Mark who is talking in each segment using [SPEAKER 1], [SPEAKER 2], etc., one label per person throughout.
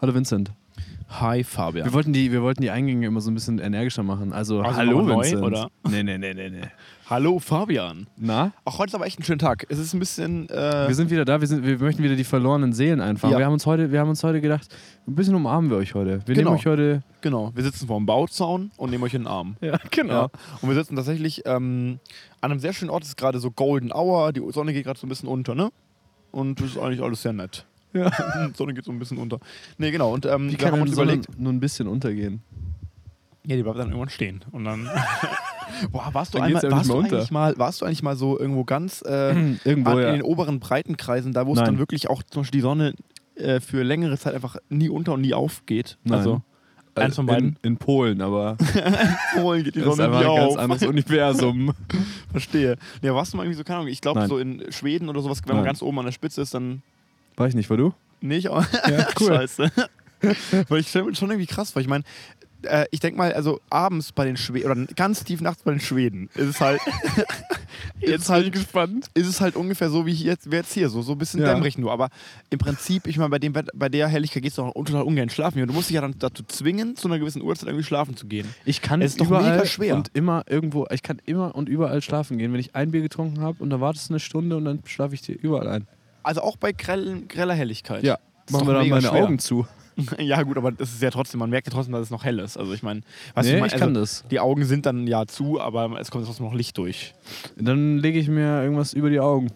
[SPEAKER 1] Hallo Vincent.
[SPEAKER 2] Hi Fabian.
[SPEAKER 1] Wir, wollten die, wir wollten die Eingänge immer so ein bisschen energischer machen. Also,
[SPEAKER 2] Also
[SPEAKER 1] hallo
[SPEAKER 2] nochmal neu,
[SPEAKER 1] Vincent.
[SPEAKER 2] oder?
[SPEAKER 1] Nee, nee, nee, nee, nee.
[SPEAKER 2] Hallo Fabian.
[SPEAKER 1] Na?
[SPEAKER 2] Auch heute ist aber echt ein schöner Tag. Es ist ein bisschen. Äh,
[SPEAKER 1] Wir sind wieder da, wir, sind, wir möchten wieder die verlorenen Seelen einfangen.
[SPEAKER 2] Ja.
[SPEAKER 1] Wir, haben uns heute, wir haben uns heute gedacht, ein bisschen umarmen wir euch heute. Wir
[SPEAKER 2] Genau.
[SPEAKER 1] nehmen euch heute.
[SPEAKER 2] genau. Wir sitzen vor dem Bauzaun und nehmen euch in den Arm.
[SPEAKER 1] Ja,
[SPEAKER 2] Ja. genau. Und wir sitzen tatsächlich ähm, an einem sehr schönen Ort. Es ist gerade so Golden Hour. Die Sonne geht gerade so ein bisschen unter, ne? Und das ist eigentlich alles sehr nett.
[SPEAKER 1] Ja.
[SPEAKER 2] Die Sonne geht so ein bisschen unter. Nee, genau. Und ähm,
[SPEAKER 1] Wie
[SPEAKER 2] wir
[SPEAKER 1] kann
[SPEAKER 2] haben
[SPEAKER 1] denn
[SPEAKER 2] uns
[SPEAKER 1] Sonne
[SPEAKER 2] überlegt.
[SPEAKER 1] nur ein bisschen untergehen?
[SPEAKER 2] Ja, die bleibt dann irgendwann stehen. Und dann. Boah, warst du,
[SPEAKER 1] Dann geht's
[SPEAKER 2] einmal,
[SPEAKER 1] ja nicht
[SPEAKER 2] warst, du
[SPEAKER 1] mehr unter.
[SPEAKER 2] eigentlich mal, warst du eigentlich mal so irgendwo ganz. Äh,
[SPEAKER 1] Irgendwo,
[SPEAKER 2] an,
[SPEAKER 1] ja.
[SPEAKER 2] in den oberen Breitenkreisen, da wo es
[SPEAKER 1] Nein.
[SPEAKER 2] dann wirklich auch zum Beispiel die Sonne äh, für längere Zeit einfach nie unter und nie aufgeht.
[SPEAKER 1] Nein.
[SPEAKER 2] Also
[SPEAKER 1] Äh,
[SPEAKER 2] eins von beiden.
[SPEAKER 1] In, in Polen, aber
[SPEAKER 2] Polen geht die
[SPEAKER 1] das ist
[SPEAKER 2] Sonne
[SPEAKER 1] einfach
[SPEAKER 2] nie
[SPEAKER 1] ein ganz
[SPEAKER 2] auf.
[SPEAKER 1] anderes Universum.
[SPEAKER 2] Verstehe. Ja, warst du mal irgendwie so, keine Ahnung, ich glaube
[SPEAKER 1] Nein.
[SPEAKER 2] so in Schweden oder sowas, wenn man
[SPEAKER 1] Nein.
[SPEAKER 2] ganz oben an der Spitze ist, dann
[SPEAKER 1] War ich nicht, war du?
[SPEAKER 2] nicht. aber-
[SPEAKER 1] Ja,
[SPEAKER 2] Scheiße. Weil ich stelle mir das schon irgendwie krass vor. Ich meine, äh, ich denke mal, also abends bei den Schweden, oder ganz tief nachts bei den Schweden, ist es halt, ist es halt
[SPEAKER 1] gespannt.
[SPEAKER 2] ist es halt ungefähr so, wie ich jetzt, wäre jetzt hier, so, so ein bisschen
[SPEAKER 1] Ja.
[SPEAKER 2] dämmerig nur. Aber im Prinzip, ich meine, bei, dem Wetter- bei der Helligkeit gehst du auch total ungern schlafen. Und du musst dich ja dann dazu zwingen, zu einer gewissen Uhrzeit irgendwie schlafen zu gehen.
[SPEAKER 1] Ich kann
[SPEAKER 2] Es ist doch
[SPEAKER 1] überall
[SPEAKER 2] mega schwer.
[SPEAKER 1] und immer irgendwo, ich kann immer und überall schlafen gehen, wenn ich ein Bier getrunken habe und dann wartest du eine Stunde und dann schlafe ich dir überall ein.
[SPEAKER 2] Also auch bei grellen, greller Helligkeit.
[SPEAKER 1] Ja,
[SPEAKER 2] Das Halt. ist
[SPEAKER 1] machen
[SPEAKER 2] doch
[SPEAKER 1] wir dann
[SPEAKER 2] mega
[SPEAKER 1] meine
[SPEAKER 2] schwer.
[SPEAKER 1] Augen zu.
[SPEAKER 2] ja, gut, aber das ist ja trotzdem, man merkt ja trotzdem, dass es noch hell ist. Also ich meine, weißt
[SPEAKER 1] Nee,
[SPEAKER 2] du, mein,
[SPEAKER 1] ich kann
[SPEAKER 2] also,
[SPEAKER 1] das.
[SPEAKER 2] die Augen sind dann ja zu, aber es kommt trotzdem noch Licht durch.
[SPEAKER 1] Dann lege ich mir irgendwas über die Augen.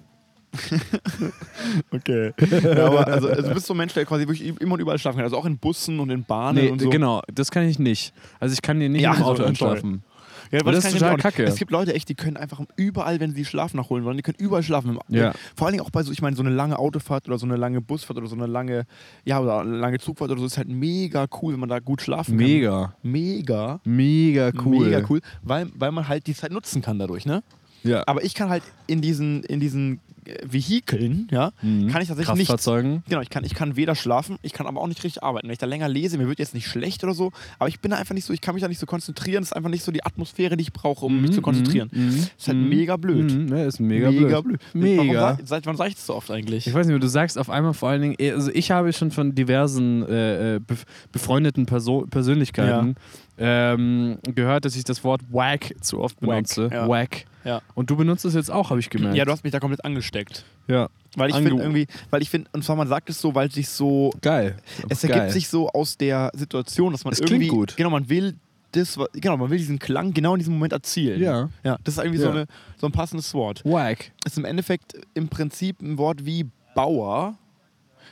[SPEAKER 2] Okay. ja, aber also, also du bist so ein Mensch, der quasi wirklich immer und überall schlafen kann. Also auch in Bussen und in Bahnen
[SPEAKER 1] Nee,
[SPEAKER 2] Ah, und so.
[SPEAKER 1] genau, das kann ich nicht. Also ich kann dir nicht
[SPEAKER 2] Ja,
[SPEAKER 1] im
[SPEAKER 2] also,
[SPEAKER 1] Auto
[SPEAKER 2] toll.
[SPEAKER 1] einschlafen.
[SPEAKER 2] Ja,
[SPEAKER 1] Und das
[SPEAKER 2] kann
[SPEAKER 1] ist
[SPEAKER 2] ich
[SPEAKER 1] total
[SPEAKER 2] nämlich auch nicht.
[SPEAKER 1] kacke.
[SPEAKER 2] Es gibt Leute echt, die können einfach überall, wenn sie Schlaf nachholen wollen, die können überall schlafen.
[SPEAKER 1] Ja.
[SPEAKER 2] Vor allen Dingen auch bei so, ich meine, so eine lange Autofahrt oder so eine lange Busfahrt oder so eine lange, ja, oder eine lange Zugfahrt oder so ist halt mega cool, wenn man da gut schlafen
[SPEAKER 1] Mega,
[SPEAKER 2] kann. Mega.
[SPEAKER 1] mega cool.
[SPEAKER 2] Mega cool, weil, weil man halt die Zeit nutzen kann dadurch, ne?
[SPEAKER 1] Ja.
[SPEAKER 2] Aber ich kann halt in diesen, in diesen äh, Vehikeln, ja,
[SPEAKER 1] Mhm.
[SPEAKER 2] kann ich tatsächlich nicht.
[SPEAKER 1] Kraftfahrzeugen.
[SPEAKER 2] Genau, ich kann, ich kann weder schlafen, ich kann aber auch nicht richtig arbeiten. Wenn ich da länger lese, mir wird jetzt nicht schlecht oder so, aber ich bin da einfach nicht so, ich kann mich da nicht so konzentrieren. Das ist einfach nicht so die Atmosphäre, die ich brauche, um mich zu konzentrieren.
[SPEAKER 1] Mhm, mhm,
[SPEAKER 2] Ist halt
[SPEAKER 1] mhm.
[SPEAKER 2] mega blöd.
[SPEAKER 1] Mhm, ne, ist mega, blöd.
[SPEAKER 2] Warum,
[SPEAKER 1] Mega.
[SPEAKER 2] sag- seit wann sag ich das so oft eigentlich?
[SPEAKER 1] Ich weiß nicht, mehr, du sagst auf einmal vor allen Dingen, eh, also ich habe schon von diversen äh, äh, bef- befreundeten Perso Persönlichkeiten ähm, gehört, dass ich das Wort Whack zu oft benutze.
[SPEAKER 2] ja.
[SPEAKER 1] Whack.
[SPEAKER 2] Ja.
[SPEAKER 1] Und du benutzt es jetzt auch, habe ich gemerkt.
[SPEAKER 2] Ja, du hast mich da komplett angesteckt.
[SPEAKER 1] Ja.
[SPEAKER 2] Weil ich finde
[SPEAKER 1] Angewohnt.
[SPEAKER 2] irgendwie, weil ich finde, und zwar man sagt es so, weil sich so,
[SPEAKER 1] Geil.
[SPEAKER 2] es
[SPEAKER 1] Geil.
[SPEAKER 2] ergibt sich so aus der Situation, dass man
[SPEAKER 1] Es klingt
[SPEAKER 2] irgendwie,
[SPEAKER 1] gut.
[SPEAKER 2] genau, man will das, wa- genau, man will diesen Klang genau in diesem Moment erzielen.
[SPEAKER 1] Ja.
[SPEAKER 2] Ja, das ist irgendwie so,
[SPEAKER 1] Ja.
[SPEAKER 2] eine, so ein passendes Wort.
[SPEAKER 1] Whack.
[SPEAKER 2] ist im Endeffekt im Prinzip ein Wort wie Bauer.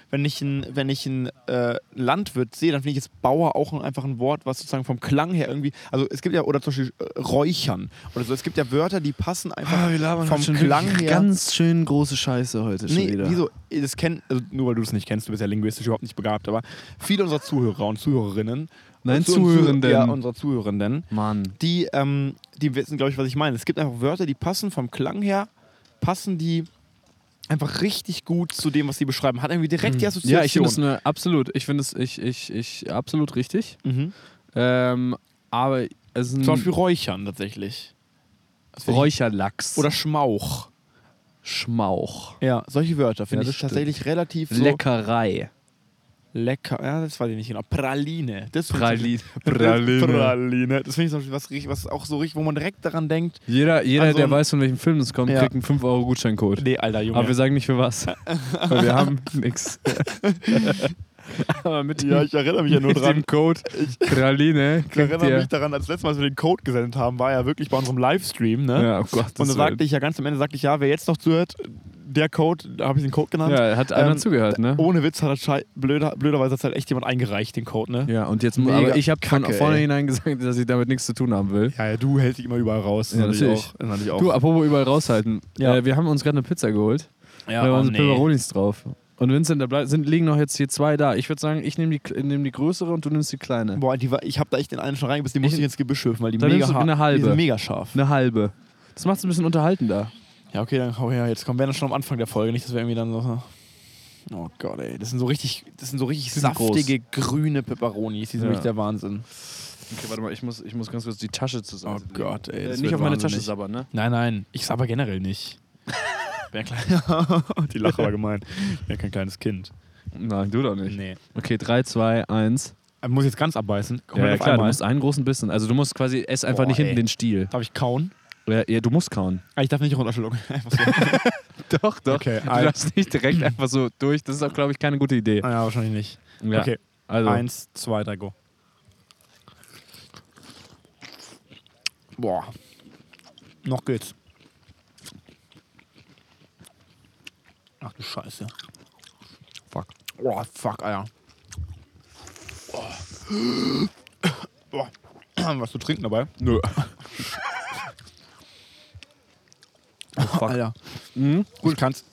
[SPEAKER 2] Wenn ich einen wenn ich ein, äh, Landwirt sehe, dann finde ich jetzt Bauer auch einfach ein Wort, was sozusagen vom Klang her irgendwie. Also es gibt ja, oder zum Beispiel äh, Räuchern oder so. Es gibt ja Wörter, die passen
[SPEAKER 1] Ah,
[SPEAKER 2] einfach vom Klang her.
[SPEAKER 1] Ganz schön große Scheiße heute schon
[SPEAKER 2] nee,
[SPEAKER 1] wieder.
[SPEAKER 2] wieso? Das kenn, also nur weil du das nicht kennst, du bist ja linguistisch überhaupt nicht begabt, aber viele unserer Zuhörer und Zuhörerinnen.
[SPEAKER 1] Nein,
[SPEAKER 2] und Zuh- und Zuh-
[SPEAKER 1] Zuhörenden.
[SPEAKER 2] Ja, unserer Zuhörenden
[SPEAKER 1] Mann.
[SPEAKER 2] die, ähm, die wissen, glaube ich, was ich meine. Es gibt einfach Wörter, die passen vom Klang her, passen die einfach richtig gut zu dem, was sie beschreiben. Hat irgendwie direkt die Assoziation.
[SPEAKER 1] Hm. Ja, ich finde es eine absolut. Ich finde es ich, ich, ich, absolut richtig.
[SPEAKER 2] mhm.
[SPEAKER 1] Ähm, aber es ist ein
[SPEAKER 2] Zum Beispiel Räuchern tatsächlich. Das find ich-
[SPEAKER 1] Räucherlachs
[SPEAKER 2] Oder Schmauch.
[SPEAKER 1] Schmauch.
[SPEAKER 2] Ja, solche Wörter finde
[SPEAKER 1] Ja, das
[SPEAKER 2] ich tatsächlich relativ so
[SPEAKER 1] Leckerei.
[SPEAKER 2] lecker. Ja, das war die nicht genau. Praline. Das find ich-
[SPEAKER 1] Pralin.
[SPEAKER 2] Praline. Das finde ich zum Beispiel was, richtig- was auch so richtig, wo man direkt daran denkt.
[SPEAKER 1] Jeder, jeder
[SPEAKER 2] Also-
[SPEAKER 1] der weiß, von welchem Film es kommt,
[SPEAKER 2] Ja.
[SPEAKER 1] kriegt einen 5-Euro-Gutscheincode.
[SPEAKER 2] Nee, alter Junge.
[SPEAKER 1] Aber wir sagen nicht für was. Weil wir haben nichts. Aber mit,
[SPEAKER 2] ja, ich erinnere mich ja nur
[SPEAKER 1] mit
[SPEAKER 2] dran.
[SPEAKER 1] dem Code Praline
[SPEAKER 2] Ich
[SPEAKER 1] kriegt
[SPEAKER 2] erinnere
[SPEAKER 1] ihr...
[SPEAKER 2] mich daran, als letztes Mal, als wir den Code gesendet haben, war ja wirklich bei unserem Livestream, ne?
[SPEAKER 1] Ja, oh Gott.
[SPEAKER 2] Und dann sagte ich ja ganz am Ende, sagte ich, ja, wer jetzt noch zuhört, der Code, da habe ich den Code genannt.
[SPEAKER 1] Ja, hat einer
[SPEAKER 2] Ähm,
[SPEAKER 1] zugehört, ne?
[SPEAKER 2] Ohne Witz hat das schei- blöder, blöderweise hat halt echt jemand eingereicht, den Code, ne?
[SPEAKER 1] Ja, und jetzt...
[SPEAKER 2] Mega
[SPEAKER 1] aber ich habe von
[SPEAKER 2] Kacke, ey.
[SPEAKER 1] vornherein gesagt, dass ich damit nichts zu tun haben will.
[SPEAKER 2] Ja, ja, du hältst dich immer überall raus.
[SPEAKER 1] Ja,
[SPEAKER 2] das
[SPEAKER 1] natürlich.
[SPEAKER 2] auch. Das natürlich auch.
[SPEAKER 1] Du, apropos überall raushalten.
[SPEAKER 2] Ja.
[SPEAKER 1] Äh, wir haben uns gerade eine Pizza geholt.
[SPEAKER 2] ja,
[SPEAKER 1] da
[SPEAKER 2] oh,
[SPEAKER 1] waren so
[SPEAKER 2] nee.
[SPEAKER 1] Peperonis drauf. Und Vincent, da blei- sind, liegen noch jetzt hier zwei da. Ich würde sagen, ich nehme die, nehm die größere und du nimmst die kleine.
[SPEAKER 2] Boah, die war, ich habe da echt den einen schon reingebissen, den musste
[SPEAKER 1] Ich-
[SPEAKER 2] ich ins Gebüsch werfen, weil die
[SPEAKER 1] Dann
[SPEAKER 2] mega
[SPEAKER 1] nimmst du eine
[SPEAKER 2] hart- die
[SPEAKER 1] halbe.
[SPEAKER 2] sind mega scharf.
[SPEAKER 1] Eine halbe. Das macht es ein bisschen unterhaltender.
[SPEAKER 2] Ja, okay, dann hau her. Jetzt kommen wir dann schon am Anfang der Folge, nicht, dass wir irgendwie dann so. Oh Gott, ey. Das sind so richtig, das sind so richtig
[SPEAKER 1] Die sind
[SPEAKER 2] saftige, grüne Peperonis. Die sind
[SPEAKER 1] Ja.
[SPEAKER 2] wirklich der Wahnsinn.
[SPEAKER 1] Okay, warte mal, ich muss, ich muss ganz kurz die Tasche zusammen.
[SPEAKER 2] Oh Gott, ey.
[SPEAKER 1] Äh,
[SPEAKER 2] das
[SPEAKER 1] nicht
[SPEAKER 2] wird
[SPEAKER 1] auf meine
[SPEAKER 2] wahnsinnig.
[SPEAKER 1] Tasche sabbern, ne?
[SPEAKER 2] Nein, nein, ich aber generell nicht. Wer klein. die Lache war gemein. Wer kein kleines Kind.
[SPEAKER 1] Nein, du doch nicht.
[SPEAKER 2] Nee.
[SPEAKER 1] Okay, 3, 2, 1.
[SPEAKER 2] Ich muss jetzt ganz abbeißen.
[SPEAKER 1] Ja,
[SPEAKER 2] Komplett
[SPEAKER 1] ja
[SPEAKER 2] auf
[SPEAKER 1] klar, du
[SPEAKER 2] einmal.
[SPEAKER 1] musst einen großen Bissen. Also du musst quasi, ess einfach
[SPEAKER 2] Boah,
[SPEAKER 1] nicht hinten
[SPEAKER 2] ey.
[SPEAKER 1] den Stiel.
[SPEAKER 2] Darf ich kauen?
[SPEAKER 1] Ja, ja, du musst kauen.
[SPEAKER 2] Ah, ich darf nicht runterschlucken. Einfach so.
[SPEAKER 1] Doch, doch.
[SPEAKER 2] Okay,
[SPEAKER 1] du
[SPEAKER 2] ein-
[SPEAKER 1] darfst nicht direkt einfach so durch. Das ist auch, glaube ich, keine gute Idee.
[SPEAKER 2] Ah, ja, wahrscheinlich nicht.
[SPEAKER 1] Ja,
[SPEAKER 2] Okay,
[SPEAKER 1] also.
[SPEAKER 2] eins, zwei, drei, go. Boah. Noch geht's. Ach du Scheiße. Fuck. Boah, Oh, fuck, Alter. Oh. Boah. Boah. Was zu trinken dabei?
[SPEAKER 1] Nö.
[SPEAKER 2] Oh, Fuck. Alter. Gut, ich kann's.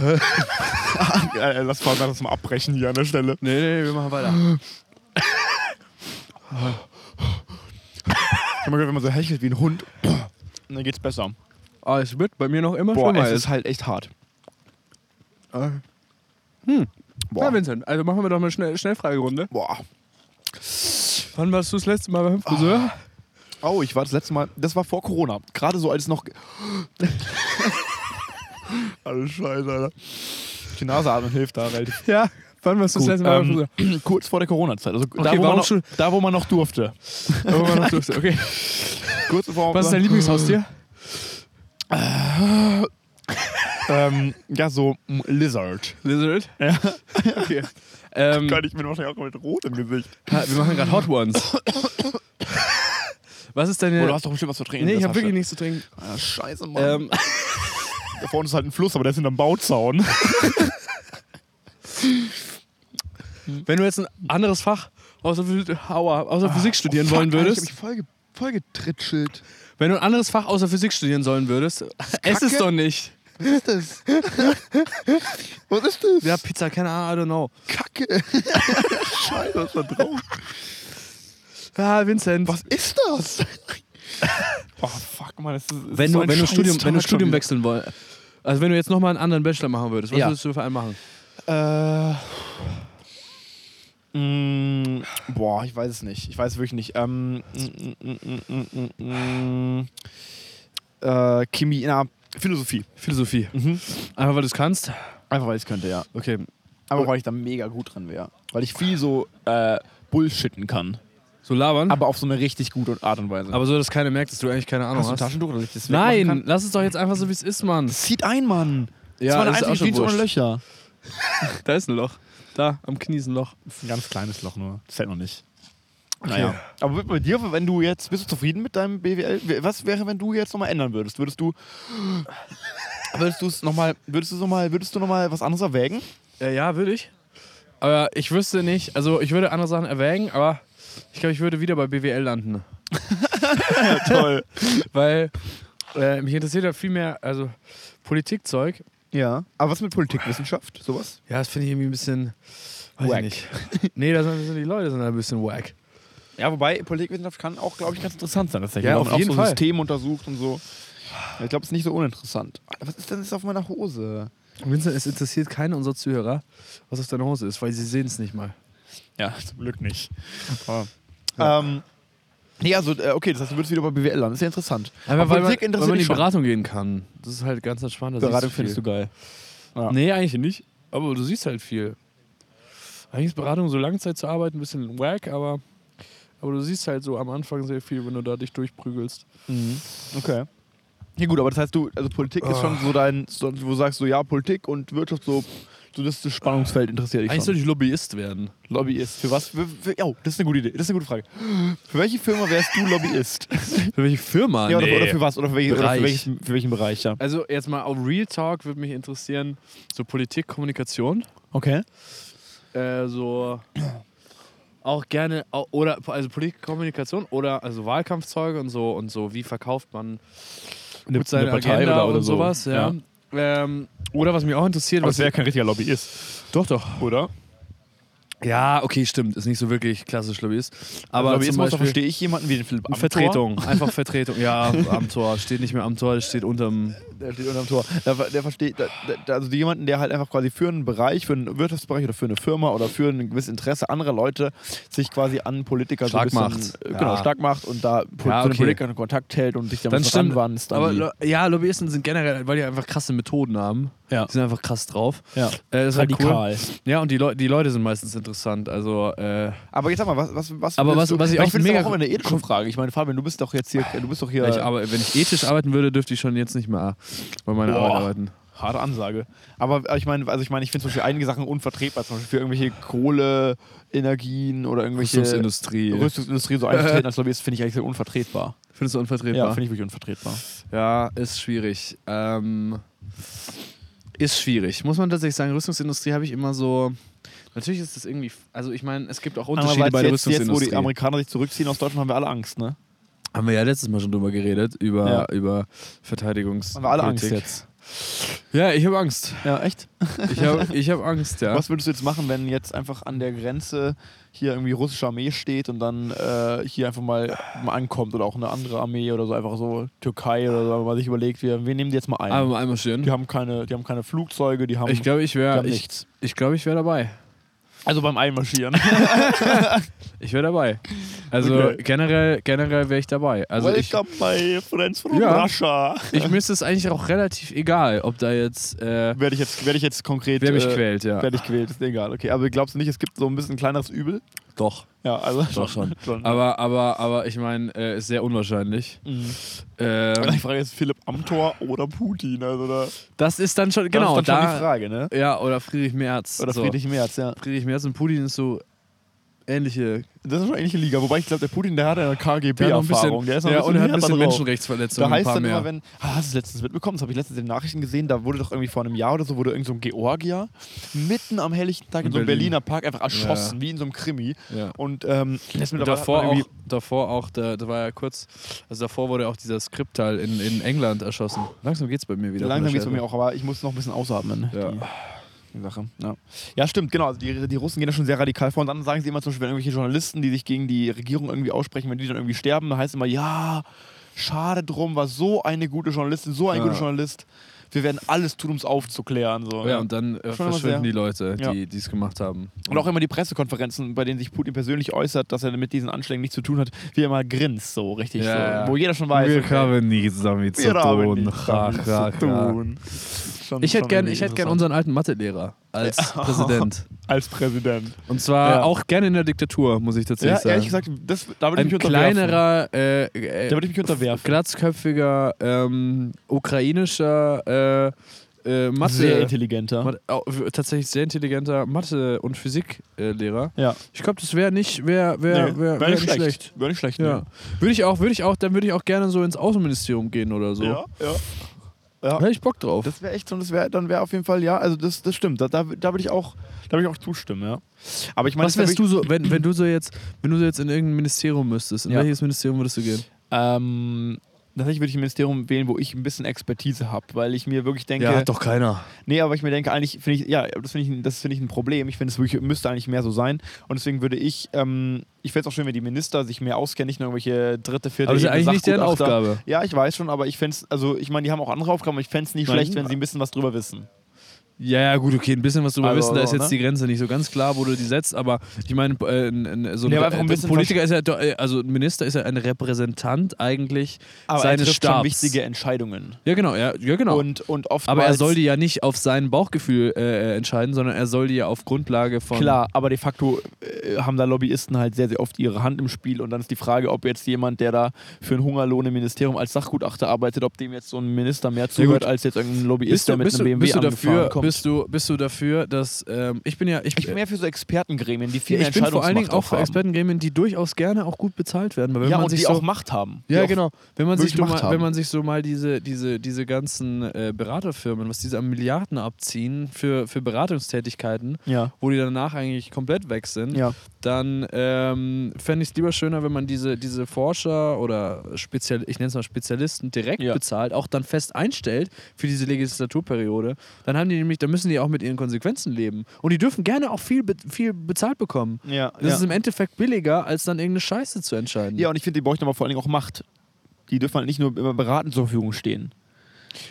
[SPEAKER 2] Alter, lass mal, lass mal abbrechen hier an der Stelle.
[SPEAKER 1] Nee, nee, wir machen weiter.
[SPEAKER 2] Ich hab mal gehört, wenn man so hechelt wie ein Hund, dann geht's besser.
[SPEAKER 1] Aber Ah, es wird bei mir noch immer
[SPEAKER 2] Boah,
[SPEAKER 1] schlimmer.
[SPEAKER 2] es ist halt echt hart.
[SPEAKER 1] Na, Vincent, also machen wir doch mal schnell Schnellfragerunde.
[SPEAKER 2] Boah.
[SPEAKER 1] Wann warst du das letzte Mal beim Friseur?
[SPEAKER 2] Oh, ich war das letzte Mal, das war vor Corona. Gerade so, als es noch. ge- Alles Scheiße, Alter. Die Nase atmen hilft da relativ
[SPEAKER 1] Ja. Wann warst du das
[SPEAKER 2] gut.
[SPEAKER 1] letzte Mal beim Friseur?
[SPEAKER 2] ähm, kurz vor der Corona-Zeit. Also da,
[SPEAKER 1] warum
[SPEAKER 2] wo man noch,
[SPEAKER 1] schon-
[SPEAKER 2] da, wo man noch durfte.
[SPEAKER 1] Oh, wann warst du das- okay.
[SPEAKER 2] Kurz vor.
[SPEAKER 1] Was ist dein Lieblingshaustier?
[SPEAKER 2] ähm, ja, so mm, Lizard.
[SPEAKER 1] Lizard?
[SPEAKER 2] Ja.
[SPEAKER 1] Okay. Ähm,
[SPEAKER 2] Gott, ich bin wahrscheinlich auch mit rot im Gesicht.
[SPEAKER 1] ha, wir machen gerade Hot Ones. Was ist deine.
[SPEAKER 2] Oh, du hast doch bestimmt was zu trinken.
[SPEAKER 1] nee, ich
[SPEAKER 2] das
[SPEAKER 1] habe
[SPEAKER 2] hast
[SPEAKER 1] wirklich
[SPEAKER 2] du.
[SPEAKER 1] nichts zu trinken.
[SPEAKER 2] Ah, Scheiße, Mann.
[SPEAKER 1] Ähm,
[SPEAKER 2] Da vorne ist halt ein Fluss, aber der ist hinterm Bauzaun.
[SPEAKER 1] wenn du jetzt ein anderes Fach außer, Physik- aua, außer Physik studieren wollen würdest.
[SPEAKER 2] Ich habe mich voll, ge- voll getritschelt.
[SPEAKER 1] Wenn du ein anderes Fach außer Physik studieren sollen würdest, ess es
[SPEAKER 2] Kacke.
[SPEAKER 1] doch nicht.
[SPEAKER 2] Was ist das? Was ist das?
[SPEAKER 1] Ja, Pizza, keine Ahnung, I don't know.
[SPEAKER 2] Kacke. Scheiße, was ist da drauf?
[SPEAKER 1] Ah, Vincent.
[SPEAKER 2] Was ist das? Oh, fuck, Mann, das ist, das
[SPEAKER 1] Wenn
[SPEAKER 2] ist
[SPEAKER 1] du,
[SPEAKER 2] so
[SPEAKER 1] wenn
[SPEAKER 2] ein
[SPEAKER 1] du
[SPEAKER 2] scheiß
[SPEAKER 1] Studium, wenn du
[SPEAKER 2] Tag
[SPEAKER 1] Studium
[SPEAKER 2] schon
[SPEAKER 1] wechseln wolltest. Also wenn du jetzt nochmal einen anderen Bachelor machen würdest, was
[SPEAKER 2] Ja.
[SPEAKER 1] würdest du für einen machen?
[SPEAKER 2] wieder. Äh, mm, boah, ich weiß es nicht. Ich weiß es wirklich nicht. Ähm, mm, mm, mm, mm, mm, mm, äh, Chemie, na, Philosophie.
[SPEAKER 1] Philosophie. Einfach weil du es kannst.
[SPEAKER 2] Einfach weil ich es könnte, ja.
[SPEAKER 1] Okay.
[SPEAKER 2] Aber weil ich da mega gut drin wäre. Weil ich viel so äh, bullshitten kann.
[SPEAKER 1] So labern. Aber,
[SPEAKER 2] Aber auf so eine richtig gute Art und Weise.
[SPEAKER 1] so, dass keiner merkt, dass du eigentlich keine Ahnung hast.
[SPEAKER 2] Taschentuch, dass ich das wegmachen
[SPEAKER 1] Nein,
[SPEAKER 2] kann?
[SPEAKER 1] lass es doch jetzt einfach so, wie es ist, Mann.
[SPEAKER 2] Zieht ein, Mann.
[SPEAKER 1] Ja,
[SPEAKER 2] das war
[SPEAKER 1] ist
[SPEAKER 2] der
[SPEAKER 1] auch
[SPEAKER 2] einzige
[SPEAKER 1] schon
[SPEAKER 2] Jeans ohne
[SPEAKER 1] wurscht.
[SPEAKER 2] Löcher.
[SPEAKER 1] Da ist ein Loch. Da, am Knie ist ein Loch.
[SPEAKER 2] Ein ganz kleines Loch nur. Das fällt noch nicht. Naja. Aber bei dir, wenn du jetzt, bist du zufrieden mit deinem BWL? Was wäre, wenn du jetzt nochmal ändern würdest? Würdest du. Würdest du es nochmal, würdest du nochmal, würdest du nochmal was anderes erwägen?
[SPEAKER 1] Äh, ja, würde ich. Aber ich wüsste nicht, also ich würde andere Sachen erwägen, aber ich glaube, ich würde wieder bei BWL landen.
[SPEAKER 2] Toll.
[SPEAKER 1] Weil äh, mich interessiert ja viel mehr, also Politikzeug.
[SPEAKER 2] Ja. Aber was mit Politikwissenschaft? Sowas?
[SPEAKER 1] Ja, das finde ich irgendwie ein bisschen. Weiß
[SPEAKER 2] Wack.
[SPEAKER 1] ich nicht. Nee, da sind sind die Leute sind da ein bisschen wack.
[SPEAKER 2] Ja, wobei Politikwissenschaft kann auch, glaube ich, ganz interessant sein. Dass
[SPEAKER 1] Ja,
[SPEAKER 2] ja,
[SPEAKER 1] auf jeden
[SPEAKER 2] so
[SPEAKER 1] Fall.
[SPEAKER 2] System untersucht und so. Ich glaube, es ist nicht so uninteressant. Was ist denn jetzt auf meiner Hose?
[SPEAKER 1] Vincent, es interessiert keiner unserer Zuhörer, was auf deiner Hose ist, weil sie sehen es nicht mal.
[SPEAKER 2] Ja, zum Glück nicht. Aber, ähm, nee, also, äh, okay, das heißt, du würdest wieder bei BWL landen. Das ist ja interessant.
[SPEAKER 1] Einfach weil
[SPEAKER 2] Aber
[SPEAKER 1] man,
[SPEAKER 2] Politik
[SPEAKER 1] weil
[SPEAKER 2] interessiert
[SPEAKER 1] man in
[SPEAKER 2] dich
[SPEAKER 1] die
[SPEAKER 2] schon.
[SPEAKER 1] Beratung gehen kann. Das ist halt ganz entspannt. da siehst
[SPEAKER 2] Beratung
[SPEAKER 1] viel.
[SPEAKER 2] findest du geil. Ja.
[SPEAKER 1] Nee, eigentlich nicht. Aber du siehst halt viel. Eigentlich ist Beratung so lange Zeit zu arbeiten ein bisschen wack, aber, aber du siehst halt so am Anfang sehr viel, wenn du da dich durchprügelst.
[SPEAKER 2] Okay. Ja, gut, aber das heißt, du, also Politik ist schon so
[SPEAKER 1] Ah.
[SPEAKER 2] dein, so, wo du sagst so, ja, Politik und Wirtschaft, so, so das, das Spannungsfeld interessiert dich
[SPEAKER 1] Eigentlich
[SPEAKER 2] schon.
[SPEAKER 1] sollte ich Lobbyist werden.
[SPEAKER 2] Lobbyist. Für was? Für, für, oh, das ist eine gute Idee. Das ist eine gute Frage. Für welche Firma wärst du Lobbyist?
[SPEAKER 1] Für welche Firma?
[SPEAKER 2] ja, oder,
[SPEAKER 1] Ah, Nee.
[SPEAKER 2] oder für was? Oder für, welche, oder
[SPEAKER 1] Bereich.
[SPEAKER 2] für, welchen, für welchen Bereich, ja.
[SPEAKER 1] also jetzt mal auf Real Talk würde mich interessieren, so Politik, Kommunikation.
[SPEAKER 2] Okay.
[SPEAKER 1] äh, so auch gerne au- oder also Politik, Kommunikation oder also Wahlkampfzeuge und so und so wie verkauft man
[SPEAKER 2] Eine,
[SPEAKER 1] gut seine Agenda und sowas ja, Ähm, oder was mich auch interessiert
[SPEAKER 2] Aber
[SPEAKER 1] was
[SPEAKER 2] es wäre kein richtiger Lobbyist,
[SPEAKER 1] doch doch
[SPEAKER 2] oder?
[SPEAKER 1] ja okay stimmt ist nicht so wirklich klassisch Lobbyist Also aber zum
[SPEAKER 2] Also Lobbyismus, da
[SPEAKER 1] Beispiel
[SPEAKER 2] verstehe ich jemanden wie den Philipp Amthor.
[SPEAKER 1] Vertretung einfach Vertretung ja am Tor steht nicht mehr am Tor steht unterm
[SPEAKER 2] Der steht unterm Tor. Der, der versteht, der, der, also jemanden, der halt einfach quasi für einen Bereich, für einen Wirtschaftsbereich oder für eine Firma oder für ein gewisses Interesse anderer Leute sich quasi an Politiker
[SPEAKER 1] Stark
[SPEAKER 2] so ein bisschen,
[SPEAKER 1] macht.
[SPEAKER 2] äh, Genau,
[SPEAKER 1] Ja.
[SPEAKER 2] stark macht und da po-
[SPEAKER 1] Ja,
[SPEAKER 2] zu den
[SPEAKER 1] okay.
[SPEAKER 2] Politikern in Kontakt hält und sich dann anwandst.
[SPEAKER 1] Aber Lo ja, Lobbyisten sind generell, weil die einfach krasse Methoden haben.
[SPEAKER 3] Ja.
[SPEAKER 1] Die sind einfach krass drauf.
[SPEAKER 3] Ja.
[SPEAKER 1] Äh, das ist halt cool.
[SPEAKER 3] Radikal.
[SPEAKER 1] Ja, und die, Leu die Leute sind meistens interessant. Also, äh,
[SPEAKER 2] aber jetzt sag mal, was, was, was
[SPEAKER 1] Aber
[SPEAKER 2] willst
[SPEAKER 1] was-
[SPEAKER 2] du,
[SPEAKER 1] was ich
[SPEAKER 2] Weil
[SPEAKER 1] auch
[SPEAKER 2] finde, das
[SPEAKER 1] mega-
[SPEAKER 2] ist immer eine ethische Frage. Ich meine, Fabian, du bist doch jetzt hier, du bist doch hier
[SPEAKER 1] ich, aber wenn ich ethisch arbeiten würde, dürfte ich schon jetzt nicht mehr bei meiner
[SPEAKER 2] Boah.
[SPEAKER 1] Arbeit arbeiten.
[SPEAKER 2] Harte Ansage. Aber äh, ich meine, also ich meine, ich finde zum Beispiel einige Sachen unvertretbar, zum Beispiel für irgendwelche Kohleenergien oder irgendwelche
[SPEAKER 1] Rüstungsindustrie.
[SPEAKER 2] Rüstungsindustrie so einzutreten als Lobbyist, finde ich eigentlich sehr unvertretbar.
[SPEAKER 1] Findest du
[SPEAKER 2] Ja,
[SPEAKER 1] unvertretbar?
[SPEAKER 2] finde ich wirklich unvertretbar.
[SPEAKER 1] Ja, ist schwierig. Ähm, ist schwierig. Muss man tatsächlich sagen, Rüstungsindustrie habe ich immer so. Natürlich ist das irgendwie. Also, ich meine, es gibt auch Unterschiede
[SPEAKER 2] Andererseits
[SPEAKER 1] bei der
[SPEAKER 2] jetzt, jetzt, wo
[SPEAKER 1] Rüstungsindustrie.
[SPEAKER 2] die Amerikaner sich zurückziehen aus Deutschland, haben wir alle Angst, ne?
[SPEAKER 1] haben wir ja letztes Mal schon drüber geredet, über, über Verteidigungs.
[SPEAKER 2] Haben wir alle
[SPEAKER 1] Politik.
[SPEAKER 2] Angst
[SPEAKER 1] Ja, ich habe Angst.
[SPEAKER 2] jetzt. Ja, echt?
[SPEAKER 1] Ich habe ich hab Angst, ja.
[SPEAKER 2] Was würdest du jetzt machen, wenn jetzt einfach an der Grenze hier irgendwie russische Armee steht und dann äh, hier einfach mal, mal ankommt oder auch eine andere Armee oder so, einfach so Türkei oder so, wenn man sich überlegt, wir, wir nehmen die jetzt mal ein.
[SPEAKER 1] Aber mal einmal schön.
[SPEAKER 2] die haben keine, die haben keine Flugzeuge, die haben,
[SPEAKER 1] Ich glaube, ich
[SPEAKER 2] die
[SPEAKER 1] wäre
[SPEAKER 2] haben
[SPEAKER 1] ich,
[SPEAKER 2] nichts.
[SPEAKER 1] ich glaub, ich wär dabei.
[SPEAKER 2] Also beim Einmarschieren.
[SPEAKER 1] Ich wäre dabei. Also
[SPEAKER 2] Okay.
[SPEAKER 1] generell, generell wäre ich dabei. Also ich,
[SPEAKER 2] Welcome my friends from
[SPEAKER 1] Ja.
[SPEAKER 2] Russia.
[SPEAKER 1] ich müsste es eigentlich auch relativ egal, ob da jetzt äh,
[SPEAKER 2] Werde ich jetzt, werde ich jetzt konkret.
[SPEAKER 1] wer mich
[SPEAKER 2] äh,
[SPEAKER 1] quält, ja.
[SPEAKER 2] Werde ich quält, ist egal. Okay, aber glaubst du nicht, es gibt so ein bisschen kleineres Übel?
[SPEAKER 1] Doch,
[SPEAKER 2] Ja, also
[SPEAKER 1] doch schon.
[SPEAKER 2] schon.
[SPEAKER 1] Aber, aber, aber ich meine, äh, ist sehr unwahrscheinlich.
[SPEAKER 2] Mhm.
[SPEAKER 1] Ähm,
[SPEAKER 2] Die Frage ist Philipp Amthor oder Putin. Also da,
[SPEAKER 1] das ist dann schon, genau,
[SPEAKER 2] das ist dann schon die
[SPEAKER 1] da,
[SPEAKER 2] Frage, ne?
[SPEAKER 1] ja, oder Friedrich Merz.
[SPEAKER 2] Oder
[SPEAKER 1] so.
[SPEAKER 2] Friedrich Merz, ja.
[SPEAKER 1] Friedrich Merz und Putin ist so ähnliche
[SPEAKER 2] Das ist schon eigentlich eine Liga. Wobei ich glaube, der Putin, der hat ja eine
[SPEAKER 1] Der hat noch ein bisschen,
[SPEAKER 2] KGB-Erfahrung. Der ist noch
[SPEAKER 1] ja,
[SPEAKER 2] ein
[SPEAKER 1] und hat
[SPEAKER 2] bisschen,
[SPEAKER 1] ein
[SPEAKER 2] härter
[SPEAKER 1] bisschen
[SPEAKER 2] drauf.
[SPEAKER 1] Menschenrechtsverletzungen.
[SPEAKER 2] Da heißt
[SPEAKER 1] ein paar
[SPEAKER 2] dann
[SPEAKER 1] mehr.
[SPEAKER 2] immer, wenn, ah, hast du es letztens mitbekommen, das habe ich letztens in den Nachrichten gesehen, da wurde doch irgendwie vor einem Jahr oder so, wurde irgend so ein Georgier mitten am helllichten Tag in,
[SPEAKER 1] In
[SPEAKER 2] so einem
[SPEAKER 1] Berlin.
[SPEAKER 2] Berliner Park einfach erschossen, wie in so einem Krimi.
[SPEAKER 1] Ja.
[SPEAKER 2] Und ähm, das
[SPEAKER 1] Und davor auch, davor auch da, da war ja kurz, also davor wurde auch dieser Skriptal in, in England erschossen. Langsam geht's bei mir wieder.
[SPEAKER 2] langsam geht es bei mir auch, aber ich muss noch ein bisschen ausatmen. ne?
[SPEAKER 1] Ja.
[SPEAKER 2] Die, die Sache. Ja. ja, stimmt, genau. Also die, die Russen gehen da schon sehr radikal vor und dann sagen sie immer zum Beispiel, wenn irgendwelche Journalisten, die sich gegen die Regierung irgendwie aussprechen, wenn die dann irgendwie sterben, dann heißt es immer, ja, schade drum, war so eine gute Journalistin, so ein
[SPEAKER 1] Ja.
[SPEAKER 2] guter Journalist. Wir werden alles tun, um es aufzuklären. So.
[SPEAKER 1] Ja, und dann äh,
[SPEAKER 2] Schon immer
[SPEAKER 1] verschwinden
[SPEAKER 2] sehr-
[SPEAKER 1] die Leute,
[SPEAKER 2] Ja.
[SPEAKER 1] die es gemacht haben.
[SPEAKER 2] Und auch immer die Pressekonferenzen, bei denen sich Putin persönlich äußert, dass er mit diesen Anschlägen nichts zu tun hat, wie er mal grinst, so richtig.
[SPEAKER 1] Ja,
[SPEAKER 2] so,
[SPEAKER 1] ja.
[SPEAKER 2] Wo jeder schon weiß.
[SPEAKER 1] wir
[SPEAKER 2] okay,
[SPEAKER 1] haben nichts damit zu
[SPEAKER 2] wir haben
[SPEAKER 1] tun.
[SPEAKER 2] nichts
[SPEAKER 1] Ha,
[SPEAKER 2] damit
[SPEAKER 1] ha,
[SPEAKER 2] zu
[SPEAKER 1] ha.
[SPEAKER 2] tun. Schon-
[SPEAKER 1] Ich hätte
[SPEAKER 2] schon
[SPEAKER 1] gern,
[SPEAKER 2] irgendwie
[SPEAKER 1] ich hätte gern
[SPEAKER 2] interessant.
[SPEAKER 1] unseren alten Mathelehrer als Präsident.
[SPEAKER 2] als Präsident.
[SPEAKER 1] Und zwar
[SPEAKER 2] Ja.
[SPEAKER 1] auch gerne in der Diktatur, muss ich tatsächlich
[SPEAKER 2] Ja,
[SPEAKER 1] sagen.
[SPEAKER 2] ehrlich gesagt, das, da würde ich
[SPEAKER 1] ein
[SPEAKER 2] mich unterwerfen.
[SPEAKER 1] kleinerer, äh, äh,
[SPEAKER 2] Da würde ich mich unterwerfen.
[SPEAKER 1] glatzköpfiger ähm, ukrainischer äh, äh, Mathe.
[SPEAKER 2] Sehr intelligenter.
[SPEAKER 1] Mathe- au- w- tatsächlich sehr intelligenter Mathe- und Physiklehrer.
[SPEAKER 2] Ja.
[SPEAKER 1] Ich glaube, das wäre nicht, wär, wär,
[SPEAKER 2] Nee,
[SPEAKER 1] wär, wär nicht schlecht.
[SPEAKER 2] Wäre nicht schlecht,
[SPEAKER 1] Ja.
[SPEAKER 2] ne?
[SPEAKER 1] Würde ich auch, würde ich auch, dann würde ich auch gerne so ins Außenministerium gehen oder so.
[SPEAKER 2] Ja, ja.
[SPEAKER 1] Hätte ich Bock drauf.
[SPEAKER 2] Das wäre echt so, und das wär, dann wäre auf jeden Fall, ja, also das, das stimmt. Da, da, da würde ich auch, da würde ich auch zustimmen, ja. Aber ich meine,
[SPEAKER 1] Was wärst du so, wenn, wenn du so jetzt, wenn du so jetzt in irgendein Ministerium müsstest, in
[SPEAKER 2] Ja.
[SPEAKER 1] welches Ministerium würdest du gehen?
[SPEAKER 2] Ähm, tatsächlich würde ich ein Ministerium wählen, wo ich ein bisschen Expertise habe, weil ich mir wirklich denke,
[SPEAKER 1] doch keiner.
[SPEAKER 2] Nee, aber ich mir denke, eigentlich finde ich, ja, das finde ich, ein- das finde ich ein Problem. Ich finde, es wirklich- müsste eigentlich mehr so sein. Und deswegen würde ich, ähm, ich fände es auch schön, wenn die Minister sich mehr auskennen, nicht nur irgendwelche dritte, vierte
[SPEAKER 1] Aber das ist ja
[SPEAKER 2] Ebene
[SPEAKER 1] eigentlich nicht deren
[SPEAKER 2] Sachgutachter.
[SPEAKER 1] Aufgabe.
[SPEAKER 2] Ja, ich weiß schon, aber ich fände es, also ich meine, die haben auch andere Aufgaben, aber ich fände es nicht
[SPEAKER 1] Nein.
[SPEAKER 2] schlecht, wenn sie ein bisschen was drüber wissen.
[SPEAKER 1] Ja, ja, gut, okay, ein bisschen was drüber
[SPEAKER 2] Also,
[SPEAKER 1] wissen, da ist
[SPEAKER 2] so,
[SPEAKER 1] jetzt
[SPEAKER 2] ne?
[SPEAKER 1] die Grenze nicht so ganz klar, wo du die setzt, aber ich meine, äh, ein- ein- so ein,
[SPEAKER 2] Nee, aber einfach ein
[SPEAKER 1] äh,
[SPEAKER 2] bisschen
[SPEAKER 1] Politiker ist ja, doch- äh, also ein Minister ist ja ein Repräsentant eigentlich
[SPEAKER 2] Aber er
[SPEAKER 1] seines
[SPEAKER 2] trifft schon
[SPEAKER 1] Stabs.
[SPEAKER 2] wichtige Entscheidungen.
[SPEAKER 1] ja, genau, ja, ja, genau.
[SPEAKER 2] Und, und oftmals,
[SPEAKER 1] aber er soll die ja nicht auf sein Bauchgefühl äh, äh, entscheiden, sondern er soll die ja auf Grundlage von.
[SPEAKER 2] Klar, aber de facto äh, haben da Lobbyisten halt sehr, sehr oft ihre Hand im Spiel und dann ist die Frage, ob jetzt jemand, der da für einen Hungerlohn im Ministerium als Sachgutachter arbeitet, ob dem jetzt so ein Minister mehr zuhört als jetzt irgendein Lobbyist,
[SPEAKER 1] Bist
[SPEAKER 2] der
[SPEAKER 1] du,
[SPEAKER 2] mit
[SPEAKER 1] bist,
[SPEAKER 2] einem
[SPEAKER 1] du,
[SPEAKER 2] BMW
[SPEAKER 1] bist, du dafür,
[SPEAKER 2] angefahren kommt.
[SPEAKER 1] bist, du, bist du dafür, dass. Ähm, ich bin ja. Ich,
[SPEAKER 2] ich bin mehr für so Expertengremien, die viel
[SPEAKER 1] ich
[SPEAKER 2] mehr
[SPEAKER 1] bin vor allen Dingen
[SPEAKER 2] Entscheidungsmacht
[SPEAKER 1] auch für
[SPEAKER 2] haben.
[SPEAKER 1] Expertengremien, die durchaus gerne auch gut bezahlt werden. Weil wenn
[SPEAKER 2] Ja,
[SPEAKER 1] man
[SPEAKER 2] und
[SPEAKER 1] sich
[SPEAKER 2] die
[SPEAKER 1] so,
[SPEAKER 2] auch Macht haben. Die
[SPEAKER 1] Ja,
[SPEAKER 2] auch,
[SPEAKER 1] genau. Wenn man,
[SPEAKER 2] wirklich
[SPEAKER 1] sich so
[SPEAKER 2] Macht
[SPEAKER 1] mal,
[SPEAKER 2] haben.
[SPEAKER 1] wenn man sich so mal diese, diese, diese ganzen äh, Beraterfirmen, was diese an Milliarden abziehen für, für Beratungstätigkeiten,
[SPEAKER 2] Ja.
[SPEAKER 1] wo die danach eigentlich komplett weg sind,
[SPEAKER 2] Ja.
[SPEAKER 1] dann ähm, fände ich es lieber schöner, wenn man diese, diese Forscher oder Spezial ich nenne es mal Spezialisten direkt
[SPEAKER 2] Ja.
[SPEAKER 1] bezahlt, auch dann fest einstellt für diese Legislaturperiode. Dann haben die nämlich, dann müssen die auch mit ihren Konsequenzen leben. Und die dürfen gerne auch viel, be viel bezahlt bekommen.
[SPEAKER 2] Ja,
[SPEAKER 1] Das ist im Endeffekt billiger, als dann irgendeine Scheiße zu entscheiden.
[SPEAKER 2] ja, und ich finde, die bräuchten aber vor allen Dingen auch Macht. Die dürfen halt nicht nur immer beratend zur Verfügung stehen.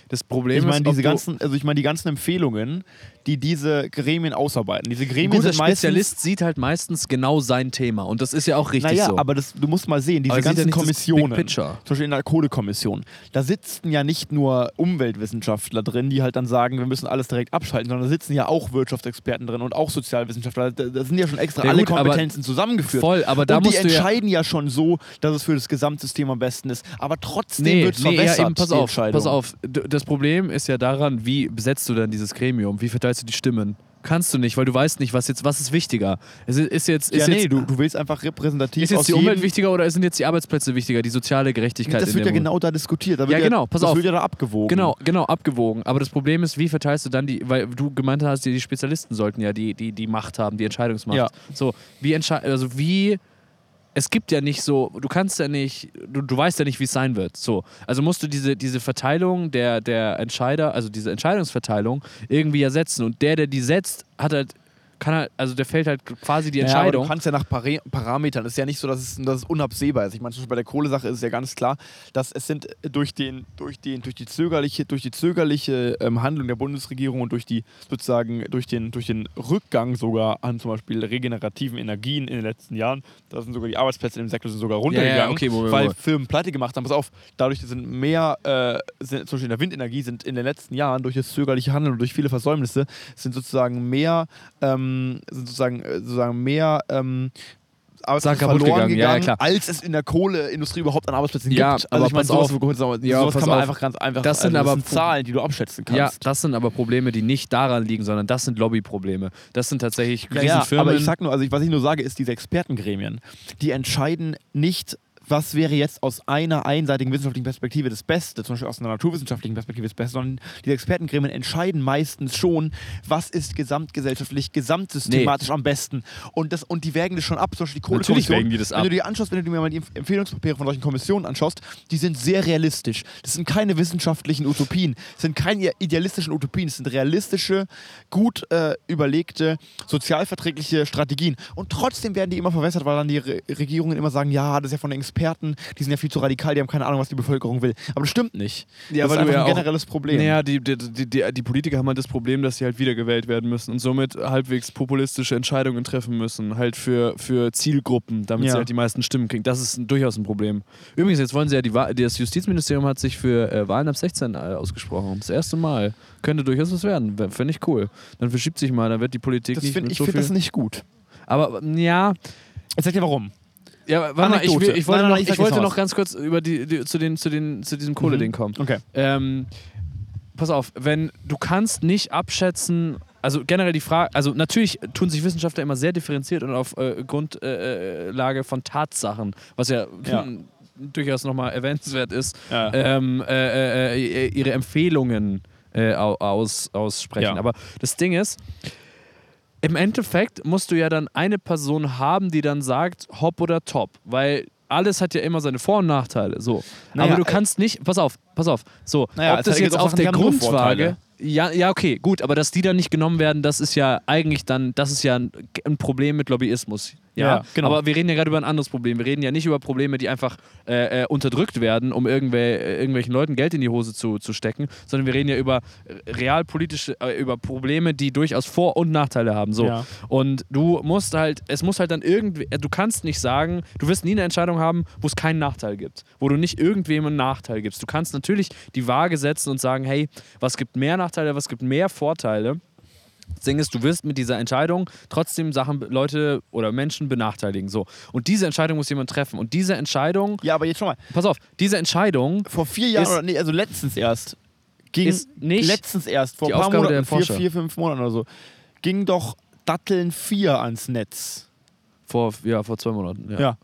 [SPEAKER 1] Das Problem
[SPEAKER 2] ich meine,
[SPEAKER 1] ist, ob
[SPEAKER 2] diese
[SPEAKER 1] du-
[SPEAKER 2] ganzen, also ich meine, die ganzen Empfehlungen, die diese Gremien ausarbeiten. Diese
[SPEAKER 1] ein
[SPEAKER 2] Gremien
[SPEAKER 1] guter
[SPEAKER 2] sind meistens,
[SPEAKER 1] Spezialist sieht halt meistens genau sein Thema. Und das ist ja auch richtig
[SPEAKER 2] naja,
[SPEAKER 1] so.
[SPEAKER 2] aber das, du musst mal sehen, diese
[SPEAKER 1] Aber sieht ja
[SPEAKER 2] ganzen
[SPEAKER 1] nicht das
[SPEAKER 2] Kommissionen,
[SPEAKER 1] Big Picture.
[SPEAKER 2] zum Beispiel in der Kohlekommission, da sitzen ja nicht nur Umweltwissenschaftler drin, die halt dann sagen, wir müssen alles direkt abschalten, sondern da sitzen ja auch Wirtschaftsexperten drin und auch Sozialwissenschaftler. Da, da sind ja schon extra
[SPEAKER 1] Ja,
[SPEAKER 2] alle
[SPEAKER 1] gut, aber-
[SPEAKER 2] Kompetenzen zusammengeführt.
[SPEAKER 1] Voll, aber da
[SPEAKER 2] und die
[SPEAKER 1] musst du ja-
[SPEAKER 2] entscheiden ja, schon so, dass es für das Gesamtsystem am besten ist. Aber trotzdem
[SPEAKER 1] Nee,
[SPEAKER 2] wird es
[SPEAKER 1] nee
[SPEAKER 2] verbessert.
[SPEAKER 1] ja, eben, pass
[SPEAKER 2] die
[SPEAKER 1] auf,
[SPEAKER 2] Entscheidung.
[SPEAKER 1] pass auf. D- Das Problem ist ja daran, wie besetzt du dann dieses Gremium? Wie verteilst du die Stimmen? Kannst du nicht, weil du weißt nicht, was jetzt, was ist wichtiger? Ist, ist jetzt, ist
[SPEAKER 2] Ja,
[SPEAKER 1] jetzt,
[SPEAKER 2] nee, du, du willst einfach repräsentativ
[SPEAKER 1] ist jetzt
[SPEAKER 2] aus
[SPEAKER 1] die
[SPEAKER 2] jedem-
[SPEAKER 1] Umwelt wichtiger oder sind jetzt die Arbeitsplätze wichtiger, die soziale Gerechtigkeit?
[SPEAKER 2] Das
[SPEAKER 1] in
[SPEAKER 2] wird
[SPEAKER 1] dem
[SPEAKER 2] ja
[SPEAKER 1] Moment?
[SPEAKER 2] genau da diskutiert. Da wird
[SPEAKER 1] Ja, genau, pass
[SPEAKER 2] das
[SPEAKER 1] auf.
[SPEAKER 2] wird ja da abgewogen.
[SPEAKER 1] Genau, genau, abgewogen. Aber das Problem ist, wie verteilst du dann die, weil du gemeint hast, die, die Spezialisten sollten ja die, die, die Macht haben, die Entscheidungsmacht.
[SPEAKER 2] Ja.
[SPEAKER 1] So, wie entscheid, also wie, es gibt ja nicht so, du kannst ja nicht, du, du weißt ja nicht, wie es sein wird. So, also musst du diese, diese Verteilung der, der Entscheider, also diese Entscheidungsverteilung irgendwie ersetzen. Und der, der die setzt, hat halt, kann halt, also der fällt halt quasi die
[SPEAKER 2] Ja, aber
[SPEAKER 1] Entscheidung.
[SPEAKER 2] du kannst ja nach Pare Parametern. Es ist ja nicht so, dass es, dass es unabsehbar ist. Ich meine, zum Beispiel bei der Kohlesache ist es ja ganz klar, dass es sind äh, durch, den, durch, den, durch die zögerliche, durch die zögerliche ähm, Handlung der Bundesregierung und durch die sozusagen durch den, durch den Rückgang sogar an zum Beispiel regenerativen Energien in den letzten Jahren, da sind sogar die Arbeitsplätze im Sektor sind sogar runtergegangen,
[SPEAKER 1] Ja, ja, okay, Moment,
[SPEAKER 2] weil
[SPEAKER 1] Moment.
[SPEAKER 2] Firmen pleite gemacht haben. Pass auf, dadurch sind mehr, äh, sind, zum Beispiel in der Windenergie sind in den letzten Jahren durch das zögerliche Handeln und durch viele Versäumnisse sind sozusagen mehr, ähm, sind sozusagen, äh, sozusagen mehr ähm, Arbeitsplätze
[SPEAKER 1] kaputt
[SPEAKER 2] verloren
[SPEAKER 1] gegangen, ja, ja, klar.
[SPEAKER 2] als es in der Kohleindustrie überhaupt an Arbeitsplätzen
[SPEAKER 1] Ja,
[SPEAKER 2] gibt. Also
[SPEAKER 1] aber
[SPEAKER 2] ich meine,
[SPEAKER 1] pass
[SPEAKER 2] sowas,
[SPEAKER 1] auf.
[SPEAKER 2] sowas
[SPEAKER 1] Ja,
[SPEAKER 2] sowas
[SPEAKER 1] pass
[SPEAKER 2] kann man
[SPEAKER 1] auf.
[SPEAKER 2] einfach ganz einfach.
[SPEAKER 1] Das sind
[SPEAKER 2] also,
[SPEAKER 1] aber
[SPEAKER 2] das
[SPEAKER 1] Pro-
[SPEAKER 2] sind Zahlen, die du abschätzen
[SPEAKER 1] ja,
[SPEAKER 2] kannst.
[SPEAKER 1] das sind aber Probleme, die nicht daran liegen, sondern das sind Lobbyprobleme. Das sind tatsächlich Riesenfirmen.
[SPEAKER 2] aber ich sag nur, also ich, was ich nur sage, ist diese Expertengremien, die entscheiden nicht, was wäre jetzt aus einer einseitigen wissenschaftlichen Perspektive das Beste, zum Beispiel aus einer naturwissenschaftlichen Perspektive das Beste, sondern diese Expertengremien entscheiden meistens schon, was ist gesamtgesellschaftlich, gesamtsystematisch am besten. Und, das, und die wägen das schon ab, zum Beispiel die
[SPEAKER 1] Natürlich
[SPEAKER 2] Kohlekommission.
[SPEAKER 1] wägen die das ab.
[SPEAKER 2] Wenn du dir anschaust, wenn du dir mal die Empf- Empfehlungspapiere von solchen Kommissionen anschaust, die sind sehr realistisch. Das sind keine wissenschaftlichen Utopien, das sind keine idealistischen Utopien, das sind realistische, gut äh, überlegte, sozialverträgliche Strategien. Und trotzdem werden die immer verwässert, weil dann die Re Regierungen immer sagen, ja, das ist ja von den Experten, die sind ja viel zu radikal, die haben keine Ahnung, was die Bevölkerung will. Aber das stimmt nicht.
[SPEAKER 1] Ja, weil
[SPEAKER 2] das ist
[SPEAKER 1] du
[SPEAKER 2] einfach
[SPEAKER 1] ja
[SPEAKER 2] ein
[SPEAKER 1] auch-
[SPEAKER 2] generelles Problem.
[SPEAKER 1] Naja, die, die, die, die, die Politiker haben halt das Problem, dass sie halt wiedergewählt werden müssen und somit halbwegs populistische Entscheidungen treffen müssen, halt für, für Zielgruppen, damit
[SPEAKER 2] Ja.
[SPEAKER 1] sie halt die meisten Stimmen kriegen. Das ist ein- durchaus ein Problem. Übrigens, jetzt wollen sie ja, die, Wa- das Justizministerium hat sich für äh, Wahlen ab 16 ausgesprochen. Das erste Mal. Könnte durchaus was werden. Finde ich cool. Dann verschiebt sich mal, dann wird die Politik
[SPEAKER 2] Das
[SPEAKER 1] nicht
[SPEAKER 2] find,
[SPEAKER 1] mit
[SPEAKER 2] ich
[SPEAKER 1] so
[SPEAKER 2] finde
[SPEAKER 1] viel...
[SPEAKER 2] das nicht gut.
[SPEAKER 1] aber ja,
[SPEAKER 2] Ich sag dir warum.
[SPEAKER 1] ja warte mal, ich, will-
[SPEAKER 2] Anekdote.
[SPEAKER 1] ich wollte,
[SPEAKER 2] Nein,
[SPEAKER 1] noch,
[SPEAKER 2] nein, nein, ich
[SPEAKER 1] ich
[SPEAKER 2] sag jetzt
[SPEAKER 1] wollte
[SPEAKER 2] noch
[SPEAKER 1] noch
[SPEAKER 2] was. Mhm.
[SPEAKER 1] ganz kurz über die, die, zu, den, zu, den, zu diesem Kohleding kommen.
[SPEAKER 2] Okay.
[SPEAKER 1] Ähm, pass auf, wenn du kannst nicht abschätzen, also generell die Frage, also natürlich tun sich Wissenschaftler immer sehr differenziert und auf äh, Grundlage von Tatsachen, was ja,
[SPEAKER 2] Ja.
[SPEAKER 1] hm, durchaus nochmal erwähnenswert ist,
[SPEAKER 2] Ja.
[SPEAKER 1] ähm, äh, äh, äh, ihre Empfehlungen äh, au- aus, aussprechen.
[SPEAKER 2] Ja.
[SPEAKER 1] Aber das Ding ist, im Endeffekt musst du ja dann eine Person haben, die dann sagt, hopp oder top, weil alles hat ja immer seine Vor- und Nachteile. So.
[SPEAKER 2] Naja,
[SPEAKER 1] Aber du
[SPEAKER 2] äh,
[SPEAKER 1] kannst nicht, pass auf, pass auf, so,
[SPEAKER 2] Naja,
[SPEAKER 1] ob
[SPEAKER 2] es
[SPEAKER 1] das
[SPEAKER 2] hat ja
[SPEAKER 1] jetzt
[SPEAKER 2] doch
[SPEAKER 1] auf
[SPEAKER 2] Sachen,
[SPEAKER 1] der
[SPEAKER 2] die haben nur
[SPEAKER 1] Grundlage.
[SPEAKER 2] Vorteile.
[SPEAKER 1] Ja, ja, okay, gut, aber dass die dann nicht genommen werden, das ist ja eigentlich dann, das ist ja ein, ein Problem mit Lobbyismus. Ja,
[SPEAKER 2] Ja, genau.
[SPEAKER 1] Aber wir reden ja gerade über ein anderes Problem. Wir reden ja nicht über Probleme, die einfach äh, äh, unterdrückt werden, um irgendwel äh, irgendwelchen Leuten Geld in die Hose zu, zu stecken, sondern wir reden ja über äh, realpolitische, äh, über Probleme, die durchaus Vor- und Nachteile haben. So.
[SPEAKER 2] Ja.
[SPEAKER 1] Und du musst halt, es muss halt dann irgendwie, äh, du kannst nicht sagen, du wirst nie eine Entscheidung haben, wo es keinen Nachteil gibt, wo du nicht irgendwem einen Nachteil gibst. Du kannst natürlich die Waage setzen und sagen, hey, was gibt mehr Nachteile, was gibt mehr Vorteile. Das Ding ist, du wirst mit dieser Entscheidung trotzdem Sachen, Leute oder Menschen benachteiligen. So. Und diese Entscheidung muss jemand treffen. Und diese Entscheidung,
[SPEAKER 2] Ja, aber jetzt schon mal.
[SPEAKER 1] pass auf, diese Entscheidung,
[SPEAKER 2] vor vier Jahren,
[SPEAKER 1] Ist-
[SPEAKER 2] oder nee, also letztens erst, ging
[SPEAKER 1] Ist nicht
[SPEAKER 2] letztens erst, vor
[SPEAKER 1] die
[SPEAKER 2] ein paar
[SPEAKER 1] Aufgabe der
[SPEAKER 2] Monaten, vier,
[SPEAKER 1] Forscher.
[SPEAKER 2] vier, fünf Monaten oder so, ging doch Datteln 4 ans Netz.
[SPEAKER 1] vor, ja, vor zwei Monaten. Ja, ja.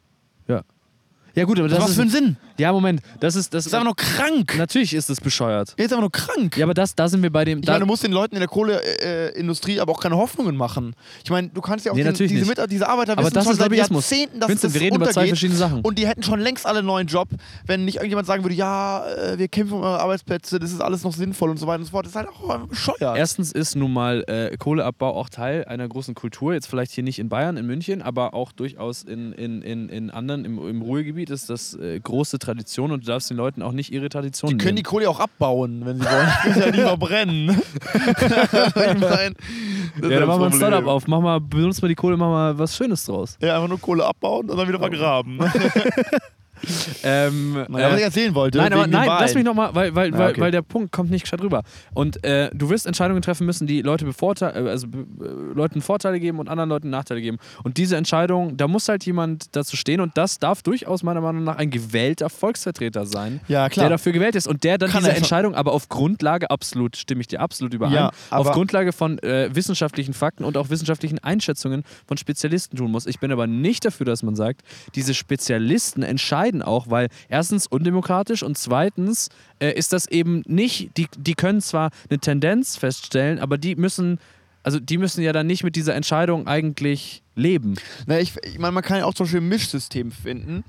[SPEAKER 2] Ja.
[SPEAKER 1] gut, aber das,
[SPEAKER 2] Das Was
[SPEAKER 1] ist.
[SPEAKER 2] für ein Sinn?
[SPEAKER 1] ja, Moment, das ist. Das,
[SPEAKER 2] Das ist einfach nur krank.
[SPEAKER 1] natürlich ist das bescheuert.
[SPEAKER 2] Jetzt einfach nur krank.
[SPEAKER 1] Ja, aber das, da sind wir bei dem.
[SPEAKER 2] Ich
[SPEAKER 1] Da,
[SPEAKER 2] meine, du musst den Leuten in der Kohleindustrie aber auch keine Hoffnungen machen. Ich meine, du kannst ja auch
[SPEAKER 1] Nee,
[SPEAKER 2] den,
[SPEAKER 1] natürlich
[SPEAKER 2] diese,
[SPEAKER 1] nicht.
[SPEAKER 2] Mitar- diese Arbeiter
[SPEAKER 1] Aber
[SPEAKER 2] wissen
[SPEAKER 1] das
[SPEAKER 2] schon
[SPEAKER 1] ist
[SPEAKER 2] seit
[SPEAKER 1] Lobbyismus.
[SPEAKER 2] Jahrzehnten, dass
[SPEAKER 1] Vincent,
[SPEAKER 2] das
[SPEAKER 1] wir reden über zwei
[SPEAKER 2] untergeht.
[SPEAKER 1] verschiedene Sachen.
[SPEAKER 2] Und die hätten schon längst alle einen neuen Job, wenn nicht irgendjemand sagen würde, ja, äh, wir kämpfen um eure Arbeitsplätze, das ist alles noch sinnvoll und so weiter und so fort. Das ist halt auch einfach bescheuert.
[SPEAKER 1] Erstens ist nun mal äh, Kohleabbau auch Teil einer großen Kultur. Jetzt vielleicht hier nicht in Bayern, in München, aber auch durchaus in, in, in, in anderen, im, im Ruhrgebiet Welt ist das äh, große Tradition und du darfst den Leuten auch nicht ihre Tradition
[SPEAKER 2] Die können die
[SPEAKER 1] nehmen.
[SPEAKER 2] Kohle auch abbauen, wenn sie wollen. Die können ja die verbrennen. ich meine, das
[SPEAKER 1] ja, dann machen wir ein
[SPEAKER 2] Problem.
[SPEAKER 1] Startup auf. Mach mal, benutzt mal die Kohle, mach mal was Schönes draus.
[SPEAKER 2] Ja, einfach nur Kohle abbauen und dann wieder vergraben.
[SPEAKER 1] Ähm,
[SPEAKER 2] Naja,
[SPEAKER 1] äh,
[SPEAKER 2] was ich erzählen wollte.
[SPEAKER 1] Nein, aber
[SPEAKER 2] wegen den
[SPEAKER 1] nein, lass
[SPEAKER 2] Wahlen.
[SPEAKER 1] mich nochmal, weil, weil,
[SPEAKER 2] Ja,
[SPEAKER 1] weil,
[SPEAKER 2] okay.
[SPEAKER 1] weil der Punkt kommt nicht gescheit rüber. Und äh, du wirst Entscheidungen treffen müssen, die Leute bevorte- äh, also be- äh, Leuten Vorteile geben und anderen Leuten Nachteile geben. Und diese Entscheidung, da muss halt jemand dazu stehen und das darf durchaus meiner Meinung nach ein gewählter Volksvertreter sein,
[SPEAKER 2] Ja, klar.
[SPEAKER 1] der dafür gewählt ist. Und der dann
[SPEAKER 2] Kann
[SPEAKER 1] diese
[SPEAKER 2] er schon-
[SPEAKER 1] Entscheidung aber auf Grundlage absolut, stimme ich dir absolut überein,
[SPEAKER 2] Ja,
[SPEAKER 1] auf
[SPEAKER 2] aber-
[SPEAKER 1] Grundlage von äh, wissenschaftlichen Fakten und auch wissenschaftlichen Einschätzungen von Spezialisten tun muss. Ich bin aber nicht dafür, dass man sagt, diese Spezialisten entscheiden auch, weil erstens undemokratisch und zweitens äh, ist das eben nicht, die, die können zwar eine Tendenz feststellen, aber die müssen, also die müssen ja dann nicht mit dieser Entscheidung eigentlich leben.
[SPEAKER 2] Na, ich ich meine, man kann ja auch zum Beispiel ein Mischsystem finden.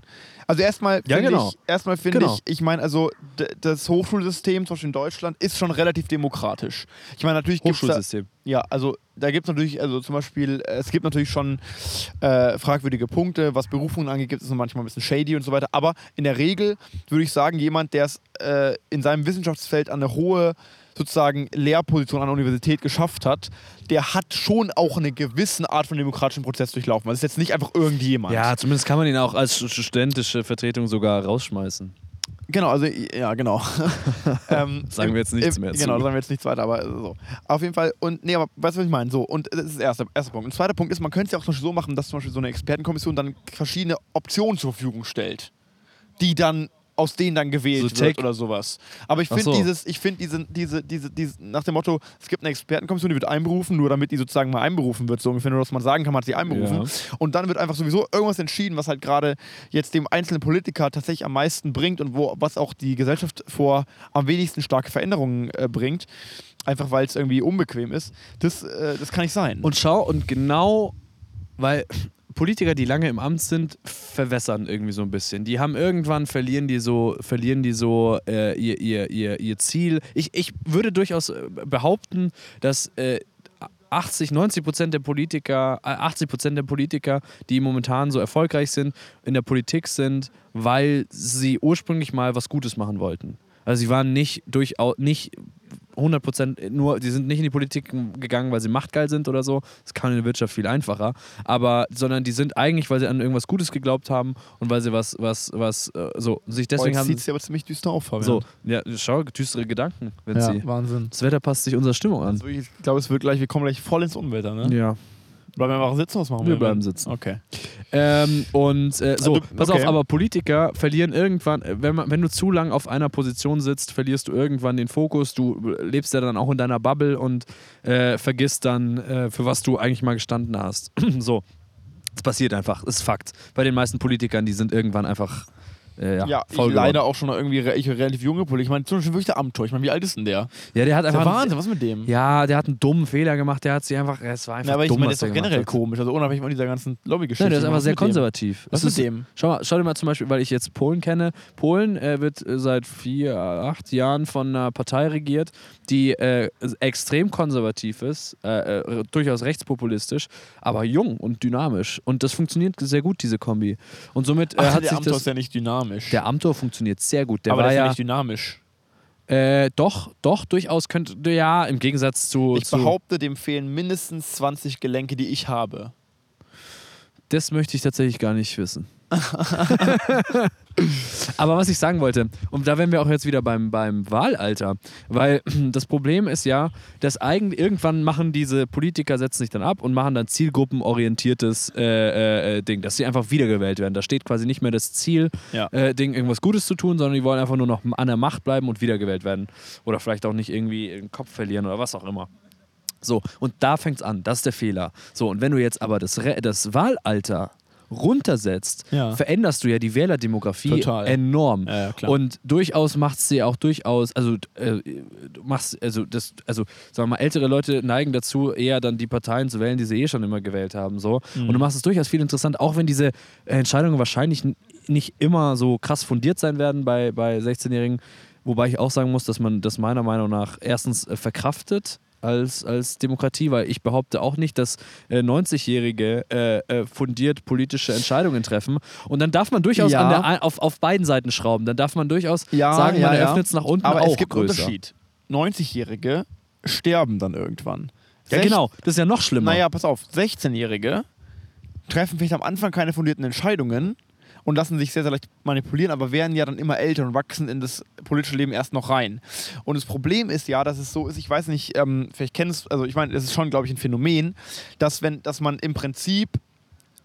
[SPEAKER 2] Also erstmal
[SPEAKER 1] Ja,
[SPEAKER 2] finde
[SPEAKER 1] genau.
[SPEAKER 2] ich, erstmal finde
[SPEAKER 1] Genau.
[SPEAKER 2] ich, ich meine, also d- das Hochschulsystem, zum Beispiel in Deutschland, ist schon relativ demokratisch. Ich meine, natürlich gibt es
[SPEAKER 1] Hochschulsystem.
[SPEAKER 2] ja, also da gibt es natürlich, also zum Beispiel, äh, es gibt natürlich schon äh, fragwürdige Punkte, was Berufungen angeht, gibt es manchmal ein bisschen shady und so weiter. Aber in der Regel würde ich sagen, jemand, der es äh, in seinem Wissenschaftsfeld an eine hohe sozusagen Lehrposition an der Universität geschafft hat, der hat schon auch eine gewisse Art von demokratischen Prozess durchlaufen. Das ist jetzt nicht einfach irgendjemand.
[SPEAKER 1] Ja, zumindest kann man ihn auch als studentische Vertretung sogar rausschmeißen.
[SPEAKER 2] Genau, also ja, genau. ähm,
[SPEAKER 1] Sagen wir jetzt nichts
[SPEAKER 2] im-
[SPEAKER 1] mehr zu.
[SPEAKER 2] Genau, sagen wir jetzt nichts weiter, aber so. Auf jeden Fall, und nee, aber weißt du, was ich meine? So, und das ist der erste, erste Punkt. Und zweiter Punkt ist, man könnte es ja auch zum Beispiel so machen, dass zum Beispiel so eine Expertenkommission dann verschiedene Optionen zur Verfügung stellt, die dann aus denen dann gewählt
[SPEAKER 1] So
[SPEAKER 2] wird
[SPEAKER 1] take-
[SPEAKER 2] oder sowas. Aber ich
[SPEAKER 1] Ach
[SPEAKER 2] finde
[SPEAKER 1] so.
[SPEAKER 2] dieses, ich finde diese, diese, diese, diese, nach dem Motto, es gibt eine Expertenkommission, die wird einberufen, nur damit die sozusagen mal einberufen wird, so ungefähr, nur dass man sagen kann, man hat sie einberufen. Und dann wird einfach sowieso irgendwas entschieden, was halt gerade jetzt dem einzelnen Politiker tatsächlich am meisten bringt und wo, was auch die Gesellschaft vor am wenigsten starke Veränderungen äh, bringt. Einfach weil es irgendwie unbequem ist. Das, äh, das kann nicht sein.
[SPEAKER 1] Und schau, und genau, weil Politiker, die lange im Amt sind, verwässern irgendwie so ein bisschen. Die haben irgendwann verlieren die so, verlieren die so äh, ihr, ihr, ihr, ihr Ziel. Ich, ich würde durchaus äh, behaupten, dass äh, 80, 90 Prozent der Politiker, äh, 80 Prozent der Politiker, die momentan so erfolgreich sind, in der Politik sind, weil sie ursprünglich mal was Gutes machen wollten. Also sie waren nicht durchaus nicht 100 Prozent nur, die sind nicht in die Politik gegangen, weil sie machtgeil sind oder so. Das kann in der Wirtschaft viel einfacher. Aber, sondern die sind eigentlich, weil sie an irgendwas Gutes geglaubt haben und weil sie was, was, was, äh, so, sich deswegen
[SPEAKER 2] Deswegen
[SPEAKER 1] haben.
[SPEAKER 2] sieht es ja aber ziemlich düster auf, Fabian.
[SPEAKER 1] So, ja, schau, düstere Gedanken, wenn
[SPEAKER 2] ja,
[SPEAKER 1] sie.
[SPEAKER 2] Wahnsinn.
[SPEAKER 1] Das Wetter passt sich unserer Stimmung an.
[SPEAKER 2] Also wirklich, ich glaube, es wird gleich, wir kommen gleich voll ins Unwetter, ne?
[SPEAKER 1] Ja.
[SPEAKER 2] Bleiben wir einfach sitzen, was machen wir?
[SPEAKER 1] Wir bleiben sitzen.
[SPEAKER 2] Okay.
[SPEAKER 1] Ähm, und äh, so,
[SPEAKER 2] Also,
[SPEAKER 1] pass
[SPEAKER 2] okay.
[SPEAKER 1] auf, aber Politiker verlieren irgendwann, äh, wenn, man, wenn du zu lang auf einer Position sitzt, verlierst du irgendwann den Fokus, du äh, lebst ja dann auch in deiner Bubble und äh, vergisst dann, äh, für was du eigentlich mal gestanden hast. so, es passiert einfach, ist Fakt. Bei den meisten Politikern, die sind irgendwann einfach äh, ja,
[SPEAKER 2] Ja, ich
[SPEAKER 1] faul geworden.
[SPEAKER 2] leider auch schon irgendwie re ich, relativ junge Politiker. Ich meine, zum Beispiel wirklich der Amtor. Ich meine, wie alt ist denn der?
[SPEAKER 1] Ja, der hat
[SPEAKER 2] Das ist ja
[SPEAKER 1] einfach.
[SPEAKER 2] Wahnsinn, was ist mit dem?
[SPEAKER 1] ja, der hat einen dummen Fehler gemacht, der hat sie einfach, es war einfach
[SPEAKER 2] Na, aber ich
[SPEAKER 1] dumm,
[SPEAKER 2] meine, der
[SPEAKER 1] was
[SPEAKER 2] ist doch
[SPEAKER 1] der
[SPEAKER 2] generell
[SPEAKER 1] gemacht hat.
[SPEAKER 2] komisch. Also unabhängig von dieser ganzen Lobbygeschichte.
[SPEAKER 1] halt Nein, der ist einfach
[SPEAKER 2] Was
[SPEAKER 1] sehr
[SPEAKER 2] mit dem?
[SPEAKER 1] konservativ.
[SPEAKER 2] Was
[SPEAKER 1] Es
[SPEAKER 2] ist mit dem?
[SPEAKER 1] Schau, mal, schau dir mal zum Beispiel, weil ich jetzt Polen kenne. Polen äh, wird äh, seit vier, acht Jahren von einer Partei regiert, die äh, extrem konservativ ist, äh, äh, durchaus rechtspopulistisch, aber jung und dynamisch. Und das funktioniert sehr gut, diese Kombi. Und somit äh,
[SPEAKER 2] Ach,
[SPEAKER 1] hat
[SPEAKER 2] der
[SPEAKER 1] sich
[SPEAKER 2] Amtor
[SPEAKER 1] das.
[SPEAKER 2] ist ja nicht dynamisch.
[SPEAKER 1] Der Amtor funktioniert sehr gut. Der
[SPEAKER 2] aber
[SPEAKER 1] war
[SPEAKER 2] der ist ja
[SPEAKER 1] ja.
[SPEAKER 2] nicht dynamisch.
[SPEAKER 1] Äh, doch, doch, durchaus könnte. Ja, im Gegensatz zu.
[SPEAKER 2] Ich
[SPEAKER 1] zu
[SPEAKER 2] behaupte, dem fehlen mindestens 20 Gelenke, die ich habe.
[SPEAKER 1] Das möchte ich tatsächlich gar nicht wissen. Aber was ich sagen wollte, und da wären wir auch jetzt wieder beim, beim Wahlalter, weil das Problem ist ja, dass eigentlich irgendwann machen diese Politiker, setzen sich dann ab und machen dann zielgruppenorientiertes äh, äh, äh, Ding, dass sie einfach wiedergewählt werden. Da steht quasi nicht mehr das Ziel,
[SPEAKER 2] Ja.
[SPEAKER 1] äh, Ding irgendwas Gutes zu tun, sondern die wollen einfach nur noch an der Macht bleiben und wiedergewählt werden. Oder vielleicht auch nicht irgendwie den Kopf verlieren oder was auch immer. So, und da fängt's an. Das ist der Fehler. So, und wenn du jetzt aber das, Re das Wahlalter runtersetzt,
[SPEAKER 2] Ja.
[SPEAKER 1] veränderst du ja die Wählerdemografie
[SPEAKER 2] Total.
[SPEAKER 1] enorm.
[SPEAKER 2] Ja, ja, klar.
[SPEAKER 1] und durchaus macht es dir auch durchaus, also äh, du machst, also das, also sagen wir mal, ältere Leute neigen dazu, eher dann die Parteien zu wählen, die sie eh schon immer gewählt haben. So.
[SPEAKER 2] Mhm.
[SPEAKER 1] Und du machst es durchaus viel interessant, auch wenn diese äh, Entscheidungen wahrscheinlich n- nicht immer so krass fundiert sein werden bei, bei 16-Jährigen. Wobei ich auch sagen muss, dass man das meiner Meinung nach erstens äh, verkraftet als, als Demokratie, weil ich behaupte auch nicht, dass äh, 90-Jährige äh, äh, fundiert politische Entscheidungen treffen. Und dann darf man durchaus
[SPEAKER 2] Ja.
[SPEAKER 1] an der, ein- auf, auf beiden Seiten schrauben. Dann darf man durchaus
[SPEAKER 2] Ja,
[SPEAKER 1] sagen,
[SPEAKER 2] ja,
[SPEAKER 1] man
[SPEAKER 2] ja.
[SPEAKER 1] öffnet es nach unten
[SPEAKER 2] Aber
[SPEAKER 1] auch
[SPEAKER 2] es gibt einen
[SPEAKER 1] größer.
[SPEAKER 2] Unterschied. 90-Jährige sterben dann irgendwann.
[SPEAKER 1] Ja,
[SPEAKER 2] Sech-
[SPEAKER 1] genau. Das ist ja noch schlimmer.
[SPEAKER 2] Naja, pass auf. 16-Jährige treffen vielleicht am Anfang keine fundierten Entscheidungen und lassen sich sehr, sehr leicht manipulieren, aber werden ja dann immer älter und wachsen in das politische Leben erst noch rein. Und das Problem ist ja, dass es so ist, ich weiß nicht, ähm, vielleicht kennst also ich meine, das ist schon, glaube ich, ein Phänomen, dass, wenn, dass man im Prinzip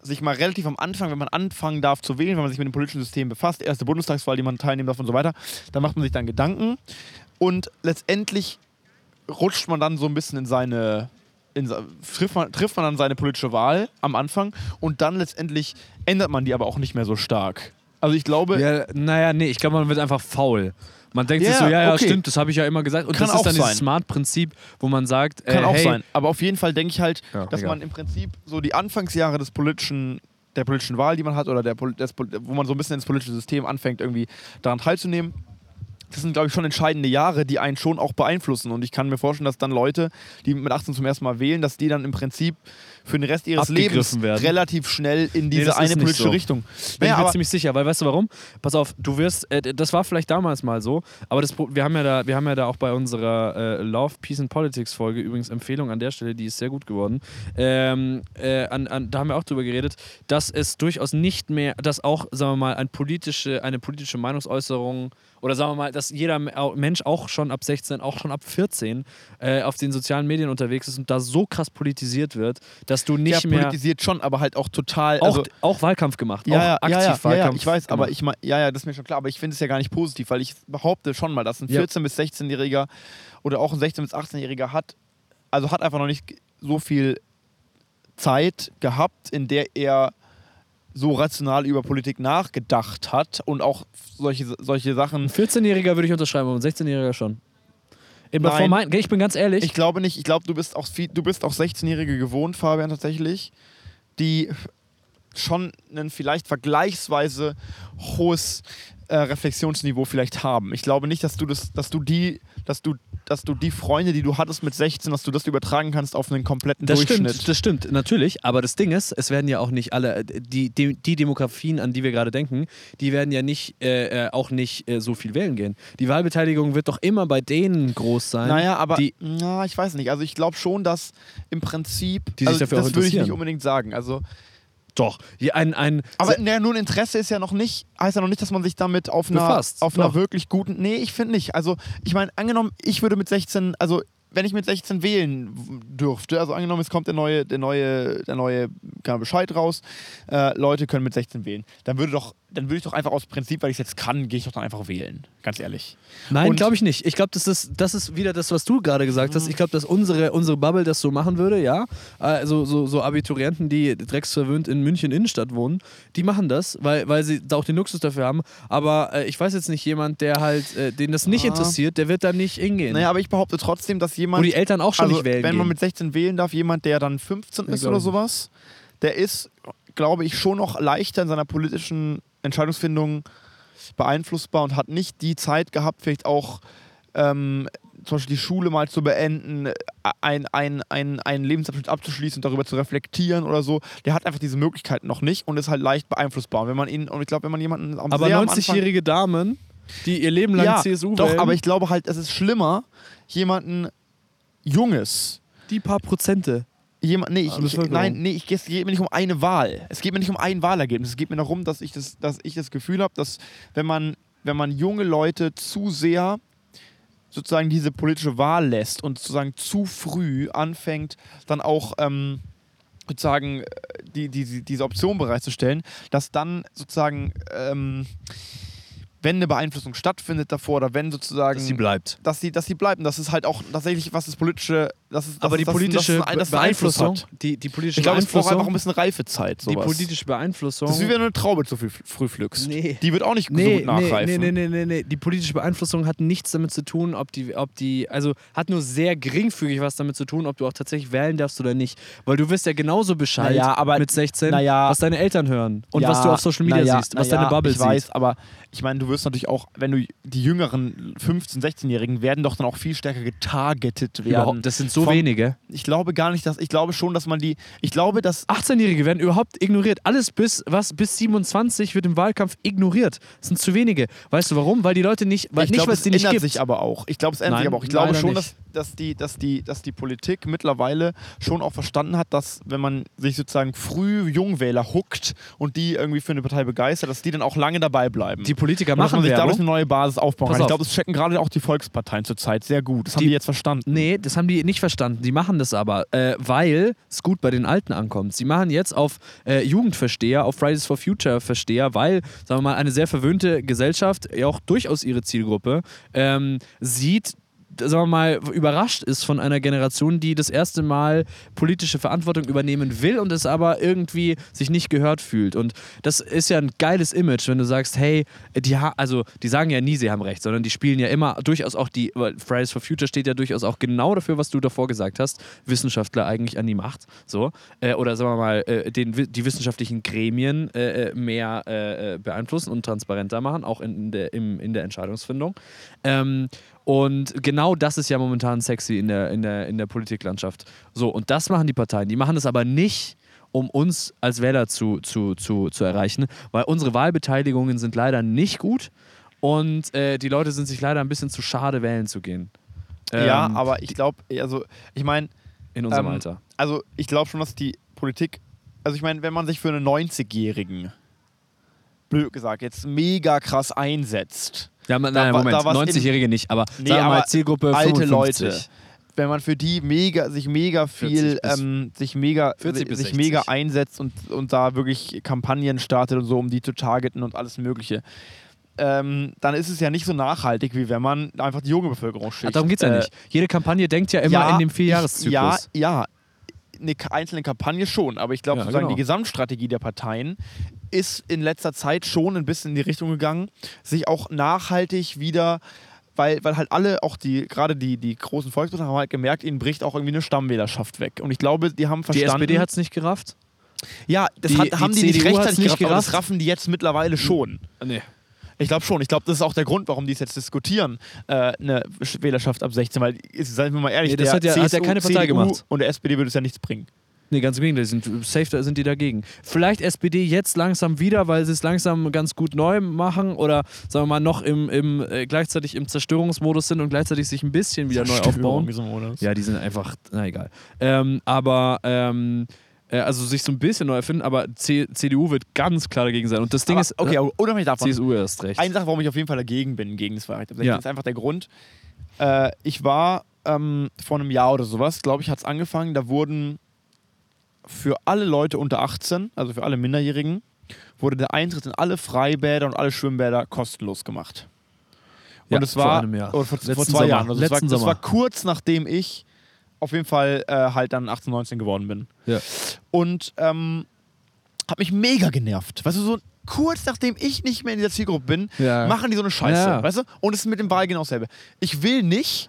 [SPEAKER 2] sich mal relativ am Anfang, wenn man anfangen darf zu wählen, wenn man sich mit dem politischen System befasst, erste Bundestagswahl, die man teilnehmen darf und so weiter, dann macht man sich dann Gedanken und letztendlich rutscht man dann so ein bisschen in seine, in, se- trifft, man, trifft man dann seine politische Wahl am Anfang und dann letztendlich ändert man die aber auch nicht mehr so stark. Also ich glaube,
[SPEAKER 1] Ja, naja, nee, ich glaube, man wird einfach faul. Man denkt sich
[SPEAKER 2] Ja,
[SPEAKER 1] so, ja, ja,
[SPEAKER 2] okay.
[SPEAKER 1] stimmt, das habe ich ja immer gesagt. Und
[SPEAKER 2] Kann
[SPEAKER 1] das ist
[SPEAKER 2] auch
[SPEAKER 1] dann
[SPEAKER 2] sein.
[SPEAKER 1] dieses Smart-Prinzip, wo man sagt, äh,
[SPEAKER 2] kann auch
[SPEAKER 1] hey,
[SPEAKER 2] sein. Aber auf jeden Fall denke ich halt,
[SPEAKER 1] Ja,
[SPEAKER 2] dass
[SPEAKER 1] egal.
[SPEAKER 2] man im Prinzip so die Anfangsjahre des politischen der politischen Wahl, die man hat, oder der, Poli- des, Pol- wo man so ein bisschen ins politische System anfängt, irgendwie daran teilzunehmen, das sind, glaube ich, schon entscheidende Jahre, die einen schon auch beeinflussen. Und ich kann mir vorstellen, dass dann Leute, die mit 18 zum ersten Mal wählen, dass die dann im Prinzip für den Rest ihres
[SPEAKER 1] Abgegriffen
[SPEAKER 2] Lebens
[SPEAKER 1] werden.
[SPEAKER 2] relativ schnell in diese
[SPEAKER 1] das ist
[SPEAKER 2] eine
[SPEAKER 1] nicht
[SPEAKER 2] politische
[SPEAKER 1] so.
[SPEAKER 2] Richtung.
[SPEAKER 1] Bin
[SPEAKER 2] Naja,
[SPEAKER 1] ich mir
[SPEAKER 2] aber
[SPEAKER 1] ziemlich sicher, weil weißt du warum? Pass auf, du wirst, äh, das war vielleicht damals mal so, aber das, Pro- wir, haben ja da, wir haben ja da auch bei unserer äh, Love, Peace and Politics Folge, übrigens Empfehlung an der Stelle, die ist sehr gut geworden, ähm, äh, an, an, da haben wir auch drüber geredet, dass es durchaus nicht mehr, dass auch, sagen wir mal, ein politische, eine politische Meinungsäußerung oder sagen wir mal, dass jeder M- au- Mensch auch schon ab 16, auch schon ab 14 äh, auf den sozialen Medien unterwegs ist und da so krass politisiert wird, dass du nicht
[SPEAKER 2] ja,
[SPEAKER 1] mehr...
[SPEAKER 2] politisiert schon, aber halt auch total.
[SPEAKER 1] Auch,
[SPEAKER 2] also,
[SPEAKER 1] auch Wahlkampf gemacht,
[SPEAKER 2] ja, ja,
[SPEAKER 1] auch aktiv
[SPEAKER 2] ja, ja, ja,
[SPEAKER 1] Wahlkampf. genau.
[SPEAKER 2] ja, ich weiß, genau.
[SPEAKER 1] gemacht.
[SPEAKER 2] aber ich mein, ja, ja, das ist mir schon klar, aber ich finde es ja gar nicht positiv, weil ich behaupte schon mal, dass ein
[SPEAKER 1] Ja.
[SPEAKER 2] 14- bis 16-Jähriger oder auch ein 16- bis 18-Jähriger hat, also hat einfach noch nicht ge- so viel Zeit gehabt, in der er so rational über Politik nachgedacht hat und auch solche, solche Sachen.
[SPEAKER 1] Ein 14-Jähriger würde ich unterschreiben, aber ein 16-Jähriger schon. Eben
[SPEAKER 2] Nein.
[SPEAKER 1] vor mein, ich bin ganz ehrlich,
[SPEAKER 2] Ich glaube nicht, ich glaube, du bist auch viel, du bist auch 16-Jährige gewohnt, Fabian, tatsächlich, die schon ein vielleicht vergleichsweise hohes äh, Reflexionsniveau vielleicht haben. Ich glaube nicht, dass du das, dass du die, dass du, dass du die Freunde, die du hattest mit 16, dass du das übertragen kannst auf einen kompletten
[SPEAKER 1] das
[SPEAKER 2] Durchschnitt.
[SPEAKER 1] stimmt, das stimmt, natürlich. Aber das Ding ist, es werden ja auch nicht alle, äh, die, die, die Demografien, an die wir gerade denken, die werden ja nicht, äh, äh, auch nicht äh, so viel wählen gehen. Die Wahlbeteiligung wird doch immer bei denen groß sein.
[SPEAKER 2] Naja, aber
[SPEAKER 1] die-
[SPEAKER 2] na, ich weiß nicht. Also ich glaube schon, dass im Prinzip
[SPEAKER 1] Die sich
[SPEAKER 2] also
[SPEAKER 1] dafür auch
[SPEAKER 2] das würde ich nicht
[SPEAKER 1] interessieren.
[SPEAKER 2] unbedingt sagen. Also
[SPEAKER 1] Doch, die ein, ein,
[SPEAKER 2] Aber
[SPEAKER 1] se-
[SPEAKER 2] naja, nur ein Interesse ist ja noch nicht, heißt ja noch nicht, dass man sich damit auf einer,
[SPEAKER 1] Befasst,
[SPEAKER 2] auf einer
[SPEAKER 1] doch.
[SPEAKER 2] wirklich guten. Nee, ich finde nicht. Also, ich meine, angenommen, ich würde mit 16, also wenn ich mit 16 wählen w- dürfte, also angenommen, es kommt der neue, der neue, der neue keine Ahnung, Bescheid raus, äh, Leute können mit 16 wählen, dann würde doch, dann würde ich doch einfach aus Prinzip, weil ich es jetzt kann, gehe ich doch dann einfach wählen. Ganz ehrlich.
[SPEAKER 1] Nein,
[SPEAKER 2] Und- Mhm.
[SPEAKER 1] glaube ich nicht. Ich glaube, das ist, das ist wieder das, was du gerade gesagt hast. Ich glaube, dass unsere, unsere Bubble das so machen würde, ja. Also so, so Abiturienten, die drecksverwöhnt in München Innenstadt wohnen, die machen das, weil, weil sie da auch den Luxus dafür haben. Aber äh, ich weiß jetzt nicht, jemand, der halt, äh, den das nicht
[SPEAKER 2] Ah.
[SPEAKER 1] interessiert, der wird da nicht hingehen.
[SPEAKER 2] Naja, aber ich behaupte trotzdem, dass
[SPEAKER 1] Wo
[SPEAKER 2] jemand.
[SPEAKER 1] die Eltern auch schon
[SPEAKER 2] also,
[SPEAKER 1] nicht wählen
[SPEAKER 2] wenn
[SPEAKER 1] gehen.
[SPEAKER 2] man mit 16 wählen darf, jemand, der dann 15
[SPEAKER 1] Ja,
[SPEAKER 2] ist
[SPEAKER 1] glaub
[SPEAKER 2] oder
[SPEAKER 1] ich.
[SPEAKER 2] sowas, der ist, glaube ich, schon noch leichter in seiner politischen Entscheidungsfindung beeinflussbar und hat nicht die Zeit gehabt, vielleicht auch ähm, zum Beispiel die Schule mal zu beenden, äh, ein, ein, ein, einen Lebensabschnitt abzuschließen und darüber zu reflektieren oder so. Der hat einfach diese Möglichkeiten noch nicht und ist halt leicht beeinflussbar. Und wenn man ihn, und ich glaube, wenn man jemanden am
[SPEAKER 1] aber
[SPEAKER 2] sehr am Anfang-
[SPEAKER 1] 90-jährige Damen, die ihr Leben lang
[SPEAKER 2] ja,
[SPEAKER 1] CSU
[SPEAKER 2] Doch,
[SPEAKER 1] wählen,
[SPEAKER 2] aber ich glaube halt, es ist schlimmer, jemanden Junges
[SPEAKER 1] die paar Prozente.
[SPEAKER 2] Jemand, nee, ich,
[SPEAKER 1] Ah,
[SPEAKER 2] ich,
[SPEAKER 1] Bevölkerung.
[SPEAKER 2] nein, nee, ich, es geht mir nicht um eine Wahl. Es geht mir nicht um ein Wahlergebnis. Es geht mir darum, dass ich das, dass ich das Gefühl habe, dass wenn man, wenn man junge Leute zu sehr sozusagen diese politische Wahl lässt und sozusagen zu früh anfängt, dann auch ähm, sozusagen äh, die, die, die, diese Option bereitzustellen, dass dann sozusagen, ähm, wenn eine Beeinflussung stattfindet davor oder wenn sozusagen
[SPEAKER 1] bleibt.
[SPEAKER 2] dass sie, dass sie bleiben. Das ist halt auch tatsächlich, was das politische. Das ist, dass
[SPEAKER 1] Aber
[SPEAKER 2] es-
[SPEAKER 1] die
[SPEAKER 2] dass es-
[SPEAKER 1] politische
[SPEAKER 2] dass es ein- dass es einen Einfluss
[SPEAKER 1] Beeinflussung,
[SPEAKER 2] hat.
[SPEAKER 1] die, die politische
[SPEAKER 2] Ich glaube, es braucht einfach ein
[SPEAKER 1] Beeinflussung,
[SPEAKER 2] bisschen Reifezeit.
[SPEAKER 1] die
[SPEAKER 2] Sowas.
[SPEAKER 1] politische Beeinflussung.
[SPEAKER 2] das ist wie wenn du eine Traube zu viel früh pflückst.
[SPEAKER 1] Nee.
[SPEAKER 2] Die wird auch nicht so gut nachreifen.
[SPEAKER 1] Nee, nee, nee, nee, nee. Die politische Beeinflussung hat nichts damit zu tun, ob die, ob die, also hat nur sehr geringfügig was damit zu tun, ob du auch tatsächlich wählen darfst oder nicht. Weil du wirst ja genauso Bescheid
[SPEAKER 2] Naja, aber-
[SPEAKER 1] mit 16,
[SPEAKER 2] naja.
[SPEAKER 1] was deine Eltern hören und
[SPEAKER 2] Ja,
[SPEAKER 1] was du auf Social Media
[SPEAKER 2] naja,
[SPEAKER 1] siehst, was
[SPEAKER 2] naja,
[SPEAKER 1] deine Bubble
[SPEAKER 2] ich weiß,
[SPEAKER 1] sieht.
[SPEAKER 2] aber ich meine, du wirst natürlich auch, wenn du die jüngeren 15-, 16-Jährigen werden doch dann auch viel stärker getargetet werden.
[SPEAKER 1] Überhaupt, das sind So
[SPEAKER 2] Vom-
[SPEAKER 1] wenige.
[SPEAKER 2] Ich glaube gar nicht, dass ich glaube schon, dass man die. Ich glaube, dass
[SPEAKER 1] 18-Jährige werden überhaupt ignoriert. Alles bis was bis 27 wird im Wahlkampf ignoriert. Das sind zu wenige. Weißt du warum? Weil die Leute nicht, weil
[SPEAKER 2] ich
[SPEAKER 1] nicht
[SPEAKER 2] glaube,
[SPEAKER 1] weil
[SPEAKER 2] es
[SPEAKER 1] es die nicht
[SPEAKER 2] ändert
[SPEAKER 1] gibt.
[SPEAKER 2] sich aber auch. Ich glaube, es ändert
[SPEAKER 1] Nein,
[SPEAKER 2] sich aber auch. Ich glaube
[SPEAKER 1] leider
[SPEAKER 2] schon,
[SPEAKER 1] nicht.
[SPEAKER 2] dass, dass, die, dass, die, dass die Politik mittlerweile schon auch verstanden hat, dass wenn man sich sozusagen früh Jungwähler huckt und die irgendwie für eine Partei begeistert, dass die dann auch lange dabei bleiben.
[SPEAKER 1] die Politiker
[SPEAKER 2] und dass man
[SPEAKER 1] machen
[SPEAKER 2] sich dadurch
[SPEAKER 1] Werbung.
[SPEAKER 2] eine neue Basis aufbauen
[SPEAKER 1] Pass
[SPEAKER 2] kann. Ich
[SPEAKER 1] auf.
[SPEAKER 2] glaube, das checken gerade auch die Volksparteien zurzeit sehr gut. Das haben
[SPEAKER 1] Die-
[SPEAKER 2] die jetzt verstanden.
[SPEAKER 1] Nee, das haben die nicht verstanden. Die machen das aber, äh, weil es gut bei den Alten ankommt. Sie machen jetzt auf äh, Jugendversteher, auf Fridays for Future Versteher, weil, sagen wir mal, eine sehr verwöhnte Gesellschaft, ja auch durchaus ihre Zielgruppe, ähm, sieht, sagen wir mal, überrascht ist von einer Generation, die das erste Mal politische Verantwortung übernehmen will und es aber irgendwie sich nicht gehört fühlt. Und das ist ja ein geiles Image, wenn du sagst, hey, die ha also die sagen ja nie, sie haben recht, sondern die spielen ja immer durchaus auch die, weil Fridays for Future steht ja durchaus auch genau dafür, was du davor gesagt hast, Wissenschaftler eigentlich an die Macht, so, äh, oder sagen wir mal, äh, den, wi- die wissenschaftlichen Gremien äh, äh, mehr äh, äh, beeinflussen und transparenter machen, auch in, in, der, im, in der Entscheidungsfindung. Ähm, und genau das ist ja momentan sexy in der, in, der, in der Politiklandschaft. So, und das machen die Parteien. Die machen es aber nicht, um uns als Wähler zu, zu, zu, zu erreichen, weil unsere Wahlbeteiligungen sind leider nicht gut und äh, die Leute sind sich leider ein bisschen zu schade, wählen zu gehen.
[SPEAKER 2] ja,
[SPEAKER 1] Ähm,
[SPEAKER 2] aber ich glaube, also ich meine,
[SPEAKER 1] in unserem
[SPEAKER 2] ähm,
[SPEAKER 1] Alter.
[SPEAKER 2] also ich glaube schon, dass die Politik, also ich meine, wenn man sich für einen 90-Jährigen, blöd gesagt, jetzt mega krass einsetzt,
[SPEAKER 1] Ja, man,
[SPEAKER 2] da
[SPEAKER 1] nein,
[SPEAKER 2] wa-
[SPEAKER 1] Moment,
[SPEAKER 2] da war's
[SPEAKER 1] 90-Jährige nicht, aber
[SPEAKER 2] Nee,
[SPEAKER 1] sagen wir mal
[SPEAKER 2] aber
[SPEAKER 1] Zielgruppe
[SPEAKER 2] alte
[SPEAKER 1] 55.
[SPEAKER 2] Leute, wenn man für die mega, sich mega viel,
[SPEAKER 1] 40 bis-
[SPEAKER 2] ähm, sich mega,
[SPEAKER 1] 40 bis
[SPEAKER 2] sich
[SPEAKER 1] 60.
[SPEAKER 2] mega einsetzt und, und da wirklich Kampagnen startet und so, um die zu targeten und alles Mögliche. Ähm, dann ist es ja nicht so nachhaltig, wie wenn man einfach die junge Bevölkerung
[SPEAKER 1] Ach,
[SPEAKER 2] schickt.
[SPEAKER 1] darum geht es ja
[SPEAKER 2] Äh,
[SPEAKER 1] nicht. Jede Kampagne denkt ja immer in dem
[SPEAKER 2] ich-
[SPEAKER 1] Vierjahreszyklus.
[SPEAKER 2] Ja, ja. Eine ka- einzelne Kampagne schon, aber ich glaube
[SPEAKER 1] Ja,
[SPEAKER 2] sozusagen,
[SPEAKER 1] genau.
[SPEAKER 2] die Gesamtstrategie der Parteien ist in letzter Zeit schon ein bisschen in die Richtung gegangen, sich auch nachhaltig wieder, weil, weil halt alle, auch die, gerade die, die großen Volksparteien haben halt gemerkt, ihnen bricht auch irgendwie eine Stammwählerschaft weg. Und ich glaube, die haben
[SPEAKER 1] die
[SPEAKER 2] verstanden.
[SPEAKER 1] SPD hat es nicht gerafft.
[SPEAKER 2] ja, das
[SPEAKER 1] die-
[SPEAKER 2] hat,
[SPEAKER 1] die
[SPEAKER 2] haben die, nicht
[SPEAKER 1] CDU hat's
[SPEAKER 2] rechtzeitig
[SPEAKER 1] nicht
[SPEAKER 2] gerafft, aber das
[SPEAKER 1] gerafft.
[SPEAKER 2] raffen die jetzt mittlerweile schon.
[SPEAKER 1] Nee.
[SPEAKER 2] Ich glaube schon. Ich glaube, das ist auch der Grund, warum die es jetzt diskutieren, äh, eine Sch- Wählerschaft ab 16. Weil, ist- seien wir mal ehrlich,
[SPEAKER 1] Nee, das
[SPEAKER 2] der
[SPEAKER 1] hat ja- hat ja
[SPEAKER 2] CSU,
[SPEAKER 1] keine Partei
[SPEAKER 2] CDU
[SPEAKER 1] gemacht.
[SPEAKER 2] Und der SPD würde es ja nichts bringen.
[SPEAKER 1] Nee, ganz im Gegenteil, die sind äh, safe da sind die dagegen. Vielleicht SPD jetzt langsam wieder, weil sie es langsam ganz gut neu machen oder sagen wir mal noch im, im äh, gleichzeitig im Zerstörungsmodus sind und gleichzeitig sich ein bisschen wieder neu aufbauen. Ja, die sind einfach, na egal. Ähm, aber ähm, äh, also sich so ein bisschen neu erfinden, aber C CDU wird ganz klar dagegen sein. Und das Ding
[SPEAKER 2] Aber,
[SPEAKER 1] ist,
[SPEAKER 2] okay,
[SPEAKER 1] äh,
[SPEAKER 2] aber unabhängig davon.
[SPEAKER 1] CSU erst recht.
[SPEAKER 2] Eine Sache, warum ich auf jeden Fall dagegen bin, gegen das Wahlrecht ab 16,
[SPEAKER 1] Ja.
[SPEAKER 2] ist einfach der Grund. Äh, ich war ähm, vor einem Jahr oder sowas, glaube ich, hat es angefangen, da wurden für alle Leute unter 18, also für alle Minderjährigen, wurde der Eintritt in alle Freibäder und alle Schwimmbäder kostenlos gemacht. Und
[SPEAKER 1] Ja,
[SPEAKER 2] es war
[SPEAKER 1] vor einem Jahr.
[SPEAKER 2] Oder vor,
[SPEAKER 1] Letzten
[SPEAKER 2] vor zwei
[SPEAKER 1] Sommer.
[SPEAKER 2] Jahren. Also es war,
[SPEAKER 1] Letzten
[SPEAKER 2] das war
[SPEAKER 1] Sommer.
[SPEAKER 2] kurz nachdem ich auf jeden Fall äh, halt dann 18, 19 geworden bin.
[SPEAKER 1] Ja.
[SPEAKER 2] Und ähm, hat mich mega genervt. Weißt du, so kurz nachdem ich nicht mehr in dieser Zielgruppe bin,
[SPEAKER 1] Ja.
[SPEAKER 2] machen die so eine Scheiße.
[SPEAKER 1] Ja.
[SPEAKER 2] Weißt du? Und es ist mit dem Wahl genau dasselbe. Ich will nicht,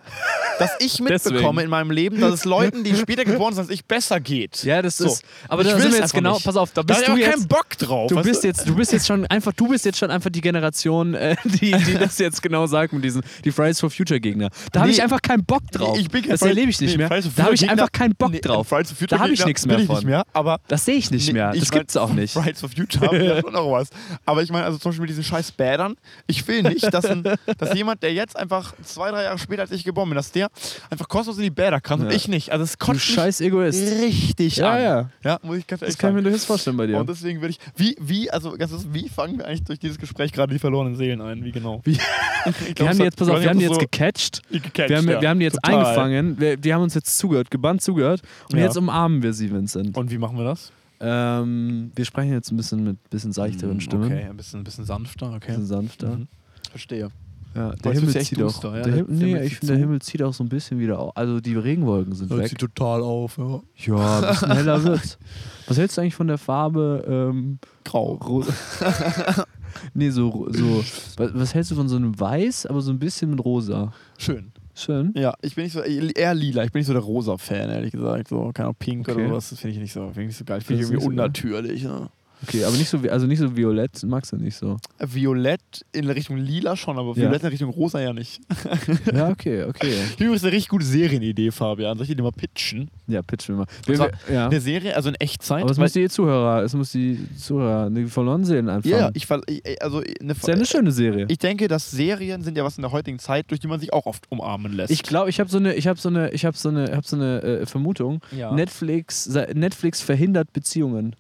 [SPEAKER 2] dass ich
[SPEAKER 1] Deswegen.
[SPEAKER 2] mitbekomme in meinem Leben, dass es Leuten, die später geboren sind, als ich besser geht.
[SPEAKER 1] ja, das
[SPEAKER 2] So.
[SPEAKER 1] ist. Aber
[SPEAKER 2] Ich
[SPEAKER 1] da
[SPEAKER 2] will
[SPEAKER 1] sind wir
[SPEAKER 2] es
[SPEAKER 1] jetzt
[SPEAKER 2] einfach
[SPEAKER 1] genau.
[SPEAKER 2] nicht.
[SPEAKER 1] Pass auf, da
[SPEAKER 2] Da
[SPEAKER 1] bist
[SPEAKER 2] hab ich
[SPEAKER 1] du
[SPEAKER 2] aber
[SPEAKER 1] jetzt.
[SPEAKER 2] keinen Bock drauf.
[SPEAKER 1] Du
[SPEAKER 2] weißt
[SPEAKER 1] bist,
[SPEAKER 2] du?
[SPEAKER 1] jetzt, du bist jetzt schon einfach, du bist jetzt schon einfach die Generation, äh, die, die das jetzt genau sagt mit diesen die Fridays for Future Gegner. Da habe
[SPEAKER 2] Nee.
[SPEAKER 1] ich einfach keinen Bock drauf.
[SPEAKER 2] Ich bin kein
[SPEAKER 1] das
[SPEAKER 2] Fridays-
[SPEAKER 1] erlebe ich nicht
[SPEAKER 2] nee,
[SPEAKER 1] mehr.
[SPEAKER 2] Fridays for
[SPEAKER 1] Da habe ich
[SPEAKER 2] Future
[SPEAKER 1] einfach
[SPEAKER 2] Gegner-
[SPEAKER 1] keinen Bock
[SPEAKER 2] nee,
[SPEAKER 1] drauf.
[SPEAKER 2] Fridays for Future
[SPEAKER 1] Da habe ich
[SPEAKER 2] Gegner
[SPEAKER 1] nichts mehr
[SPEAKER 2] bin ich
[SPEAKER 1] von.
[SPEAKER 2] Nicht mehr, aber
[SPEAKER 1] Das sehe ich nicht
[SPEAKER 2] Nee,
[SPEAKER 1] mehr. Das
[SPEAKER 2] mein,
[SPEAKER 1] gibt's auch nicht.
[SPEAKER 2] Fridays for Future haben ja schon noch was. Aber ich meine, also zum Beispiel mit diesen scheiß Bädern, ich will nicht, dass, ein, dass jemand, der jetzt einfach zwei, drei Jahre später als ich geboren bin, dass der einfach kostenlos in die Bäder kann und
[SPEAKER 1] Ja.
[SPEAKER 2] ich nicht. Also es
[SPEAKER 1] Du
[SPEAKER 2] kotzt mich
[SPEAKER 1] scheiß Egoist.
[SPEAKER 2] richtig
[SPEAKER 1] Ja,
[SPEAKER 2] an.
[SPEAKER 1] ja.
[SPEAKER 2] ja, muss ich ganz ehrlich
[SPEAKER 1] Das kann ich mir
[SPEAKER 2] sagen.
[SPEAKER 1] durchaus vorstellen bei dir.
[SPEAKER 2] Und deswegen würde ich, wie, wie, also ganz kurz, wie fangen wir eigentlich durch dieses Gespräch gerade die verlorenen Seelen ein? Wie genau?
[SPEAKER 1] Wie-
[SPEAKER 2] Ich glaub,
[SPEAKER 1] Wir haben
[SPEAKER 2] es
[SPEAKER 1] die
[SPEAKER 2] hat-
[SPEAKER 1] jetzt, pass auf, wir
[SPEAKER 2] ich weiß
[SPEAKER 1] haben die
[SPEAKER 2] nicht,
[SPEAKER 1] jetzt
[SPEAKER 2] ob
[SPEAKER 1] gecatcht.
[SPEAKER 2] das so gecatcht,
[SPEAKER 1] Wir haben,
[SPEAKER 2] ja.
[SPEAKER 1] wir haben die jetzt
[SPEAKER 2] Total.
[SPEAKER 1] eingefangen. Wir, die haben uns jetzt zugehört, gebannt zugehört. Und
[SPEAKER 2] Ja.
[SPEAKER 1] jetzt umarmen wir sie, Vincent.
[SPEAKER 2] Und wie machen wir das?
[SPEAKER 1] Ähm, wir sprechen jetzt ein bisschen mit bisschen seichteren Stimmen.
[SPEAKER 2] Mhm, Mm, Okay, ein bisschen, ein bisschen sanfter, okay.
[SPEAKER 1] Bisschen sanfter.
[SPEAKER 2] Mhm. Verstehe.
[SPEAKER 1] Ja,
[SPEAKER 2] Boah,
[SPEAKER 1] der
[SPEAKER 2] jetzt
[SPEAKER 1] Himmel
[SPEAKER 2] wird's echt
[SPEAKER 1] zieht auch.
[SPEAKER 2] duster, ja.
[SPEAKER 1] der Him
[SPEAKER 2] Der
[SPEAKER 1] nee,
[SPEAKER 2] Himmel
[SPEAKER 1] ich
[SPEAKER 2] zieht
[SPEAKER 1] finde, der
[SPEAKER 2] zu.
[SPEAKER 1] Himmel zieht auch so ein bisschen wieder auf. Also die Regenwolken sind
[SPEAKER 2] Das
[SPEAKER 1] weg.
[SPEAKER 2] zieht total auf, ja.
[SPEAKER 1] Ja, ein bisschen heller wird. Was hältst du eigentlich von der Farbe ähm,
[SPEAKER 2] Grau.
[SPEAKER 1] ro- Nee, so, so. Was, was hältst du von so einem Weiß, aber so ein bisschen mit rosa?
[SPEAKER 2] Schön.
[SPEAKER 1] Schön.
[SPEAKER 2] Ja, ich bin nicht so eher lila. Ich bin nicht so der rosa Fan, ehrlich gesagt. So, keine Ahnung, pink
[SPEAKER 1] Okay.
[SPEAKER 2] oder sowas. Das finde ich nicht so, finde ich nicht so geil.
[SPEAKER 1] Das
[SPEAKER 2] Finde ich
[SPEAKER 1] ist
[SPEAKER 2] irgendwie
[SPEAKER 1] nicht so geil.
[SPEAKER 2] unnatürlich. Ne?
[SPEAKER 1] Okay, aber nicht so, vi- also nicht so violett, magst du nicht so.
[SPEAKER 2] Äh, Violett in Richtung lila schon, aber
[SPEAKER 1] Ja.
[SPEAKER 2] violett in Richtung rosa ja nicht.
[SPEAKER 1] Ja, okay, okay.
[SPEAKER 2] Übrigens eine richtig gute Serienidee, Fabian. Soll ich dir die mal pitchen?
[SPEAKER 1] Ja, pitchen wir mal.
[SPEAKER 2] Und
[SPEAKER 1] Wir,
[SPEAKER 2] zwar-
[SPEAKER 1] wir, ja.
[SPEAKER 2] Eine Serie, also in Echtzeit.
[SPEAKER 1] Aber es
[SPEAKER 2] weil-
[SPEAKER 1] muss die eh Zuhörer, es muss die Zuhörer die verloren sehen einfach.
[SPEAKER 2] ja, ja, ich, ver- ich, also eine,
[SPEAKER 1] ist ja eine schöne Serie.
[SPEAKER 2] ich denke, dass Serien sind ja was in der heutigen Zeit, durch die man sich auch oft umarmen lässt.
[SPEAKER 1] Ich glaube, ich habe so eine, ich habe so eine, ich habe so eine, ich hab so eine äh, Vermutung.
[SPEAKER 2] ja.
[SPEAKER 1] Netflix, se- Netflix verhindert Beziehungen.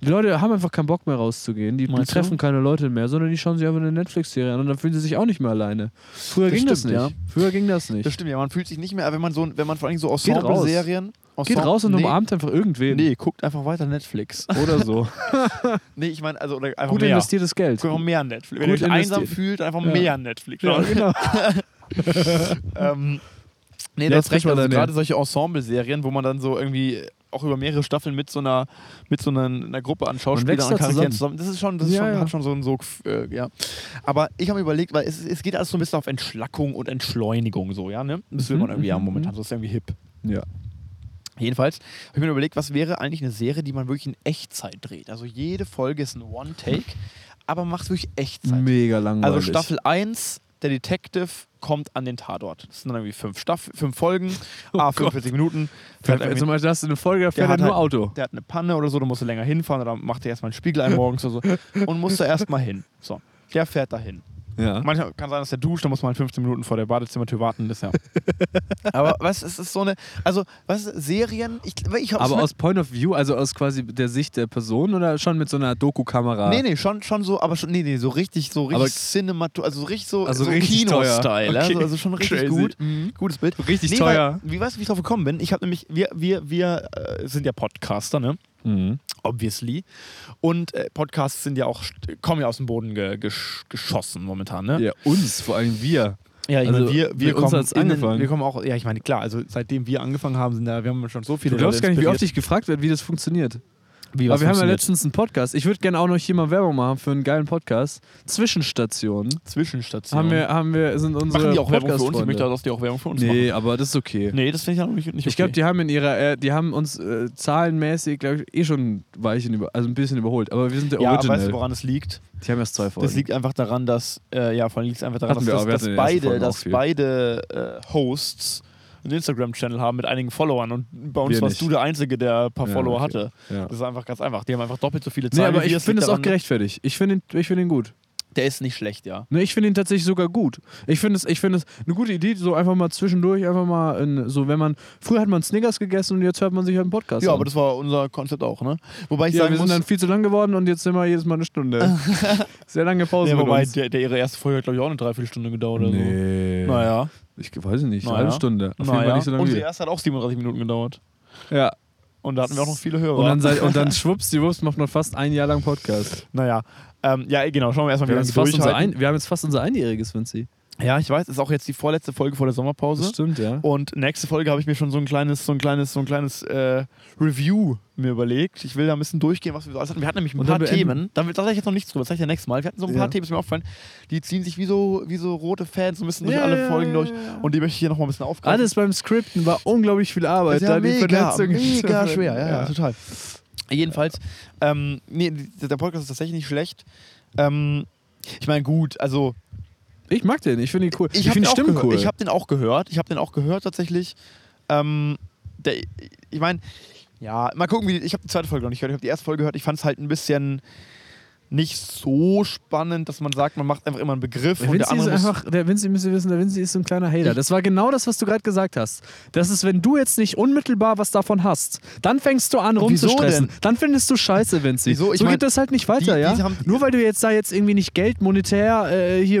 [SPEAKER 1] Die Leute haben einfach keinen Bock mehr rauszugehen. Die
[SPEAKER 2] Meinst du?
[SPEAKER 1] treffen keine Leute mehr, sondern die schauen sich einfach eine Netflix-Serie an und dann fühlen sie sich auch nicht mehr alleine. Früher
[SPEAKER 2] Das
[SPEAKER 1] ging das
[SPEAKER 2] stimmt
[SPEAKER 1] nicht.
[SPEAKER 2] nicht.
[SPEAKER 1] Früher ging das nicht.
[SPEAKER 2] Das stimmt, ja, man fühlt sich nicht mehr, wenn man so, wenn man vor allem so
[SPEAKER 1] Geht raus.
[SPEAKER 2] Ensemble-Serien.
[SPEAKER 1] Geht
[SPEAKER 2] Ensemble-
[SPEAKER 1] raus und
[SPEAKER 2] nee,
[SPEAKER 1] umarmt einfach irgendwen.
[SPEAKER 2] Nee, guckt einfach weiter Netflix.
[SPEAKER 1] Oder so.
[SPEAKER 2] nee, ich meine, also oder einfach
[SPEAKER 1] Gut
[SPEAKER 2] mehr.
[SPEAKER 1] investiertes Geld.
[SPEAKER 2] Einfach mehr Netflix. Wenn
[SPEAKER 1] Gut
[SPEAKER 2] ihr euch einsam
[SPEAKER 1] investiert.
[SPEAKER 2] fühlt, einfach
[SPEAKER 1] Ja.
[SPEAKER 2] mehr Netflix.
[SPEAKER 1] Ja, genau.
[SPEAKER 2] ähm, nee,
[SPEAKER 1] Ja,
[SPEAKER 2] du hast
[SPEAKER 1] jetzt
[SPEAKER 2] recht.
[SPEAKER 1] mal
[SPEAKER 2] Also
[SPEAKER 1] deine-
[SPEAKER 2] gerade solche Ensemble-Serien, wo man dann so irgendwie auch über mehrere Staffeln mit so einer, mit so einer, einer Gruppe an Schauspielern
[SPEAKER 1] wächst
[SPEAKER 2] und
[SPEAKER 1] da
[SPEAKER 2] Charakteren
[SPEAKER 1] zusammen.
[SPEAKER 2] zusammen. Das ist schon, das ist
[SPEAKER 1] Ja,
[SPEAKER 2] schon,
[SPEAKER 1] ja.
[SPEAKER 2] hat schon so ein so, äh, ja. Aber ich habe mir überlegt, weil es, es geht alles so ein bisschen auf Entschlackung und Entschleunigung so, ja, ne? Das will
[SPEAKER 1] Mhm,
[SPEAKER 2] man irgendwie ja
[SPEAKER 1] mhm,
[SPEAKER 2] momentan,
[SPEAKER 1] mhm.
[SPEAKER 2] so ist irgendwie hip.
[SPEAKER 1] Ja.
[SPEAKER 2] Jedenfalls habe ich mir überlegt, was wäre eigentlich eine Serie, die man wirklich in Echtzeit dreht. Also jede Folge ist ein One-Take, aber macht wirklich Echtzeit.
[SPEAKER 1] Mega langweilig.
[SPEAKER 2] Also Staffel 1, der Detective kommt an den Tatort. Das sind dann irgendwie fünf, Staff fünf Folgen,
[SPEAKER 1] Oh
[SPEAKER 2] ah, 45 Minuten. Der hat,
[SPEAKER 1] Fährt,
[SPEAKER 2] irgendwie-
[SPEAKER 1] zum Beispiel hast du eine Folge, da fährt
[SPEAKER 2] hat
[SPEAKER 1] er nur
[SPEAKER 2] halt-
[SPEAKER 1] Auto.
[SPEAKER 2] der hat eine Panne oder so, da musst du länger hinfahren oder macht dir erstmal einen Spiegel ein morgens oder so und musst da erstmal hin. So, der fährt da hin.
[SPEAKER 1] Ja.
[SPEAKER 2] Manchmal kann sein, dass der duscht, da muss man halt 15 Minuten vor der Badezimmertür warten, das ist ja. Aber was es ist so eine, also was Serien, ich, ich hab's
[SPEAKER 1] Aber
[SPEAKER 2] mit-
[SPEAKER 1] aus Point of View, also aus quasi der Sicht der Person oder schon mit so einer Doku-Kamera?
[SPEAKER 2] Nee, nee, schon, schon so, aber schon, nee, nee, so richtig, so richtig
[SPEAKER 1] Ah. Aber-
[SPEAKER 2] Cinemato, also so richtig so,
[SPEAKER 1] Also
[SPEAKER 2] so
[SPEAKER 1] richtig teuer.
[SPEAKER 2] Kino-Style, ja,
[SPEAKER 1] Okay.
[SPEAKER 2] so- also schon richtig
[SPEAKER 1] Crazy. Mhm.
[SPEAKER 2] gut, gutes Bild.
[SPEAKER 1] Richtig
[SPEAKER 2] weil-
[SPEAKER 1] teuer.
[SPEAKER 2] Wie weißt du, wie ich drauf gekommen bin? Ich habe nämlich, wir, wir, wir äh, sind ja Podcaster, ne?
[SPEAKER 1] Mhm.
[SPEAKER 2] Obviously. Und äh, Podcasts sind ja auch, st- kommen ja aus dem Boden ge gesch geschossen momentan, ne?
[SPEAKER 1] Ja, uns, vor allem wir.
[SPEAKER 2] Ja, ich
[SPEAKER 1] Also,
[SPEAKER 2] meine, wir, wir
[SPEAKER 1] mit uns
[SPEAKER 2] kommen
[SPEAKER 1] hat's
[SPEAKER 2] in den-
[SPEAKER 1] angefangen.
[SPEAKER 2] wir kommen auch, ja, ich meine, klar, also seitdem wir angefangen haben, sind da, wir haben schon so viele
[SPEAKER 1] Du glaubst
[SPEAKER 2] Leute
[SPEAKER 1] gar nicht, wie oft
[SPEAKER 2] inspiriert.
[SPEAKER 1] ich gefragt werde, wie das funktioniert.
[SPEAKER 2] wie,
[SPEAKER 1] Aber wir
[SPEAKER 2] was
[SPEAKER 1] haben ja
[SPEAKER 2] funktioniert.
[SPEAKER 1] letztens einen Podcast. Ich würde gerne auch noch hier mal Werbung machen für einen geilen Podcast. Zwischenstationen
[SPEAKER 2] Zwischenstationen.
[SPEAKER 1] haben wir, haben wir, sind unsere
[SPEAKER 2] machen die auch Werbung für uns?
[SPEAKER 1] Podcast-Freunde.
[SPEAKER 2] Ich möchte, auch, dass die auch Werbung für uns machen.
[SPEAKER 1] Nee, aber das ist okay.
[SPEAKER 2] Nee, das finde ich auch nicht, nicht
[SPEAKER 1] Ich glaube, die haben in ihrer, äh, die haben uns äh, zahlenmäßig, glaube ich, eh schon ein Weilchen über, also ein bisschen überholt. Aber wir sind der
[SPEAKER 2] ja, aber
[SPEAKER 1] Original.
[SPEAKER 2] weißt du, woran es liegt?
[SPEAKER 1] die haben erst zwei Folgen.
[SPEAKER 2] Das liegt einfach daran, dass äh, ja, vor allem liegt es einfach daran,
[SPEAKER 1] Hatten
[SPEAKER 2] dass,
[SPEAKER 1] wir
[SPEAKER 2] dass,
[SPEAKER 1] auch, wir hatten
[SPEAKER 2] dass
[SPEAKER 1] in den ersten
[SPEAKER 2] beide,
[SPEAKER 1] Folgen auch
[SPEAKER 2] dass
[SPEAKER 1] viel.
[SPEAKER 2] beide äh, Hosts einen Instagram-Channel haben mit einigen Followern und bei uns
[SPEAKER 1] Wir
[SPEAKER 2] warst
[SPEAKER 1] nicht.
[SPEAKER 2] du der Einzige, der ein paar
[SPEAKER 1] Ja,
[SPEAKER 2] Follower
[SPEAKER 1] okay.
[SPEAKER 2] hatte.
[SPEAKER 1] ja.
[SPEAKER 2] Das ist einfach ganz einfach. Die haben einfach doppelt so viele
[SPEAKER 1] Nee,
[SPEAKER 2] Zahlen.
[SPEAKER 1] aber
[SPEAKER 2] wie wir.
[SPEAKER 1] ich finde
[SPEAKER 2] liegt
[SPEAKER 1] es auch
[SPEAKER 2] daran-
[SPEAKER 1] gerechtfertigt. Ich finde ihn, ich find ihn gut.
[SPEAKER 2] Der ist nicht schlecht, ja.
[SPEAKER 1] Ne, ich finde ihn tatsächlich sogar gut. Ich finde es, ich finde es eine gute Idee, so einfach mal zwischendurch, einfach mal, in, so wenn man, früher hat man Snickers gegessen und jetzt hört man sich halt einen Podcast
[SPEAKER 2] ja,
[SPEAKER 1] an.
[SPEAKER 2] aber das war unser Konzept auch, ne? Wobei ich
[SPEAKER 1] ja,
[SPEAKER 2] sagen
[SPEAKER 1] wir
[SPEAKER 2] muss,
[SPEAKER 1] sind dann viel zu lang geworden und jetzt sind wir jedes Mal eine Stunde. Sehr lange Pause
[SPEAKER 2] nee,
[SPEAKER 1] mit
[SPEAKER 2] wobei
[SPEAKER 1] uns.
[SPEAKER 2] der, der ihre erste Folge hat, glaube ich, auch eine Dreiviertelstunde gedauert oder
[SPEAKER 1] nee.
[SPEAKER 2] so. Naja,
[SPEAKER 1] Ich weiß nicht,
[SPEAKER 2] Naja.
[SPEAKER 1] eine halbe Stunde. Auf jeden Fall
[SPEAKER 2] naja.
[SPEAKER 1] nicht so
[SPEAKER 2] und
[SPEAKER 1] lange
[SPEAKER 2] die
[SPEAKER 1] wie.
[SPEAKER 2] erste hat auch 37 Minuten gedauert.
[SPEAKER 1] Ja.
[SPEAKER 2] Und da hatten wir auch noch viele Hörer.
[SPEAKER 1] Und dann, seit, und dann schwupps, die Wurst macht man fast ein Jahr lang Podcast.
[SPEAKER 2] naja, ähm, ja, genau, schauen wir erstmal, wie
[SPEAKER 1] Wir haben,
[SPEAKER 2] lange
[SPEAKER 1] jetzt
[SPEAKER 2] wir
[SPEAKER 1] fast unser
[SPEAKER 2] durchhalten.
[SPEAKER 1] ein, wir haben jetzt fast unser Einjähriges, Vinci.
[SPEAKER 2] Ja, ich weiß, ist auch jetzt die vorletzte Folge vor der
[SPEAKER 1] Das
[SPEAKER 2] Sommerpause.
[SPEAKER 1] stimmt, ja.
[SPEAKER 2] Und nächste Folge habe ich mir schon so ein kleines, so ein kleines, so ein kleines äh, Review mir überlegt. Ich will da ein bisschen durchgehen, was wir so alles hatten. Wir hatten nämlich ein
[SPEAKER 1] Und
[SPEAKER 2] paar
[SPEAKER 1] dann beenden.
[SPEAKER 2] Themen. Da sage ich jetzt noch nichts drüber, das sage ich ja nächstes Mal. Wir hatten so ein paar
[SPEAKER 1] Ja.
[SPEAKER 2] Themen, ist mir aufgefallen. Die ziehen sich wie so, wie so rote Fans so ein bisschen durch alle Folgen durch. Und die möchte ich hier nochmal ein bisschen aufgreifen.
[SPEAKER 1] Alles beim Skripten war unglaublich viel Arbeit.
[SPEAKER 2] ist ja
[SPEAKER 1] da die
[SPEAKER 2] mega,
[SPEAKER 1] Vernetzung
[SPEAKER 2] mega
[SPEAKER 1] zu-
[SPEAKER 2] schwer, ja, ja. total. Jedenfalls, ähm, nee, der Podcast ist tatsächlich nicht schlecht. Ähm, ich meine, gut, also
[SPEAKER 1] Ich mag den, ich finde ihn cool.
[SPEAKER 2] Ich,
[SPEAKER 1] finde
[SPEAKER 2] habe den,
[SPEAKER 1] die
[SPEAKER 2] auch
[SPEAKER 1] Stimmen
[SPEAKER 2] gehört.
[SPEAKER 1] cool.
[SPEAKER 2] ich hab den auch gehört. Ich habe den auch gehört tatsächlich. Ähm, der, ich meine, ja, mal gucken, wie die, ich habe die zweite Folge noch nicht gehört. Ich habe die erste Folge gehört. Ich fand es halt ein bisschen nicht so spannend, dass man sagt, man macht einfach immer einen Begriff
[SPEAKER 1] der
[SPEAKER 2] und der
[SPEAKER 1] Vinci ist
[SPEAKER 2] andere muss,
[SPEAKER 1] einfach, der Vinci, müsst ihr wissen, der Vinci ist so ein kleiner Hater. Das war genau das, was du gerade gesagt hast. Das ist, wenn du jetzt nicht unmittelbar was davon hast, dann fängst du an
[SPEAKER 2] Wieso
[SPEAKER 1] rumzustressen.
[SPEAKER 2] denn?
[SPEAKER 1] Dann findest du scheiße, Vinci.
[SPEAKER 2] Wieso? Ich
[SPEAKER 1] so
[SPEAKER 2] mein,
[SPEAKER 1] geht das halt nicht weiter,
[SPEAKER 2] die-
[SPEAKER 1] ja?
[SPEAKER 2] die haben-
[SPEAKER 1] Nur weil du jetzt da jetzt irgendwie nicht Geld monetär äh, hier äh,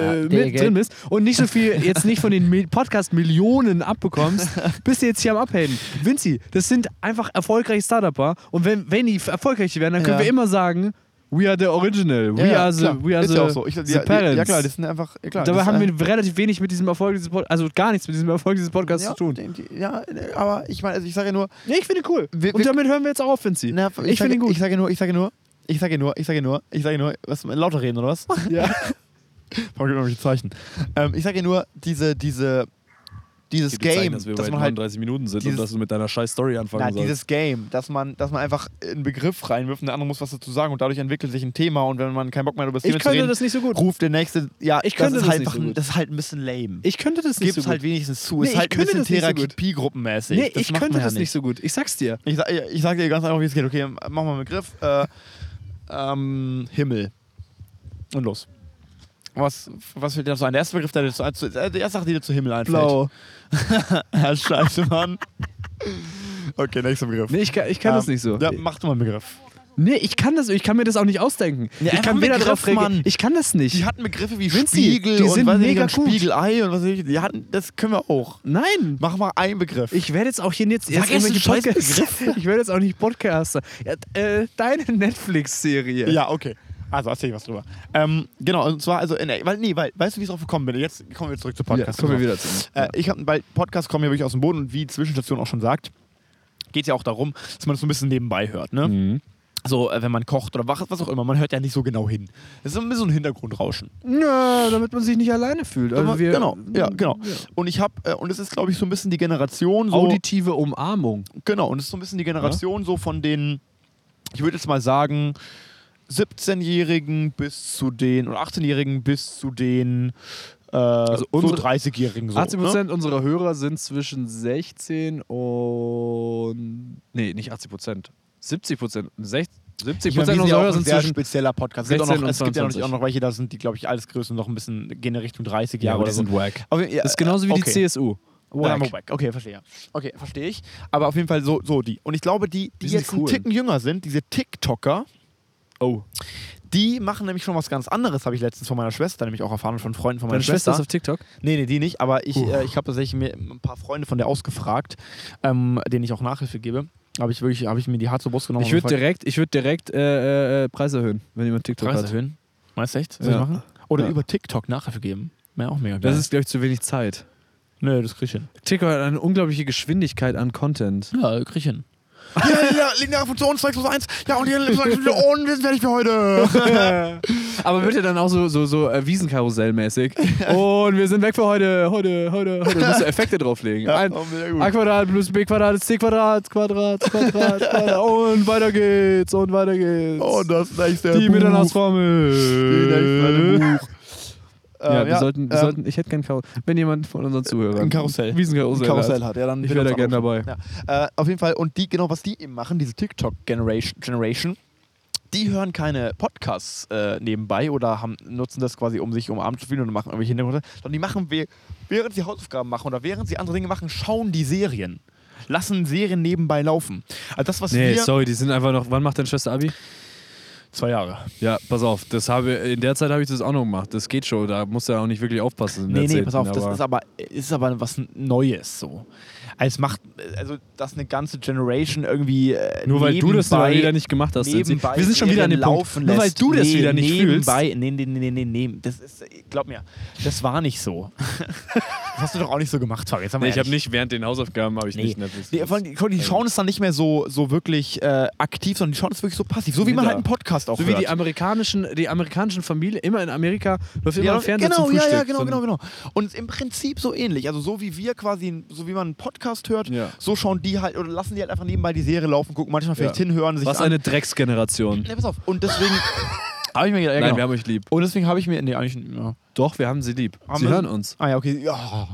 [SPEAKER 2] Ah,
[SPEAKER 1] mit
[SPEAKER 2] der Geld.
[SPEAKER 1] drin bist und nicht so viel jetzt nicht von den Mi- Podcast-Millionen abbekommst, bist du jetzt hier am Abhängen. Vinci, das sind einfach erfolgreiche Startupper und wenn, wenn die f- erfolgreich werden, dann können
[SPEAKER 2] Ja.
[SPEAKER 1] wir immer sagen, we are the original, we
[SPEAKER 2] Ja, ja,
[SPEAKER 1] are the,
[SPEAKER 2] klar.
[SPEAKER 1] we are
[SPEAKER 2] ist
[SPEAKER 1] the,
[SPEAKER 2] ja auch so. Ich,
[SPEAKER 1] the
[SPEAKER 2] ja, ja,
[SPEAKER 1] parents.
[SPEAKER 2] ja klar, das sind einfach. Ja, klar,
[SPEAKER 1] Dabei
[SPEAKER 2] das
[SPEAKER 1] haben
[SPEAKER 2] ist
[SPEAKER 1] wir relativ wenig mit diesem Erfolg dieses Podcasts, also gar nichts mit diesem Erfolg dieses Podcasts
[SPEAKER 2] ja,
[SPEAKER 1] zu tun.
[SPEAKER 2] die- Ja, aber ich meine, also ich sage ja nur,
[SPEAKER 1] Nee, ich finde ihn cool.
[SPEAKER 2] Wir-
[SPEAKER 1] und
[SPEAKER 2] wir-
[SPEAKER 1] damit hören wir jetzt auch auf, Vinci.
[SPEAKER 2] na,
[SPEAKER 1] ich
[SPEAKER 2] sage-
[SPEAKER 1] finde ihn gut.
[SPEAKER 2] Ich sage nur, ich sage nur, ich sage nur, ich sage nur, ich sage nur, was lauter reden oder was?
[SPEAKER 1] ja.
[SPEAKER 2] Warum gibt es Zeichen? Ähm, ich sage ja nur, diese, diese, dieses
[SPEAKER 1] Die
[SPEAKER 2] Game,
[SPEAKER 1] zeigen, dass wir
[SPEAKER 2] dass
[SPEAKER 1] bei
[SPEAKER 2] man halt
[SPEAKER 1] 39 Minuten sind und
[SPEAKER 2] dieses-
[SPEAKER 1] dass du mit deiner scheiß Story anfangen
[SPEAKER 2] Na,
[SPEAKER 1] sollst.
[SPEAKER 2] dieses Game, dass man, dass man einfach einen Begriff reinwirft und der andere muss was dazu sagen und dadurch entwickelt sich ein Thema und wenn man keinen Bock mehr über das Thema
[SPEAKER 1] Ich
[SPEAKER 2] zu
[SPEAKER 1] könnte
[SPEAKER 2] reden,
[SPEAKER 1] das nicht so gut.
[SPEAKER 2] ruft der nächste, ja,
[SPEAKER 1] Ich könnte
[SPEAKER 2] das
[SPEAKER 1] das
[SPEAKER 2] ist halt
[SPEAKER 1] nicht
[SPEAKER 2] einfach,
[SPEAKER 1] so
[SPEAKER 2] ein-
[SPEAKER 1] gut.
[SPEAKER 2] das ist halt ein bisschen lame.
[SPEAKER 1] Ich könnte das nicht
[SPEAKER 2] Gibt's
[SPEAKER 1] so gut.
[SPEAKER 2] halt wenigstens zu.
[SPEAKER 1] Nee,
[SPEAKER 2] ist
[SPEAKER 1] ich
[SPEAKER 2] halt ein
[SPEAKER 1] könnte
[SPEAKER 2] bisschen
[SPEAKER 1] das nicht so gut.
[SPEAKER 2] Therapie-Gruppenmäßig.
[SPEAKER 1] nee,
[SPEAKER 2] Das
[SPEAKER 1] ich
[SPEAKER 2] macht
[SPEAKER 1] könnte
[SPEAKER 2] man ja
[SPEAKER 1] das nicht so gut. Ich sag's dir.
[SPEAKER 2] Ich sag, ich sag dir ganz einfach, wie es geht. Okay, mach mal einen Begriff. Äh, ähm, Himmel. Und los. Was, was fällt dir noch so ein? Der erste Begriff, der dir zu, zu- die erste Sache, die dir zu Himmel einfällt. ja, scheiße, Mann. Okay, nächster Begriff.
[SPEAKER 1] Nee, ich kann, ich kann das
[SPEAKER 2] Ähm,
[SPEAKER 1] nicht so.
[SPEAKER 2] Ja, mach du mal einen Begriff.
[SPEAKER 1] Nee, ich kann das, ich kann mir das auch nicht ausdenken.
[SPEAKER 2] Ja,
[SPEAKER 1] ich
[SPEAKER 2] einfach
[SPEAKER 1] kann
[SPEAKER 2] mit
[SPEAKER 1] weder
[SPEAKER 2] Griff,
[SPEAKER 1] drauf reagieren.
[SPEAKER 2] Mann.
[SPEAKER 1] Ich kann das nicht.
[SPEAKER 2] Die hatten Begriffe wie
[SPEAKER 1] Vinci,
[SPEAKER 2] Spiegel
[SPEAKER 1] die
[SPEAKER 2] und,
[SPEAKER 1] sind
[SPEAKER 2] weiß ich
[SPEAKER 1] mega
[SPEAKER 2] nicht,
[SPEAKER 1] gut.
[SPEAKER 2] und Spiegelei und was weiß ich. Die hatten, das können wir auch.
[SPEAKER 1] Nein.
[SPEAKER 2] Mach mal einen Begriff.
[SPEAKER 1] Ich werde jetzt auch hier jetzt erst
[SPEAKER 2] jetzt
[SPEAKER 1] irgendwelche
[SPEAKER 2] einen scheiß
[SPEAKER 1] Podcasts. Ich werde jetzt auch nicht Podcaster. Ja, äh, deine Netflix-Serie.
[SPEAKER 2] Ja, okay. Also erzähl ich was drüber. Ähm, genau, und zwar, also, in, der- weil, nee, weil, weißt du, wie ich drauf gekommen bin? Jetzt kommen wir zurück zu Podcast.
[SPEAKER 1] kommen wir wieder zu.
[SPEAKER 2] Äh, ich hab, weil Podcasts kommen ja wirklich aus dem Boden und wie Zwischenstation auch schon sagt, geht es ja auch darum, dass man das so ein bisschen nebenbei hört, ne?
[SPEAKER 1] Mhm.
[SPEAKER 2] So, äh, wenn man kocht oder wach, was auch immer, man hört ja nicht so genau hin. Das ist ein bisschen so ein Hintergrundrauschen.
[SPEAKER 1] Ja, damit man sich nicht alleine fühlt. Also
[SPEAKER 2] Aber-
[SPEAKER 1] wir,
[SPEAKER 2] genau, ja, genau. Und ich habe, äh, und es ist, glaube ich, so ein bisschen die Generation, so,
[SPEAKER 1] Auditive Umarmung.
[SPEAKER 2] genau, und es ist so ein bisschen die Generation so von den, ich würde jetzt mal sagen, 17-Jährigen bis zu den, oder 18-Jährigen bis zu den, äh,
[SPEAKER 1] Also unsere-
[SPEAKER 2] so 30-Jährigen so.
[SPEAKER 1] 80
[SPEAKER 2] ne?
[SPEAKER 1] Prozent unserer Hörer sind zwischen 16 und. Nee, nicht 80 Prozent. 70 Prozent. 70
[SPEAKER 2] Ich meine,
[SPEAKER 1] Prozent
[SPEAKER 2] wir sind ja
[SPEAKER 1] unserer
[SPEAKER 2] auch
[SPEAKER 1] Hörer
[SPEAKER 2] ein
[SPEAKER 1] sind
[SPEAKER 2] sehr
[SPEAKER 1] zwischen.
[SPEAKER 2] spezieller Podcast. Es gibt, auch noch,
[SPEAKER 1] 16 und
[SPEAKER 2] es gibt ja natürlich
[SPEAKER 1] 22.
[SPEAKER 2] auch noch welche, da sind die, glaube ich, Altersgrößen noch ein bisschen, gehen in Richtung 30 Jahre oder so.
[SPEAKER 1] wack.
[SPEAKER 2] Auf jeden- ja,
[SPEAKER 1] Das ist genauso wie
[SPEAKER 2] okay.
[SPEAKER 1] die CSU.
[SPEAKER 2] Wack. Wack. Okay, verstehe. ja. Okay, verstehe ich. Aber auf jeden Fall so, so die. Und ich glaube, die, die,
[SPEAKER 1] Die sind
[SPEAKER 2] jetzt einen
[SPEAKER 1] cool.
[SPEAKER 2] Ticken jünger sind, diese TikToker,
[SPEAKER 1] Oh,
[SPEAKER 2] die machen nämlich schon was ganz anderes, habe ich letztens von meiner Schwester nämlich auch erfahren und von Freunden von meiner
[SPEAKER 1] deine Schwester ist auf TikTok?
[SPEAKER 2] Nee, nee, die nicht, aber ich,
[SPEAKER 1] Puh.
[SPEAKER 2] äh, ich habe tatsächlich mir ein paar Freunde von der ausgefragt, ähm, denen ich auch Nachhilfe gebe. Habe ich wirklich, habe ich mir die hart zur Brust genommen.
[SPEAKER 1] Ich würde direkt, ich würd direkt äh, äh, äh, Preis erhöhen, wenn jemand TikTok
[SPEAKER 2] Preis
[SPEAKER 1] hat.
[SPEAKER 2] erhöhen. Meinst du echt? Soll
[SPEAKER 1] Ja.
[SPEAKER 2] ich machen? Oder
[SPEAKER 1] Ja.
[SPEAKER 2] über TikTok Nachhilfe geben. Wäre auch mega geil.
[SPEAKER 1] Das ist, glaube ich, zu wenig Zeit.
[SPEAKER 2] Nö, das krieg ich hin.
[SPEAKER 1] TikTok hat eine unglaubliche Geschwindigkeit an Content.
[SPEAKER 2] Ja, krieg ich hin. ja, ja, ja, lineare Funktion 2 plus 1. Ja, und hier und das werde ich für heute.
[SPEAKER 1] Aber wird ja dann auch so, so, so äh, Wiesenkarussellmäßig. Und wir sind weg für heute, heute, heute, heute. Du musst du Effekte drauflegen. Ein,
[SPEAKER 2] oh,
[SPEAKER 1] A Quadrat plus B Quadrat ist C Quadrat, Quadrat, Quadrat, Quadrat. Und weiter geht's, und weiter geht's.
[SPEAKER 2] Und das nächste
[SPEAKER 1] die
[SPEAKER 2] Buch.
[SPEAKER 1] Mitternachtsformel.
[SPEAKER 2] Die nächste Buch.
[SPEAKER 1] Ja,
[SPEAKER 2] Ähm,
[SPEAKER 1] wir sollten, wir
[SPEAKER 2] ähm, äh,
[SPEAKER 1] sollten, ich hätte gern Karussell. Wenn jemand von unseren Zuhörern.
[SPEAKER 2] ein Karussell. ein
[SPEAKER 1] Wiesenkarussell.
[SPEAKER 2] Karussell
[SPEAKER 1] hat.
[SPEAKER 2] hat. Ja, dann
[SPEAKER 1] Ich
[SPEAKER 2] wird
[SPEAKER 1] wär da
[SPEAKER 2] uns
[SPEAKER 1] gern
[SPEAKER 2] anrufen. Ja. Äh, auf jeden Fall. Und die, genau, was die eben machen, diese TikTok-Generation, Generation, die hören keine Podcasts äh, nebenbei oder haben, nutzen das quasi, um sich umarmt zu fühlen und machen irgendwelche Hintergründe, sondern die machen, we- während sie Hausaufgaben machen oder während sie andere Dinge machen, schauen die Serien. Lassen Serien nebenbei laufen. Also das, was
[SPEAKER 1] Nee,
[SPEAKER 2] wir...
[SPEAKER 1] sorry, die sind einfach noch. Wann macht deine Schwester Abi?
[SPEAKER 2] Zwei Jahre.
[SPEAKER 1] Ja, pass auf, das habe, in der Zeit habe ich das auch noch gemacht. Das geht schon, da musst du ja auch nicht wirklich aufpassen. in der
[SPEAKER 2] Nee, nee,
[SPEAKER 1] Zehnten,
[SPEAKER 2] pass auf, das
[SPEAKER 1] aber-
[SPEAKER 2] ist aber, ist aber was Neues so. Also Es macht, also dass eine ganze Generation irgendwie äh,
[SPEAKER 1] Nur weil du das
[SPEAKER 2] nebenbei-
[SPEAKER 1] mal wieder nicht gemacht hast. sind sie-
[SPEAKER 2] nebenbei
[SPEAKER 1] Wir sind schon wieder an dem
[SPEAKER 2] Serien
[SPEAKER 1] Punkt.
[SPEAKER 2] laufen
[SPEAKER 1] Nur weil
[SPEAKER 2] lässt.
[SPEAKER 1] du das
[SPEAKER 2] nee,
[SPEAKER 1] wieder nicht fühlst.
[SPEAKER 2] nebenbei, fühlst. Nee, nee, nee, nee, nee, nee, das ist, glaub mir, das war nicht so. das hast du doch auch nicht so gemacht, Fabi. Jetzt haben wir
[SPEAKER 1] Nee, ich habe
[SPEAKER 2] ehrlich.
[SPEAKER 1] nicht während den Hausaufgaben habe ich
[SPEAKER 2] Nee.
[SPEAKER 1] nicht ne, Netflix.
[SPEAKER 2] Nee, vor allem, die, guck mal, die schauen es dann nicht mehr so, so wirklich äh, aktiv, sondern die schauen es wirklich so passiv. So wie man
[SPEAKER 1] Minder.
[SPEAKER 2] halt einen Podcast auch
[SPEAKER 1] so wie
[SPEAKER 2] hört.
[SPEAKER 1] die amerikanischen, die amerikanischen Familie, immer in Amerika läuft immer
[SPEAKER 2] Ja,
[SPEAKER 1] im Fernseher
[SPEAKER 2] genau,
[SPEAKER 1] zum Frühstück.
[SPEAKER 2] Ja, ja, genau,
[SPEAKER 1] so ein-
[SPEAKER 2] genau, genau. Und im Prinzip so ähnlich. Also so wie wir quasi, so wie man einen Podcast hört,
[SPEAKER 1] Ja.
[SPEAKER 2] so schauen die halt oder lassen die halt einfach nebenbei die Serie laufen, gucken manchmal vielleicht
[SPEAKER 1] Ja.
[SPEAKER 2] hinhören, sich
[SPEAKER 1] Was
[SPEAKER 2] an.
[SPEAKER 1] eine Drecksgeneration.
[SPEAKER 2] Nee, pass auf. Und deswegen habe ich mir gedacht, ja,
[SPEAKER 1] Nein, wir
[SPEAKER 2] genau.
[SPEAKER 1] haben euch lieb.
[SPEAKER 2] Und deswegen habe ich mir, nee, eigentlich, ja.
[SPEAKER 1] Doch, wir haben sie lieb.
[SPEAKER 2] Haben
[SPEAKER 1] sie
[SPEAKER 2] wir-
[SPEAKER 1] hören uns.
[SPEAKER 2] Ah ja, okay, ja.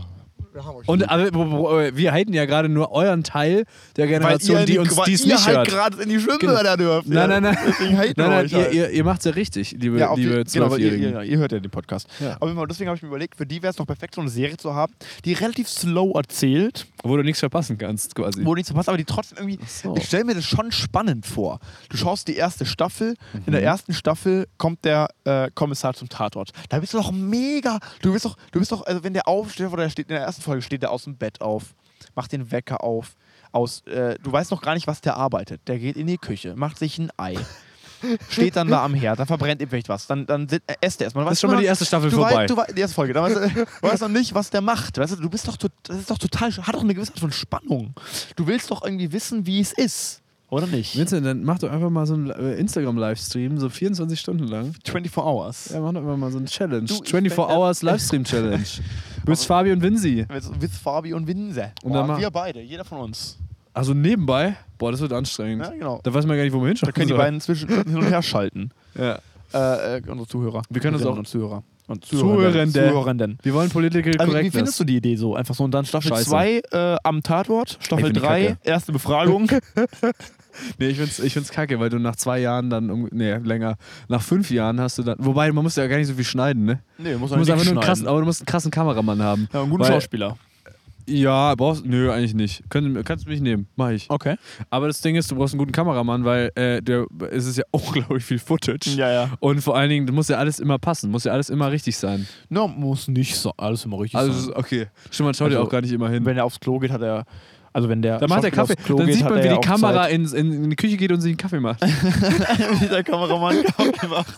[SPEAKER 2] Wir haben euch
[SPEAKER 1] Und
[SPEAKER 2] lieb.
[SPEAKER 1] aber, wo- wo- äh, wir halten ja gerade nur euren Teil der
[SPEAKER 2] weil
[SPEAKER 1] Generation,
[SPEAKER 2] ihr
[SPEAKER 1] die uns
[SPEAKER 2] weil
[SPEAKER 1] dies
[SPEAKER 2] ihr
[SPEAKER 1] nicht
[SPEAKER 2] halt
[SPEAKER 1] hört. Genau.
[SPEAKER 2] gerade in die Schwimmbäder dürft.
[SPEAKER 1] Nein, nein, nein.
[SPEAKER 2] Deswegen haten wir
[SPEAKER 1] Nein, nein,
[SPEAKER 2] euch
[SPEAKER 1] ihr,
[SPEAKER 2] halt.
[SPEAKER 1] ihr, ihr macht's ja richtig, liebe,
[SPEAKER 2] Ja, auf
[SPEAKER 1] liebe
[SPEAKER 2] die, genau, weil ihr,
[SPEAKER 1] Zwölfjährigen.
[SPEAKER 2] ihr, ihr hört ja den Podcast.
[SPEAKER 1] Ja.
[SPEAKER 2] Aber immer, deswegen habe ich mir überlegt, für die wäre es doch perfekt, so eine Serie zu haben, die relativ slow erzählt,
[SPEAKER 1] Wo du nichts verpassen kannst, quasi.
[SPEAKER 2] wo nichts verpasst, aber die trotzdem irgendwie.
[SPEAKER 1] so.
[SPEAKER 2] Ich stelle mir das schon spannend vor. Du schaust die erste Staffel, in
[SPEAKER 1] Mhm.
[SPEAKER 2] der ersten Staffel kommt der äh, Kommissar zum Tatort. Da bist du doch mega. Du bist doch, du bist doch, also wenn der aufsteht oder der steht in der ersten Folge, steht der aus dem Bett auf, macht den Wecker auf. Aus, äh, du weißt noch gar nicht, was der arbeitet. Der geht in die Küche, macht sich ein Ei. Steht dann da am Herd, dann verbrennt ihm vielleicht was. Dann, dann sit- äh, esst er erstmal.
[SPEAKER 1] Das ist schon mal die erste Staffel
[SPEAKER 2] du
[SPEAKER 1] vorbei.
[SPEAKER 2] Weißt, du weißt, die erste Folge. Damals, äh, weißt noch nicht, was der macht. Weißt du, du bist doch, tot- das ist doch total, hat doch eine gewisse Art von Spannung. Du willst doch irgendwie wissen, wie es ist. Oder nicht?
[SPEAKER 1] Vincent, dann mach doch einfach mal so einen äh, Instagram-Livestream, so 24 Stunden lang.
[SPEAKER 2] 24 Hours.
[SPEAKER 1] Ja, mach doch einfach mal so einen Challenge.
[SPEAKER 2] Du, ich
[SPEAKER 1] 24
[SPEAKER 2] bin-
[SPEAKER 1] Hours Livestream Challenge. Bis Fabi und Winsi.
[SPEAKER 2] Mit, mit Fabi und Winse.
[SPEAKER 1] Und dann
[SPEAKER 2] Boah,
[SPEAKER 1] mach-
[SPEAKER 2] wir beide, jeder von uns.
[SPEAKER 1] Also nebenbei, boah, das wird anstrengend.
[SPEAKER 2] Ja, genau.
[SPEAKER 1] Da weiß man gar nicht, wo man hinschauen
[SPEAKER 2] Da können die
[SPEAKER 1] soll.
[SPEAKER 2] beiden zwischen hin und her schalten.
[SPEAKER 1] Ja.
[SPEAKER 2] Äh, äh, unsere Zuhörer.
[SPEAKER 1] Wir können uns
[SPEAKER 2] Zuhörerinnen
[SPEAKER 1] auch-
[SPEAKER 2] und Zuhörer. Und
[SPEAKER 1] Zuhörende.
[SPEAKER 2] Zuhörenden.
[SPEAKER 1] Wir wollen Political
[SPEAKER 2] Also, wie
[SPEAKER 1] Correctness.
[SPEAKER 2] findest du die Idee so? Einfach so und dann Staffel
[SPEAKER 1] Scheiße.
[SPEAKER 2] 2 äh, am Tatort,
[SPEAKER 1] Ey,
[SPEAKER 2] Staffel
[SPEAKER 1] find ich
[SPEAKER 2] 3,
[SPEAKER 1] kacke.
[SPEAKER 2] erste Befragung.
[SPEAKER 1] Nee, ich find's, ich find's kacke, weil du nach zwei Jahren dann, um, nee, länger, nach fünf Jahren hast du dann, wobei man muss ja gar nicht so viel schneiden, ne?
[SPEAKER 2] nee, muss
[SPEAKER 1] Du musst einfach nur einen krassen, aber du musst einen krassen Kameramann haben.
[SPEAKER 2] Ja, einen guten
[SPEAKER 1] Weil-
[SPEAKER 2] Schauspieler.
[SPEAKER 1] Ja, brauchst, nö, eigentlich nicht. Können, kannst du mich nehmen, mach ich.
[SPEAKER 2] Okay.
[SPEAKER 1] Aber das Ding ist, du brauchst einen guten Kameramann, weil äh, der, es ist ja unglaublich viel Footage.
[SPEAKER 2] Ja, ja.
[SPEAKER 1] Und vor allen Dingen, das muss ja alles immer passen, muss ja alles immer richtig sein.
[SPEAKER 2] Na, muss nicht so, alles immer richtig
[SPEAKER 1] Also, es
[SPEAKER 2] sein.
[SPEAKER 1] ist- okay. Stimmt, man schaut ja
[SPEAKER 2] Also,
[SPEAKER 1] auch gar nicht immer hin.
[SPEAKER 2] Wenn er aufs Klo geht, hat er. Also, wenn der.
[SPEAKER 1] Dann macht der
[SPEAKER 2] Schauspieler
[SPEAKER 1] Kaffee.
[SPEAKER 2] aufs Klo
[SPEAKER 1] Dann
[SPEAKER 2] geht,
[SPEAKER 1] sieht
[SPEAKER 2] hat
[SPEAKER 1] man,
[SPEAKER 2] er
[SPEAKER 1] wie
[SPEAKER 2] ja
[SPEAKER 1] die
[SPEAKER 2] auch
[SPEAKER 1] Kamera ins, in, in die Küche geht und sie einen Kaffee macht.
[SPEAKER 2] Zeit, wie der Kameramann Kaffee macht.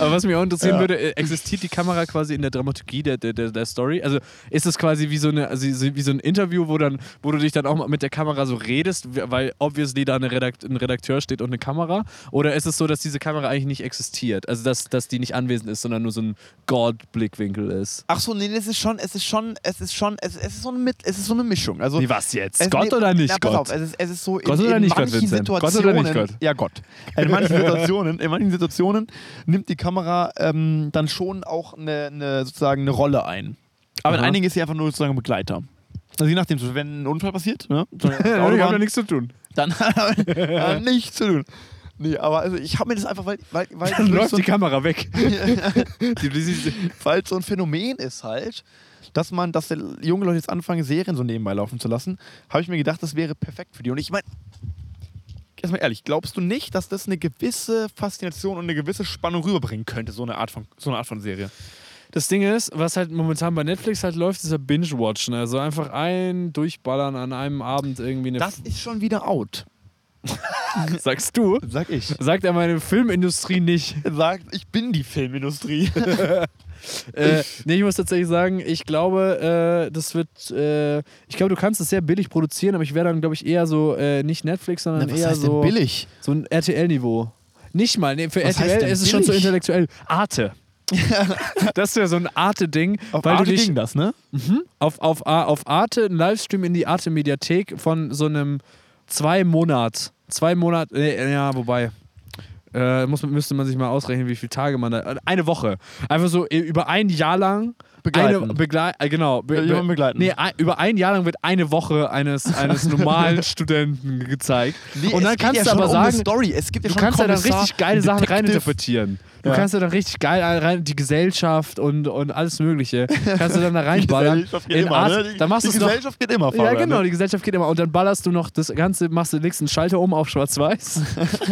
[SPEAKER 1] Aber was mich auch interessieren
[SPEAKER 2] Ja.
[SPEAKER 1] würde, äh, existiert die Kamera quasi in der Dramaturgie der, der, der, der Story? Also ist es quasi wie so, eine, also wie so ein Interview, wo, dann, wo du dich dann auch mal mit der Kamera so redest, w- weil obviously da eine Redakt ein Redakteur steht und eine Kamera? Oder ist es so, dass diese Kamera eigentlich nicht existiert? Also dass, dass die nicht anwesend ist, sondern nur so ein God-Blickwinkel ist?
[SPEAKER 2] Ach so, nee, es ist schon, es ist schon, es ist schon, es, es, ist, so eine, Mit- es ist so eine Mischung. Also,
[SPEAKER 1] Wie was jetzt?
[SPEAKER 2] Es-
[SPEAKER 1] Gott
[SPEAKER 2] nee,
[SPEAKER 1] oder nicht
[SPEAKER 2] na, pass
[SPEAKER 1] Gott?
[SPEAKER 2] Auf, es, ist, es ist so in,
[SPEAKER 1] Gott oder
[SPEAKER 2] in
[SPEAKER 1] nicht Gott,
[SPEAKER 2] manchen
[SPEAKER 1] Vincent? Gott oder
[SPEAKER 2] Situationen.
[SPEAKER 1] nicht Gott?
[SPEAKER 2] Ja, Gott. In manchen Situationen, in manchen Situationen nimmt die Kamera ähm, dann schon auch eine, eine, sozusagen eine Rolle ein. Aber in
[SPEAKER 1] Aha.
[SPEAKER 2] einigen ist sie einfach nur sozusagen ein Begleiter. Also je nachdem, zum Beispiel, wenn ein Unfall passiert, ne? zum Beispiel auf der
[SPEAKER 1] ich habe da
[SPEAKER 2] Autobahn,
[SPEAKER 1] nichts zu tun.
[SPEAKER 2] dann hat er nichts zu tun. Nee, aber also ich habe mir das einfach, weil, weil, weil,
[SPEAKER 1] Dann
[SPEAKER 2] weil,
[SPEAKER 1] läuft
[SPEAKER 2] so
[SPEAKER 1] die
[SPEAKER 2] ein,
[SPEAKER 1] Kamera weg. Die- die- die-
[SPEAKER 2] weil so ein Phänomen ist halt, dass man, dass der junge Leute jetzt anfangen, Serien so nebenbei laufen zu lassen, habe ich mir gedacht, das wäre perfekt für die. Und ich meine, erstmal ehrlich, glaubst du nicht, dass das eine gewisse Faszination und eine gewisse Spannung rüberbringen könnte, so eine Art von, so eine Art von Serie?
[SPEAKER 1] Das Ding ist, was halt momentan bei Netflix halt läuft, ist ja Binge-Watchen. Also einfach ein Durchballern an einem Abend irgendwie eine.
[SPEAKER 2] Das ist schon wieder out.
[SPEAKER 1] sagst du?
[SPEAKER 2] Sag ich.
[SPEAKER 1] Sagt er meine Filmindustrie nicht.
[SPEAKER 2] Sagt, ich bin die Filmindustrie.
[SPEAKER 1] Äh, nee, ich muss tatsächlich sagen, ich glaube, äh, das wird. Äh, ich glaube, du kannst es sehr billig produzieren, aber ich wäre dann, glaube ich, eher so äh, nicht Netflix, sondern eher so,
[SPEAKER 2] billig?
[SPEAKER 1] so ein RTL-Niveau. Nicht mal. Nee, für
[SPEAKER 2] Was heißt
[SPEAKER 1] RTL
[SPEAKER 2] denn
[SPEAKER 1] ist es schon so
[SPEAKER 2] billig?
[SPEAKER 1] intellektuell. Arte. das wäre so ein Arte-Ding,
[SPEAKER 2] Auf
[SPEAKER 1] weil du dich
[SPEAKER 2] ging das, ne?
[SPEAKER 1] auf, auf, A- auf Arte einen Livestream in die Arte-Mediathek von so einem zwei Monat. Zwei Monat, äh, ja, wobei. Äh, muss, man- müsste man sich mal ausrechnen, wie viele Tage man da. äh, Eine Woche. Einfach so äh, über ein Jahr lang. Eine,
[SPEAKER 2] Begleiten.
[SPEAKER 1] begle äh, genau. Be,
[SPEAKER 2] Ja, jemanden begleiten.
[SPEAKER 1] Nee, ein, über ein Jahr lang wird eine Woche eines, eines normalen Studenten gezeigt. Und dann kannst du aber
[SPEAKER 2] um
[SPEAKER 1] sagen,
[SPEAKER 2] Story. Es gibt ja
[SPEAKER 1] du
[SPEAKER 2] schon
[SPEAKER 1] kannst ja dann
[SPEAKER 2] Kommissar,
[SPEAKER 1] richtig geile Sachen
[SPEAKER 2] Detektiv.
[SPEAKER 1] reininterpretieren. Du
[SPEAKER 2] Ja.
[SPEAKER 1] kannst ja dann richtig geil rein, die Gesellschaft und, und alles Mögliche kannst du dann da reinballern.
[SPEAKER 2] Gesellschaft geht
[SPEAKER 1] in
[SPEAKER 2] immer,
[SPEAKER 1] Art,
[SPEAKER 2] ne? Die-
[SPEAKER 1] Dann machst du
[SPEAKER 2] die
[SPEAKER 1] es noch.
[SPEAKER 2] Gesellschaft geht immer,
[SPEAKER 1] Ja,
[SPEAKER 2] Fabian,
[SPEAKER 1] genau,
[SPEAKER 2] ne?
[SPEAKER 1] die Gesellschaft geht immer. Und dann ballerst du noch das Ganze, machst du links einen Schalter um auf schwarz-weiß.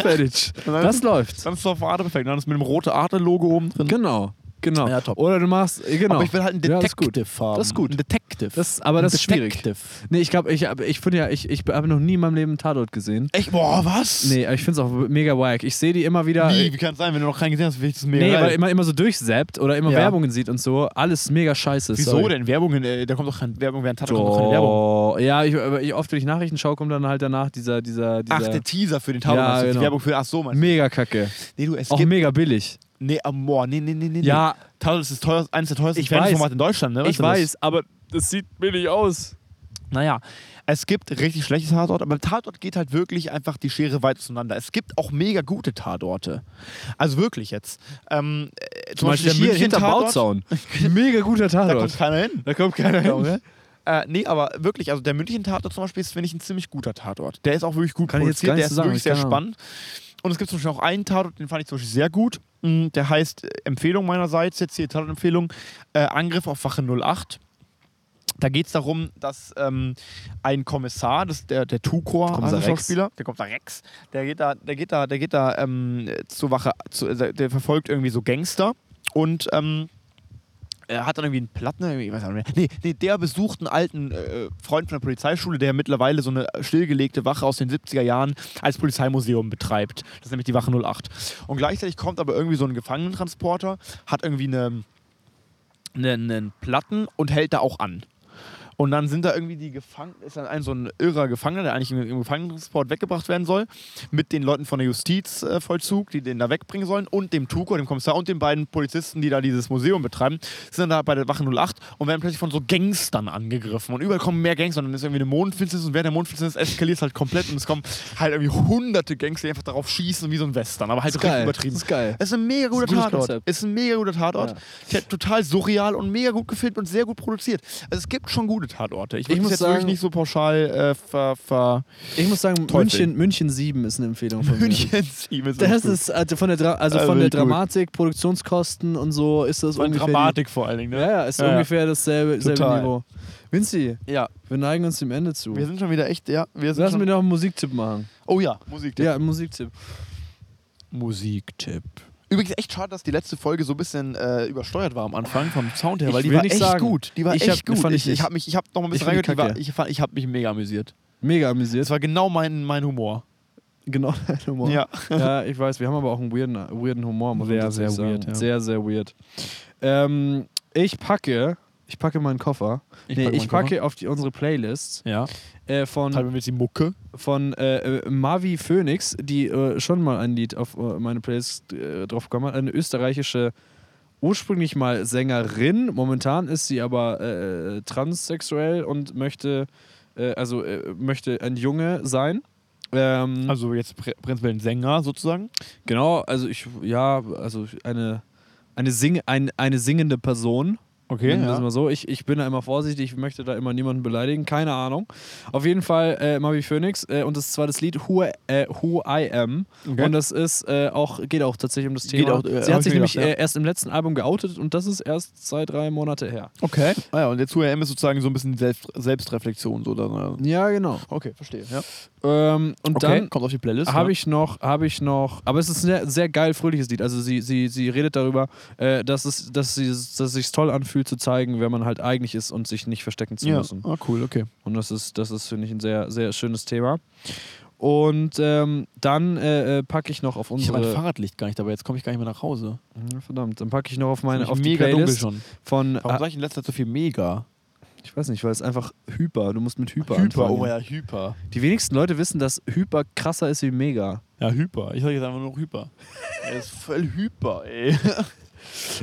[SPEAKER 1] Fertig.
[SPEAKER 2] dann-
[SPEAKER 1] Das läuft.
[SPEAKER 2] Dann ist es auf Arte perfekt. Dann ist mit dem roten Arte-Logo oben drin.
[SPEAKER 1] Genau. Genau.
[SPEAKER 2] Ja, top.
[SPEAKER 1] Oder du machst, äh, genau.
[SPEAKER 2] Aber ich will halt einen
[SPEAKER 1] Ja,
[SPEAKER 2] Detective
[SPEAKER 1] das ist gut.
[SPEAKER 2] haben.
[SPEAKER 1] Das ist gut.
[SPEAKER 2] Ein Detective.
[SPEAKER 1] Das, aber das ist schwierig.
[SPEAKER 2] Detective.
[SPEAKER 1] Nee, ich glaube, ich, hab- ich finde ja, ich, ich habe noch nie in meinem Leben einen Tatort gesehen.
[SPEAKER 2] Echt? Boah, was?
[SPEAKER 1] Nee, aber ich finde es auch mega wack. Ich sehe die immer wieder. äh,
[SPEAKER 2] Wie, wie kann es sein, wenn du noch keinen gesehen hast? Finde ich das mega
[SPEAKER 1] Nee,
[SPEAKER 2] geil.
[SPEAKER 1] weil man immer so durchsappt oder immer
[SPEAKER 2] Ja.
[SPEAKER 1] Werbungen sieht und so. Alles mega scheiße.
[SPEAKER 2] Wieso
[SPEAKER 1] sorry.
[SPEAKER 2] denn? Werbungen, äh, da kommt doch keine Werbung, während Tatort kommt doch keine Werbung.
[SPEAKER 1] Doch. Ja, ich, aber ich, oft, wenn ich Nachrichten schaue, kommt dann halt danach dieser, dieser, dieser
[SPEAKER 2] Ach, der Teaser für den Tatort.
[SPEAKER 1] Ja,
[SPEAKER 2] meinst du?
[SPEAKER 1] genau.
[SPEAKER 2] Die Werbung für, ach so, meinst du?
[SPEAKER 1] mega kacke.
[SPEAKER 2] Nee, du, es
[SPEAKER 1] Auch
[SPEAKER 2] gibt,
[SPEAKER 1] mega billig.
[SPEAKER 2] nee, amor, nee, nee, nee, nee.
[SPEAKER 1] Ja,
[SPEAKER 2] nee. Tatort ist das teuerste, eines der teuersten
[SPEAKER 1] Ich weiß.
[SPEAKER 2] Fernsehformate in Deutschland, ne? Weißt
[SPEAKER 1] ich
[SPEAKER 2] du das?
[SPEAKER 1] weiß, aber das sieht billig aus.
[SPEAKER 2] Naja, es gibt richtig schlechte Tatorte, aber Tatort geht halt wirklich einfach die Schere weit auseinander. Es gibt auch mega gute Tatorte. Also wirklich jetzt. Ähm, äh,
[SPEAKER 1] Zum Beispiel der Münchner
[SPEAKER 2] Tatort,
[SPEAKER 1] Bauzaun. Mega guter
[SPEAKER 2] Da kommt
[SPEAKER 1] Tatort.
[SPEAKER 2] keiner hin.
[SPEAKER 1] Da kommt keiner hin.
[SPEAKER 2] Junge. Äh, nee, aber wirklich, also der München Tatort zum Beispiel ist, finde ich, ein ziemlich guter Tatort. Der ist auch wirklich gut
[SPEAKER 1] Kann ich jetzt gar
[SPEAKER 2] produziert,
[SPEAKER 1] nicht
[SPEAKER 2] der
[SPEAKER 1] so
[SPEAKER 2] ist
[SPEAKER 1] sagen,
[SPEAKER 2] wirklich
[SPEAKER 1] ich
[SPEAKER 2] sehr
[SPEAKER 1] keine Ahnung.
[SPEAKER 2] spannend. Und es gibt zum Beispiel auch einen Tatort, den fand ich zum Beispiel sehr gut. Mm, Der heißt, äh, Empfehlung meinerseits, jetzt hier Tatort-Empfehlung, äh, Angriff auf Wache 08. Da geht es darum, dass ähm, ein Kommissar, das, der, der Tukor,
[SPEAKER 1] Kommissar
[SPEAKER 2] also
[SPEAKER 1] Rex.
[SPEAKER 2] Schauspieler, der kommt da Rex, der geht da, der geht da, der geht da ähm, zur Wache, zu, äh, der verfolgt irgendwie so Gangster und ähm, er hat dann irgendwie einen Platten, irgendwie, ich weiß auch nicht mehr. Nee, nee, der besucht einen alten äh, Freund von der Polizeischule, der mittlerweile so eine stillgelegte Wache aus den 70er Jahren als Polizeimuseum betreibt. Das ist nämlich die Wache 08. Und gleichzeitig kommt aber irgendwie so ein Gefangenentransporter, hat irgendwie eine, eine, einen Platten und hält da auch an. Und dann sind da irgendwie die Gefangenen, ist dann ein so ein irrer Gefangener, der eigentlich im, im Gefangenentransport weggebracht werden soll, mit den Leuten von der Justizvollzug, die den da wegbringen sollen, und dem Tuko, dem Kommissar und den beiden Polizisten, die da dieses Museum betreiben, sind dann da bei der Wache 08 und werden plötzlich von so Gangstern angegriffen. Und überall kommen mehr Gangster und dann ist irgendwie eine Mondfinsternis und während der Mondfinsternis eskaliert es halt komplett und es kommen halt irgendwie hunderte Gangster, die einfach darauf schießen wie so ein Western, aber halt
[SPEAKER 1] Ist
[SPEAKER 2] richtig
[SPEAKER 1] geil.
[SPEAKER 2] übertrieben.
[SPEAKER 1] Ist geil.
[SPEAKER 2] Es ist ein mega guter
[SPEAKER 1] Ist ein gutes
[SPEAKER 2] Tatort.
[SPEAKER 1] Konzept.
[SPEAKER 2] Ist ein mega guter Tatort.
[SPEAKER 1] Ja.
[SPEAKER 2] Der hat total surreal und mega gut gefilmt und sehr gut produziert. Also es gibt schon gute Tatorte.
[SPEAKER 1] Ich
[SPEAKER 2] Ich würde das
[SPEAKER 1] muss
[SPEAKER 2] jetzt
[SPEAKER 1] sagen-
[SPEAKER 2] wirklich nicht so pauschal äh, ver, ver
[SPEAKER 1] Ich muss sagen,
[SPEAKER 2] Teufel.
[SPEAKER 1] München, München 7 ist eine Empfehlung von mir.
[SPEAKER 2] München Sieben ist
[SPEAKER 1] Das
[SPEAKER 2] echt gut.
[SPEAKER 1] ist also von der, Dra also
[SPEAKER 2] Also
[SPEAKER 1] von der
[SPEAKER 2] ich gut.
[SPEAKER 1] Dramatik, Produktionskosten und so ist das
[SPEAKER 2] und
[SPEAKER 1] ungefähr.
[SPEAKER 2] Dramatik vor allen Dingen.
[SPEAKER 1] Die,
[SPEAKER 2] Ne?
[SPEAKER 1] ja, ja, ist
[SPEAKER 2] Ja, ja.
[SPEAKER 1] ungefähr dasselbe selbe
[SPEAKER 2] Total.
[SPEAKER 1] Niveau. Vinci,
[SPEAKER 2] Ja.
[SPEAKER 1] wir neigen uns dem Ende zu.
[SPEAKER 2] wir sind schon wieder echt, ja. Wir sind
[SPEAKER 1] Lass mir
[SPEAKER 2] schon,
[SPEAKER 1] noch einen Musiktipp machen.
[SPEAKER 2] oh ja, Musiktipp.
[SPEAKER 1] Ja, einen Musiktipp.
[SPEAKER 2] Musiktipp. Übrigens echt schade, dass die letzte Folge so ein bisschen äh, übersteuert war am Anfang vom Sound her,
[SPEAKER 1] Ich
[SPEAKER 2] weil die
[SPEAKER 1] will
[SPEAKER 2] war
[SPEAKER 1] nicht
[SPEAKER 2] echt
[SPEAKER 1] sagen.
[SPEAKER 2] gut. Die war
[SPEAKER 1] Ich
[SPEAKER 2] echt
[SPEAKER 1] hab-
[SPEAKER 2] gut.
[SPEAKER 1] fand ich
[SPEAKER 2] ich ich
[SPEAKER 1] nicht.
[SPEAKER 2] habe mich, ich habe noch mal ein bisschen
[SPEAKER 1] Ich find die
[SPEAKER 2] reingehört. die war-
[SPEAKER 1] kacke.
[SPEAKER 2] Ich, fand- ich habe mich mega amüsiert.
[SPEAKER 1] Mega
[SPEAKER 2] Das
[SPEAKER 1] amüsiert.
[SPEAKER 2] war genau mein, mein Humor.
[SPEAKER 1] Genau dein Humor. ja, ich weiß, wir haben aber auch einen weirden, weirden Humor, muss
[SPEAKER 2] Sehr,
[SPEAKER 1] man tatsächlich
[SPEAKER 2] sehr
[SPEAKER 1] sagen.
[SPEAKER 2] weird, ja.
[SPEAKER 1] Sehr, sehr weird. Ähm, ich packe, ich packe meinen Koffer.
[SPEAKER 2] Ich
[SPEAKER 1] nee,
[SPEAKER 2] packe
[SPEAKER 1] ich
[SPEAKER 2] meinen
[SPEAKER 1] packe auf die, unsere Playlist
[SPEAKER 2] Ja.
[SPEAKER 1] äh, von
[SPEAKER 2] Treiben wir jetzt die Mucke.
[SPEAKER 1] von äh, äh, Mavi Phoenix, die äh, schon mal ein Lied auf äh, meine Playlist äh, draufgekommen hat. Eine österreichische, ursprünglich mal Sängerin. Momentan ist sie aber äh, transsexuell und möchte, äh, also äh, möchte ein Junge sein. Ähm,
[SPEAKER 2] Also jetzt prä- prinzipiell ein Sänger sozusagen.
[SPEAKER 1] genau, also ich, ja, also eine, eine, Sing, ein, eine singende Person.
[SPEAKER 2] Okay.
[SPEAKER 1] Nennen wir es mal so. Ich, ich bin da immer vorsichtig, ich möchte da immer niemanden beleidigen, keine Ahnung. Auf jeden Fall äh, Mavi Phoenix äh, und das ist zwar das Lied Who, äh, Who I Am.
[SPEAKER 2] Okay.
[SPEAKER 1] Und das ist äh, auch, geht auch tatsächlich um das
[SPEAKER 2] Geht
[SPEAKER 1] Thema.
[SPEAKER 2] auch, äh,
[SPEAKER 1] Sie hat
[SPEAKER 2] hab ich
[SPEAKER 1] sich
[SPEAKER 2] mir
[SPEAKER 1] nämlich
[SPEAKER 2] gedacht, ja.
[SPEAKER 1] äh, erst im letzten Album geoutet und das ist erst zwei, drei Monate her.
[SPEAKER 2] Okay. Ah ja, und der 2RM ist sozusagen so ein bisschen Selbst Selbstreflexion. So dann,
[SPEAKER 1] Ja, genau.
[SPEAKER 2] okay, verstehe. Ja.
[SPEAKER 1] Ähm, und
[SPEAKER 2] Okay,
[SPEAKER 1] dann
[SPEAKER 2] kommt auf die Playlist. ne?
[SPEAKER 1] habe
[SPEAKER 2] ja.
[SPEAKER 1] ich noch, habe ich noch, aber es ist ein sehr, sehr geil fröhliches Lied. Also sie, sie, sie redet darüber, äh, dass es, dass sie, dass es sich toll anfühlt zu zeigen, wer man halt eigentlich ist und sich nicht verstecken zu
[SPEAKER 2] Ja.
[SPEAKER 1] müssen.
[SPEAKER 2] Ah, cool, okay.
[SPEAKER 1] Und das ist, das ist finde ich, ein sehr, sehr schönes Thema. Und ähm, dann äh, äh, packe ich noch auf
[SPEAKER 2] Ich habe mein
[SPEAKER 1] unsere.
[SPEAKER 2] Fahrradlicht gar nicht dabei. Jetzt komme ich gar nicht mehr nach Hause.
[SPEAKER 1] Ja, Verdammt, dann packe ich noch auf meine
[SPEAKER 2] Ist
[SPEAKER 1] auf die
[SPEAKER 2] mega dunkel
[SPEAKER 1] Playlist
[SPEAKER 2] schon.
[SPEAKER 1] von.
[SPEAKER 2] Warum
[SPEAKER 1] Ah,
[SPEAKER 2] sage ich in letzter Zeit so viel mega?
[SPEAKER 1] ich weiß nicht, weil es einfach Hyper. Du musst mit Hyper. anfangen.
[SPEAKER 2] oh ja, hyper.
[SPEAKER 1] Die wenigsten Leute wissen, dass Hyper krasser ist wie Mega.
[SPEAKER 2] Ja, hyper. Ich sage jetzt einfach nur noch hyper. er ist voll hyper, ey.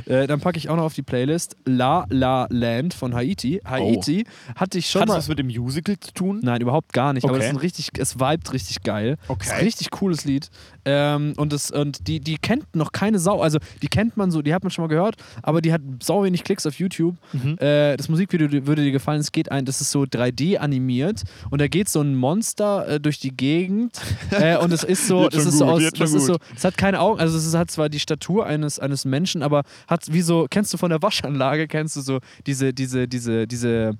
[SPEAKER 1] Äh, dann packe ich auch noch auf die Playlist La La Land von Haiti. Haiti hatte ich schon
[SPEAKER 2] Hat das
[SPEAKER 1] mal.
[SPEAKER 2] was mit dem Musical zu tun?
[SPEAKER 1] Nein, überhaupt gar nicht. Aber
[SPEAKER 2] Okay.
[SPEAKER 1] es ist ein richtig, es vibet richtig geil.
[SPEAKER 2] Okay.
[SPEAKER 1] Es ist ein richtig cooles Lied. Ähm, und es, und die, die kennt noch keine Sau. Also die kennt man so, die hat man schon mal gehört, aber die hat sau wenig Klicks auf YouTube.
[SPEAKER 2] Mhm.
[SPEAKER 1] Äh, das Musikvideo dir- würde dir gefallen. Es geht ein, das ist so 3D animiert und da geht so ein Monster äh, durch die Gegend äh, und es ist so,
[SPEAKER 2] Jetzt
[SPEAKER 1] das
[SPEAKER 2] schon
[SPEAKER 1] ist so
[SPEAKER 2] gut,
[SPEAKER 1] aus,
[SPEAKER 2] jetzt
[SPEAKER 1] das
[SPEAKER 2] schon
[SPEAKER 1] ist so, es hat keine Augen, also es ist, hat zwar die Statur eines eines Menschen, aber hat wie so, kennst du von der Waschanlage, kennst du so diese diese diese diese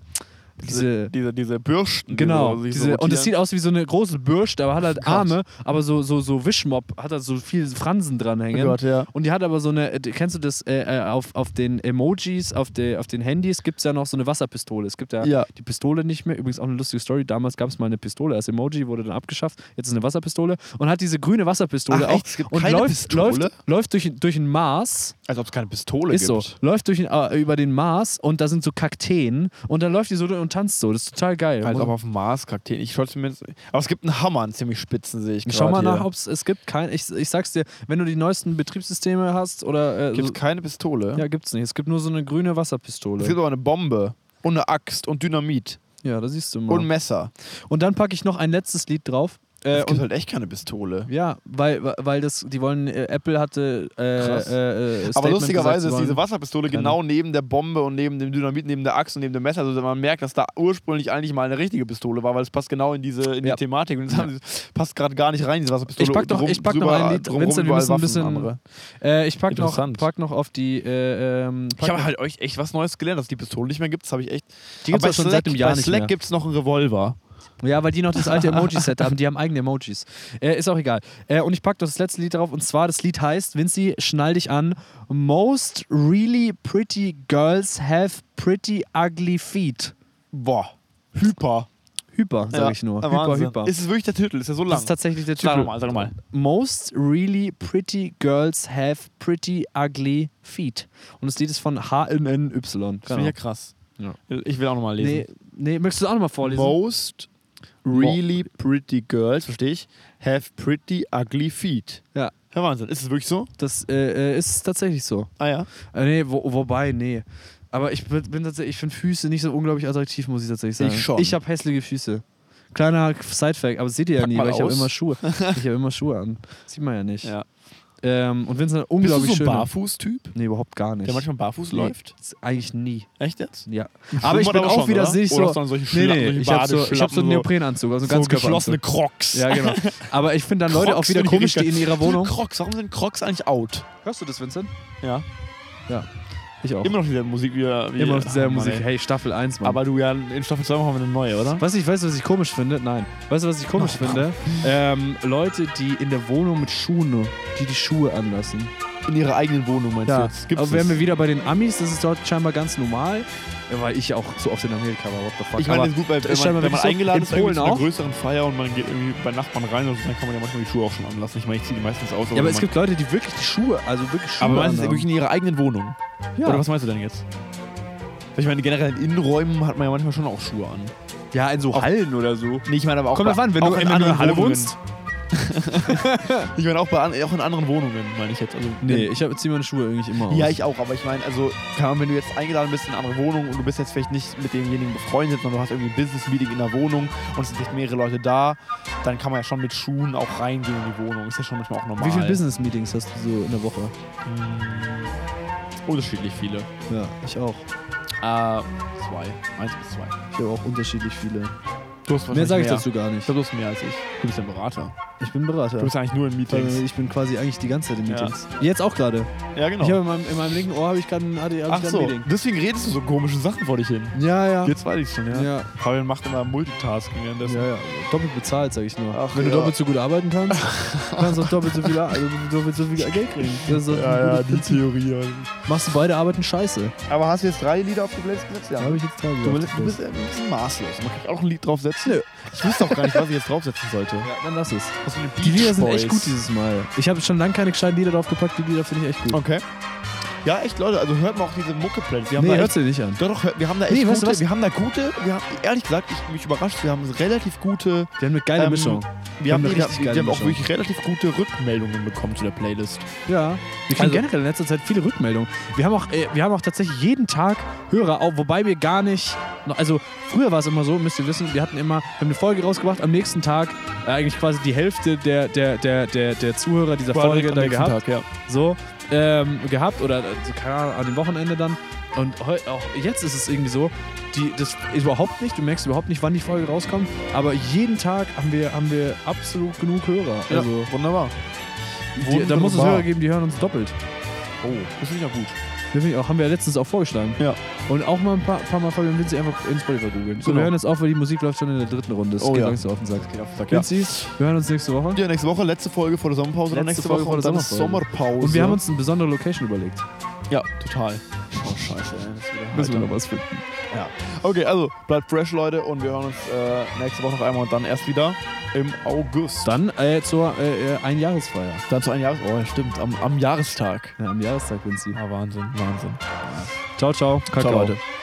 [SPEAKER 1] diese
[SPEAKER 2] diese, diese Bürsten.
[SPEAKER 1] Genau.
[SPEAKER 2] Die so, sich so
[SPEAKER 1] diese, und es
[SPEAKER 2] rotieren. Oh
[SPEAKER 1] sieht aus wie so eine große Bürste, aber hat halt
[SPEAKER 2] Krass.
[SPEAKER 1] Arme, aber so, so, so Wischmopp, hat halt so viele Fransen dranhängen.
[SPEAKER 2] Oh Gott, ja.
[SPEAKER 1] Und die hat aber so eine, äh, kennst du das, äh, äh, auf, auf den Emojis, auf, de, auf den Handys gibt es ja noch so eine Wasserpistole. Es gibt ja,
[SPEAKER 2] Ja.
[SPEAKER 1] die Pistole nicht mehr. Übrigens auch eine lustige Story. Damals gab es mal eine Pistole als Emoji, wurde dann abgeschafft. Jetzt ist eine Wasserpistole. Und hat diese grüne Wasserpistole
[SPEAKER 2] Ach,
[SPEAKER 1] auch.
[SPEAKER 2] echt? Es gibt
[SPEAKER 1] und
[SPEAKER 2] keine
[SPEAKER 1] läuft,
[SPEAKER 2] Pistole?
[SPEAKER 1] läuft, läuft durch, durch ein Maß.
[SPEAKER 2] Als ob es keine Pistole
[SPEAKER 1] Ist
[SPEAKER 2] gibt.
[SPEAKER 1] so. Läuft durch, den- äh, über den Mars und da sind so Kakteen und dann läuft die so durch und tanzt so. Das ist total geil.
[SPEAKER 2] Als
[SPEAKER 1] Muss-
[SPEAKER 2] ob Halt auf dem Mars Kakteen. Ich schaue zumindest. Aber es gibt einen Hammer, einen ziemlich spitzen, sehe ich gerade.
[SPEAKER 1] Schau mal
[SPEAKER 2] hier.
[SPEAKER 1] nach, ob es es gibt kein. Ich, ich sag's dir, wenn du die neuesten Betriebssysteme hast oder. Äh,
[SPEAKER 2] Gibt
[SPEAKER 1] so,
[SPEAKER 2] es keine Pistole?
[SPEAKER 1] ja, gibt's nicht. Es gibt nur so eine grüne
[SPEAKER 2] Es
[SPEAKER 1] Wasserpistole.
[SPEAKER 2] gibt aber eine Bombe und eine Axt und Dynamit
[SPEAKER 1] Ja, da siehst du
[SPEAKER 2] und ein
[SPEAKER 1] mal.
[SPEAKER 2] Messer.
[SPEAKER 1] Und dann packe ich noch ein letztes Lied drauf. Äh,
[SPEAKER 2] es gibt
[SPEAKER 1] und,
[SPEAKER 2] halt echt keine Pistole.
[SPEAKER 1] ja, weil, weil das, die wollen, äh, Apple hatte. Äh,
[SPEAKER 2] Krass.
[SPEAKER 1] Äh, äh,
[SPEAKER 2] aber
[SPEAKER 1] Statement
[SPEAKER 2] lustigerweise
[SPEAKER 1] gesagt,
[SPEAKER 2] ist
[SPEAKER 1] sie
[SPEAKER 2] diese
[SPEAKER 1] wollen-
[SPEAKER 2] Wasserpistole
[SPEAKER 1] keine.
[SPEAKER 2] genau neben der Bombe und neben dem Dynamit, neben der Axt und neben dem Messer. Also man merkt, dass da ursprünglich eigentlich mal eine richtige Pistole war, weil es passt genau in diese in die
[SPEAKER 1] Ja.
[SPEAKER 2] Thematik. Und jetzt haben sie, passt gerade gar nicht rein, diese Wasserpistole.
[SPEAKER 1] Ich pack noch-
[SPEAKER 2] Drum-
[SPEAKER 1] ich pack noch ein Lied.
[SPEAKER 2] drumrum
[SPEAKER 1] Vincent, wir
[SPEAKER 2] überall
[SPEAKER 1] müssen ein
[SPEAKER 2] Waffen,
[SPEAKER 1] bisschen-
[SPEAKER 2] andere.
[SPEAKER 1] äh, ich pack noch,
[SPEAKER 2] Interessant.
[SPEAKER 1] pack noch auf die. Äh, ähm, pack
[SPEAKER 2] Ich habe
[SPEAKER 1] noch-
[SPEAKER 2] halt euch echt was Neues gelernt, dass die Pistole nicht mehr gibt. Das habe ich echt.
[SPEAKER 1] Die gibt's
[SPEAKER 2] Aber
[SPEAKER 1] auch schon
[SPEAKER 2] bei
[SPEAKER 1] seit
[SPEAKER 2] Slack-
[SPEAKER 1] einem Jahr
[SPEAKER 2] Bei
[SPEAKER 1] nicht
[SPEAKER 2] Slack
[SPEAKER 1] mehr.
[SPEAKER 2] gibt es noch einen Revolver.
[SPEAKER 1] Ja, weil die noch das alte Emoji-Set haben. Die haben eigene Emojis. Äh, ist auch egal. Äh, und ich packe das letzte Lied drauf. Und zwar, das Lied heißt, Vinci, schnall dich an. Most really pretty girls have pretty ugly feet.
[SPEAKER 2] Boah. Hyper.
[SPEAKER 1] Hyper, sage ich nur. Hyper,
[SPEAKER 2] äh, Wahnsinn.
[SPEAKER 1] hyper.
[SPEAKER 2] Ist es wirklich der Titel? Ist ja so lang.
[SPEAKER 1] das ist tatsächlich der
[SPEAKER 2] Sag
[SPEAKER 1] Titel.
[SPEAKER 2] doch mal, sag doch mal.
[SPEAKER 1] Most really pretty girls have pretty ugly feet. Und das Lied ist von HNNY.
[SPEAKER 2] Das finde ich ja krass.
[SPEAKER 1] Ja.
[SPEAKER 2] Ich will auch nochmal lesen.
[SPEAKER 1] Genau. Nee, Nee, möchtest du es auch nochmal vorlesen?
[SPEAKER 2] Most really pretty girls, verstehe ich, have pretty ugly feet.
[SPEAKER 1] Ja.
[SPEAKER 2] Ja, Wahnsinn. Ist es wirklich so?
[SPEAKER 1] Das äh, äh, ist tatsächlich so.
[SPEAKER 2] Ah ja.
[SPEAKER 1] Äh, nee, wo, wobei, nee. Aber ich bin bin tatsächlich, ich finde Füße nicht so unglaublich attraktiv, muss ich tatsächlich sagen.
[SPEAKER 2] Ich schon.
[SPEAKER 1] Ich habe hässliche Füße. Kleiner Sidefact, aber das seht ihr ja
[SPEAKER 2] Pack
[SPEAKER 1] nie,
[SPEAKER 2] mal
[SPEAKER 1] weil ich habe
[SPEAKER 2] aus.
[SPEAKER 1] immer Schuhe. Ich habe immer Schuhe an. Sieht man ja nicht.
[SPEAKER 2] Ja.
[SPEAKER 1] Ähm, und Vincent hat
[SPEAKER 2] Bist du
[SPEAKER 1] unglaublich
[SPEAKER 2] so ein
[SPEAKER 1] schön.
[SPEAKER 2] Barfuß-Typ,
[SPEAKER 1] Nee, überhaupt gar nicht.
[SPEAKER 2] der manchmal barfuß
[SPEAKER 1] Nee.
[SPEAKER 2] läuft?
[SPEAKER 1] Eigentlich nie.
[SPEAKER 2] Echt jetzt?
[SPEAKER 1] Ja. Aber ich bin auch wieder sich
[SPEAKER 2] Oder
[SPEAKER 1] so.
[SPEAKER 2] hast du dann solche
[SPEAKER 1] Nee,
[SPEAKER 2] Schla
[SPEAKER 1] nee,
[SPEAKER 2] solche
[SPEAKER 1] ich habe so, ich hab so einen
[SPEAKER 2] Badeschlappen,
[SPEAKER 1] Neoprenanzug, also
[SPEAKER 2] so,
[SPEAKER 1] einen ganz
[SPEAKER 2] so geschlossene Crocs.
[SPEAKER 1] Ja, genau. Aber ich finde dann Leute auch
[SPEAKER 2] Crocs
[SPEAKER 1] wieder
[SPEAKER 2] finde ich
[SPEAKER 1] komisch, die
[SPEAKER 2] richtig
[SPEAKER 1] in ihrer
[SPEAKER 2] geil.
[SPEAKER 1] Wohnung.
[SPEAKER 2] Crocs, warum sind Crocs eigentlich out?
[SPEAKER 1] Hörst du das, Vincent?
[SPEAKER 2] Ja.
[SPEAKER 1] Ich auch.
[SPEAKER 2] Immer noch dieselbe Musik wie wie-
[SPEAKER 1] Immer noch
[SPEAKER 2] Ah,
[SPEAKER 1] dieselbe
[SPEAKER 2] Mann,
[SPEAKER 1] Musik.
[SPEAKER 2] ey.
[SPEAKER 1] Hey, Staffel 1, Mann.
[SPEAKER 2] Aber du ja in Staffel 2 machen wir eine neue, oder?
[SPEAKER 1] Weißt du, ich weiß, was ich komisch finde? Nein. Weißt du, was ich
[SPEAKER 2] Oh,
[SPEAKER 1] komisch finde? Ähm, Leute, die in der Wohnung mit Schuhen, die die Schuhe anlassen.
[SPEAKER 2] In ihrer eigenen Wohnung meinst
[SPEAKER 1] Ja,
[SPEAKER 2] du jetzt?
[SPEAKER 1] aber wären
[SPEAKER 2] das?
[SPEAKER 1] wir wieder bei den Amis, das ist dort scheinbar ganz normal. Ja, weil ich auch so oft in Amerika war, what the fuck.
[SPEAKER 2] Ich meine,
[SPEAKER 1] aber
[SPEAKER 2] das ist gut, weil
[SPEAKER 1] ist
[SPEAKER 2] wenn
[SPEAKER 1] scheinbar
[SPEAKER 2] man, wenn man
[SPEAKER 1] wirklich so.
[SPEAKER 2] eingeladen
[SPEAKER 1] In
[SPEAKER 2] ist irgendwie
[SPEAKER 1] Polen
[SPEAKER 2] zu einer
[SPEAKER 1] auch?
[SPEAKER 2] größeren Feier und man geht irgendwie bei Nachbarn rein, und dann kann man ja manchmal die Schuhe auch schon anlassen. Ich meine, ich ziehe die meistens aus.
[SPEAKER 1] ja, aber
[SPEAKER 2] wenn
[SPEAKER 1] es
[SPEAKER 2] man-
[SPEAKER 1] gibt Leute, die wirklich die Schuhe, also wirklich Schuhe
[SPEAKER 2] aber meistens
[SPEAKER 1] anhaben.
[SPEAKER 2] wirklich in ihrer eigenen Wohnung.
[SPEAKER 1] ja.
[SPEAKER 2] Oder was meinst du denn jetzt? Weil Ich meine, generell in Innenräumen hat man ja manchmal schon auch Schuhe an.
[SPEAKER 1] ja, in so
[SPEAKER 2] Auch-
[SPEAKER 1] Hallen oder so.
[SPEAKER 2] Nee, ich meine aber auch
[SPEAKER 1] Kommt
[SPEAKER 2] bei,
[SPEAKER 1] drauf an, wenn
[SPEAKER 2] auch
[SPEAKER 1] du in
[SPEAKER 2] anderen
[SPEAKER 1] einer Halle
[SPEAKER 2] Wohnungen.
[SPEAKER 1] wohnst.
[SPEAKER 2] Ich meine auch, bei, an- auch in anderen Wohnungen, meine ich jetzt. Also,
[SPEAKER 1] Nee, ich hab- zieh meine Schuhe eigentlich immer aus.
[SPEAKER 2] Ja, ich auch, aber ich meine, also, keine Ahnung, wenn du jetzt eingeladen bist in eine andere Wohnung und du bist jetzt vielleicht nicht mit demjenigen befreundet, sondern du hast irgendwie ein Business-Meeting in der Wohnung und es sind nicht mehrere Leute da, dann kann man ja schon mit Schuhen auch reingehen in die Wohnung. Ist ja schon manchmal auch normal.
[SPEAKER 1] Wie viele Business-Meetings hast du so in der Woche?
[SPEAKER 2] Hm, unterschiedlich viele.
[SPEAKER 1] Ja, ich auch. Ah.
[SPEAKER 2] Äh, zwei. Eins bis zwei.
[SPEAKER 1] Ich habe auch unterschiedlich viele.
[SPEAKER 2] Du hast
[SPEAKER 1] Mehr sage ich
[SPEAKER 2] dazu.
[SPEAKER 1] dazu gar nicht.
[SPEAKER 2] Ich glaube, du hast mehr als ich. Du bist ja ein Berater.
[SPEAKER 1] Ich bin Berater.
[SPEAKER 2] Du bist eigentlich nur in
[SPEAKER 1] Weil
[SPEAKER 2] Meetings.
[SPEAKER 1] ich bin quasi eigentlich die ganze Zeit in Meetings. Jetzt auch gerade.
[SPEAKER 2] Ja, genau.
[SPEAKER 1] Äh, Ich habe in meinem, in meinem linken Ohr habe ich gerade ein, hab ich
[SPEAKER 2] Ach
[SPEAKER 1] grad
[SPEAKER 2] so,
[SPEAKER 1] ein Meeting.
[SPEAKER 2] deswegen redest du so komische Sachen vor dich hin.
[SPEAKER 1] Ja, ja.
[SPEAKER 2] Jetzt weiß ich schon,
[SPEAKER 1] ja.
[SPEAKER 2] ja.
[SPEAKER 1] ja.
[SPEAKER 2] Fabian macht immer Multitasking währenddessen.
[SPEAKER 1] Ja, ja, doppelt bezahlt, sag ich nur.
[SPEAKER 2] Ach,
[SPEAKER 1] Wenn du
[SPEAKER 2] ja.
[SPEAKER 1] doppelt so gut arbeiten kannst, kannst du auch doppelt so viel, ar- also doppelt so viel Geld kriegen. Das ist doch ein gutes Prinzip.
[SPEAKER 2] Theorie.
[SPEAKER 1] Machst du beide Arbeiten scheiße.
[SPEAKER 2] Aber hast du jetzt drei Lieder auf die Playlist gesetzt?
[SPEAKER 1] Da
[SPEAKER 2] Ja.
[SPEAKER 1] habe ich jetzt drei
[SPEAKER 2] Du
[SPEAKER 1] gesagt.
[SPEAKER 2] bist, du bist ein bisschen maßlos. Man kann auch ein Lied draufsetzen.
[SPEAKER 1] Nö.
[SPEAKER 2] Ich wüsste auch gar nicht, was ich jetzt draufsetzen sollte.
[SPEAKER 1] ja, dann lass es.
[SPEAKER 2] Was für eine
[SPEAKER 1] Die
[SPEAKER 2] Beach
[SPEAKER 1] Lieder sind
[SPEAKER 2] Boys.
[SPEAKER 1] echt gut dieses Mal. Ich habe schon lange keine gescheiten Lieder draufgepackt, die Lieder finde ich echt gut.
[SPEAKER 2] Okay. Ja, echt, Leute. Also hört mal auch diese Mucke-Playlist. Wir haben
[SPEAKER 1] nee,
[SPEAKER 2] da
[SPEAKER 1] hörst
[SPEAKER 2] echt,
[SPEAKER 1] du dir nicht an.
[SPEAKER 2] doch, doch, hör- wir haben da echt
[SPEAKER 1] Nee, weißt du
[SPEAKER 2] gute,
[SPEAKER 1] was?
[SPEAKER 2] wir haben da gute, wir haben, ehrlich gesagt, ich mich überrascht, wir haben relativ gute,
[SPEAKER 1] Wir haben eine geile
[SPEAKER 2] Ähm,
[SPEAKER 1] Mischung.
[SPEAKER 2] wir haben,
[SPEAKER 1] haben eine
[SPEAKER 2] wir,
[SPEAKER 1] richtig
[SPEAKER 2] wir
[SPEAKER 1] geile
[SPEAKER 2] haben auch
[SPEAKER 1] Mischung.
[SPEAKER 2] wirklich relativ gute Rückmeldungen bekommen zu der Playlist.
[SPEAKER 1] Ja. Wir kriegen
[SPEAKER 2] Also-
[SPEAKER 1] generell in letzter Zeit viele Rückmeldungen. Wir haben auch, äh, wir haben auch tatsächlich jeden Tag Hörer, auch, wobei wir gar nicht. noch- Also früher war es immer so, müsst ihr wissen, wir hatten immer, wir haben eine Folge rausgebracht, am nächsten Tag äh, eigentlich quasi die Hälfte der, der, der, der, der Zuhörer dieser Folge da gehabt.
[SPEAKER 2] Tag, ja.
[SPEAKER 1] So, ähm, gehabt oder also, keine Ahnung, an dem Wochenende dann. Und heu, auch jetzt ist es irgendwie so, die, das ist überhaupt nicht, du merkst überhaupt nicht, wann die Folge rauskommt, aber jeden Tag haben wir, haben wir absolut genug Hörer. Also,
[SPEAKER 2] ja, wunderbar.
[SPEAKER 1] die, da muss es
[SPEAKER 2] Wunderbar.
[SPEAKER 1] Hörer geben, die hören uns doppelt.
[SPEAKER 2] Oh, das ist ja gut.
[SPEAKER 1] Den finde ich auch, haben wir ja letztens auch vorgeschlagen.
[SPEAKER 2] Ja.
[SPEAKER 1] Und auch mal ein paar, paar Mal Fabian Vinci einfach in Spotify googeln. So,
[SPEAKER 2] Genau.
[SPEAKER 1] wir hören jetzt auf, weil die Musik läuft schon in der dritten Runde. Das
[SPEAKER 2] Oh
[SPEAKER 1] geht
[SPEAKER 2] ja.
[SPEAKER 1] langsam auf den Sack.
[SPEAKER 2] Geht auf den Sack, ja.
[SPEAKER 1] Vinci, wir hören uns nächste Woche.
[SPEAKER 2] Ja, nächste Woche, letzte Folge vor der Sommerpause, dann
[SPEAKER 1] Letzte
[SPEAKER 2] nächste
[SPEAKER 1] Folge
[SPEAKER 2] Woche
[SPEAKER 1] vor
[SPEAKER 2] und
[SPEAKER 1] der
[SPEAKER 2] dann ist
[SPEAKER 1] Sommerpause.
[SPEAKER 2] Sommerpause.
[SPEAKER 1] Und wir haben uns eine besondere Location überlegt.
[SPEAKER 2] Ja, total. Oh, scheiße, ey. Das ist wieder
[SPEAKER 1] Müssen wir
[SPEAKER 2] heiter.
[SPEAKER 1] noch was finden.
[SPEAKER 2] Okay, also bleibt fresh, Leute, und wir hören uns äh, nächste Woche noch einmal und dann erst wieder im August.
[SPEAKER 1] Dann äh, zur äh, äh, Einjahresfeier.
[SPEAKER 2] Dann zu einem Jahres. Oh, ja, stimmt, am, am Jahrestag.
[SPEAKER 1] Ja, am Jahrestag, Vinci.
[SPEAKER 2] Ah, Wahnsinn, Wahnsinn.
[SPEAKER 1] Ciao, ciao. Kacke,
[SPEAKER 2] Ciao, Leute.
[SPEAKER 1] Leute.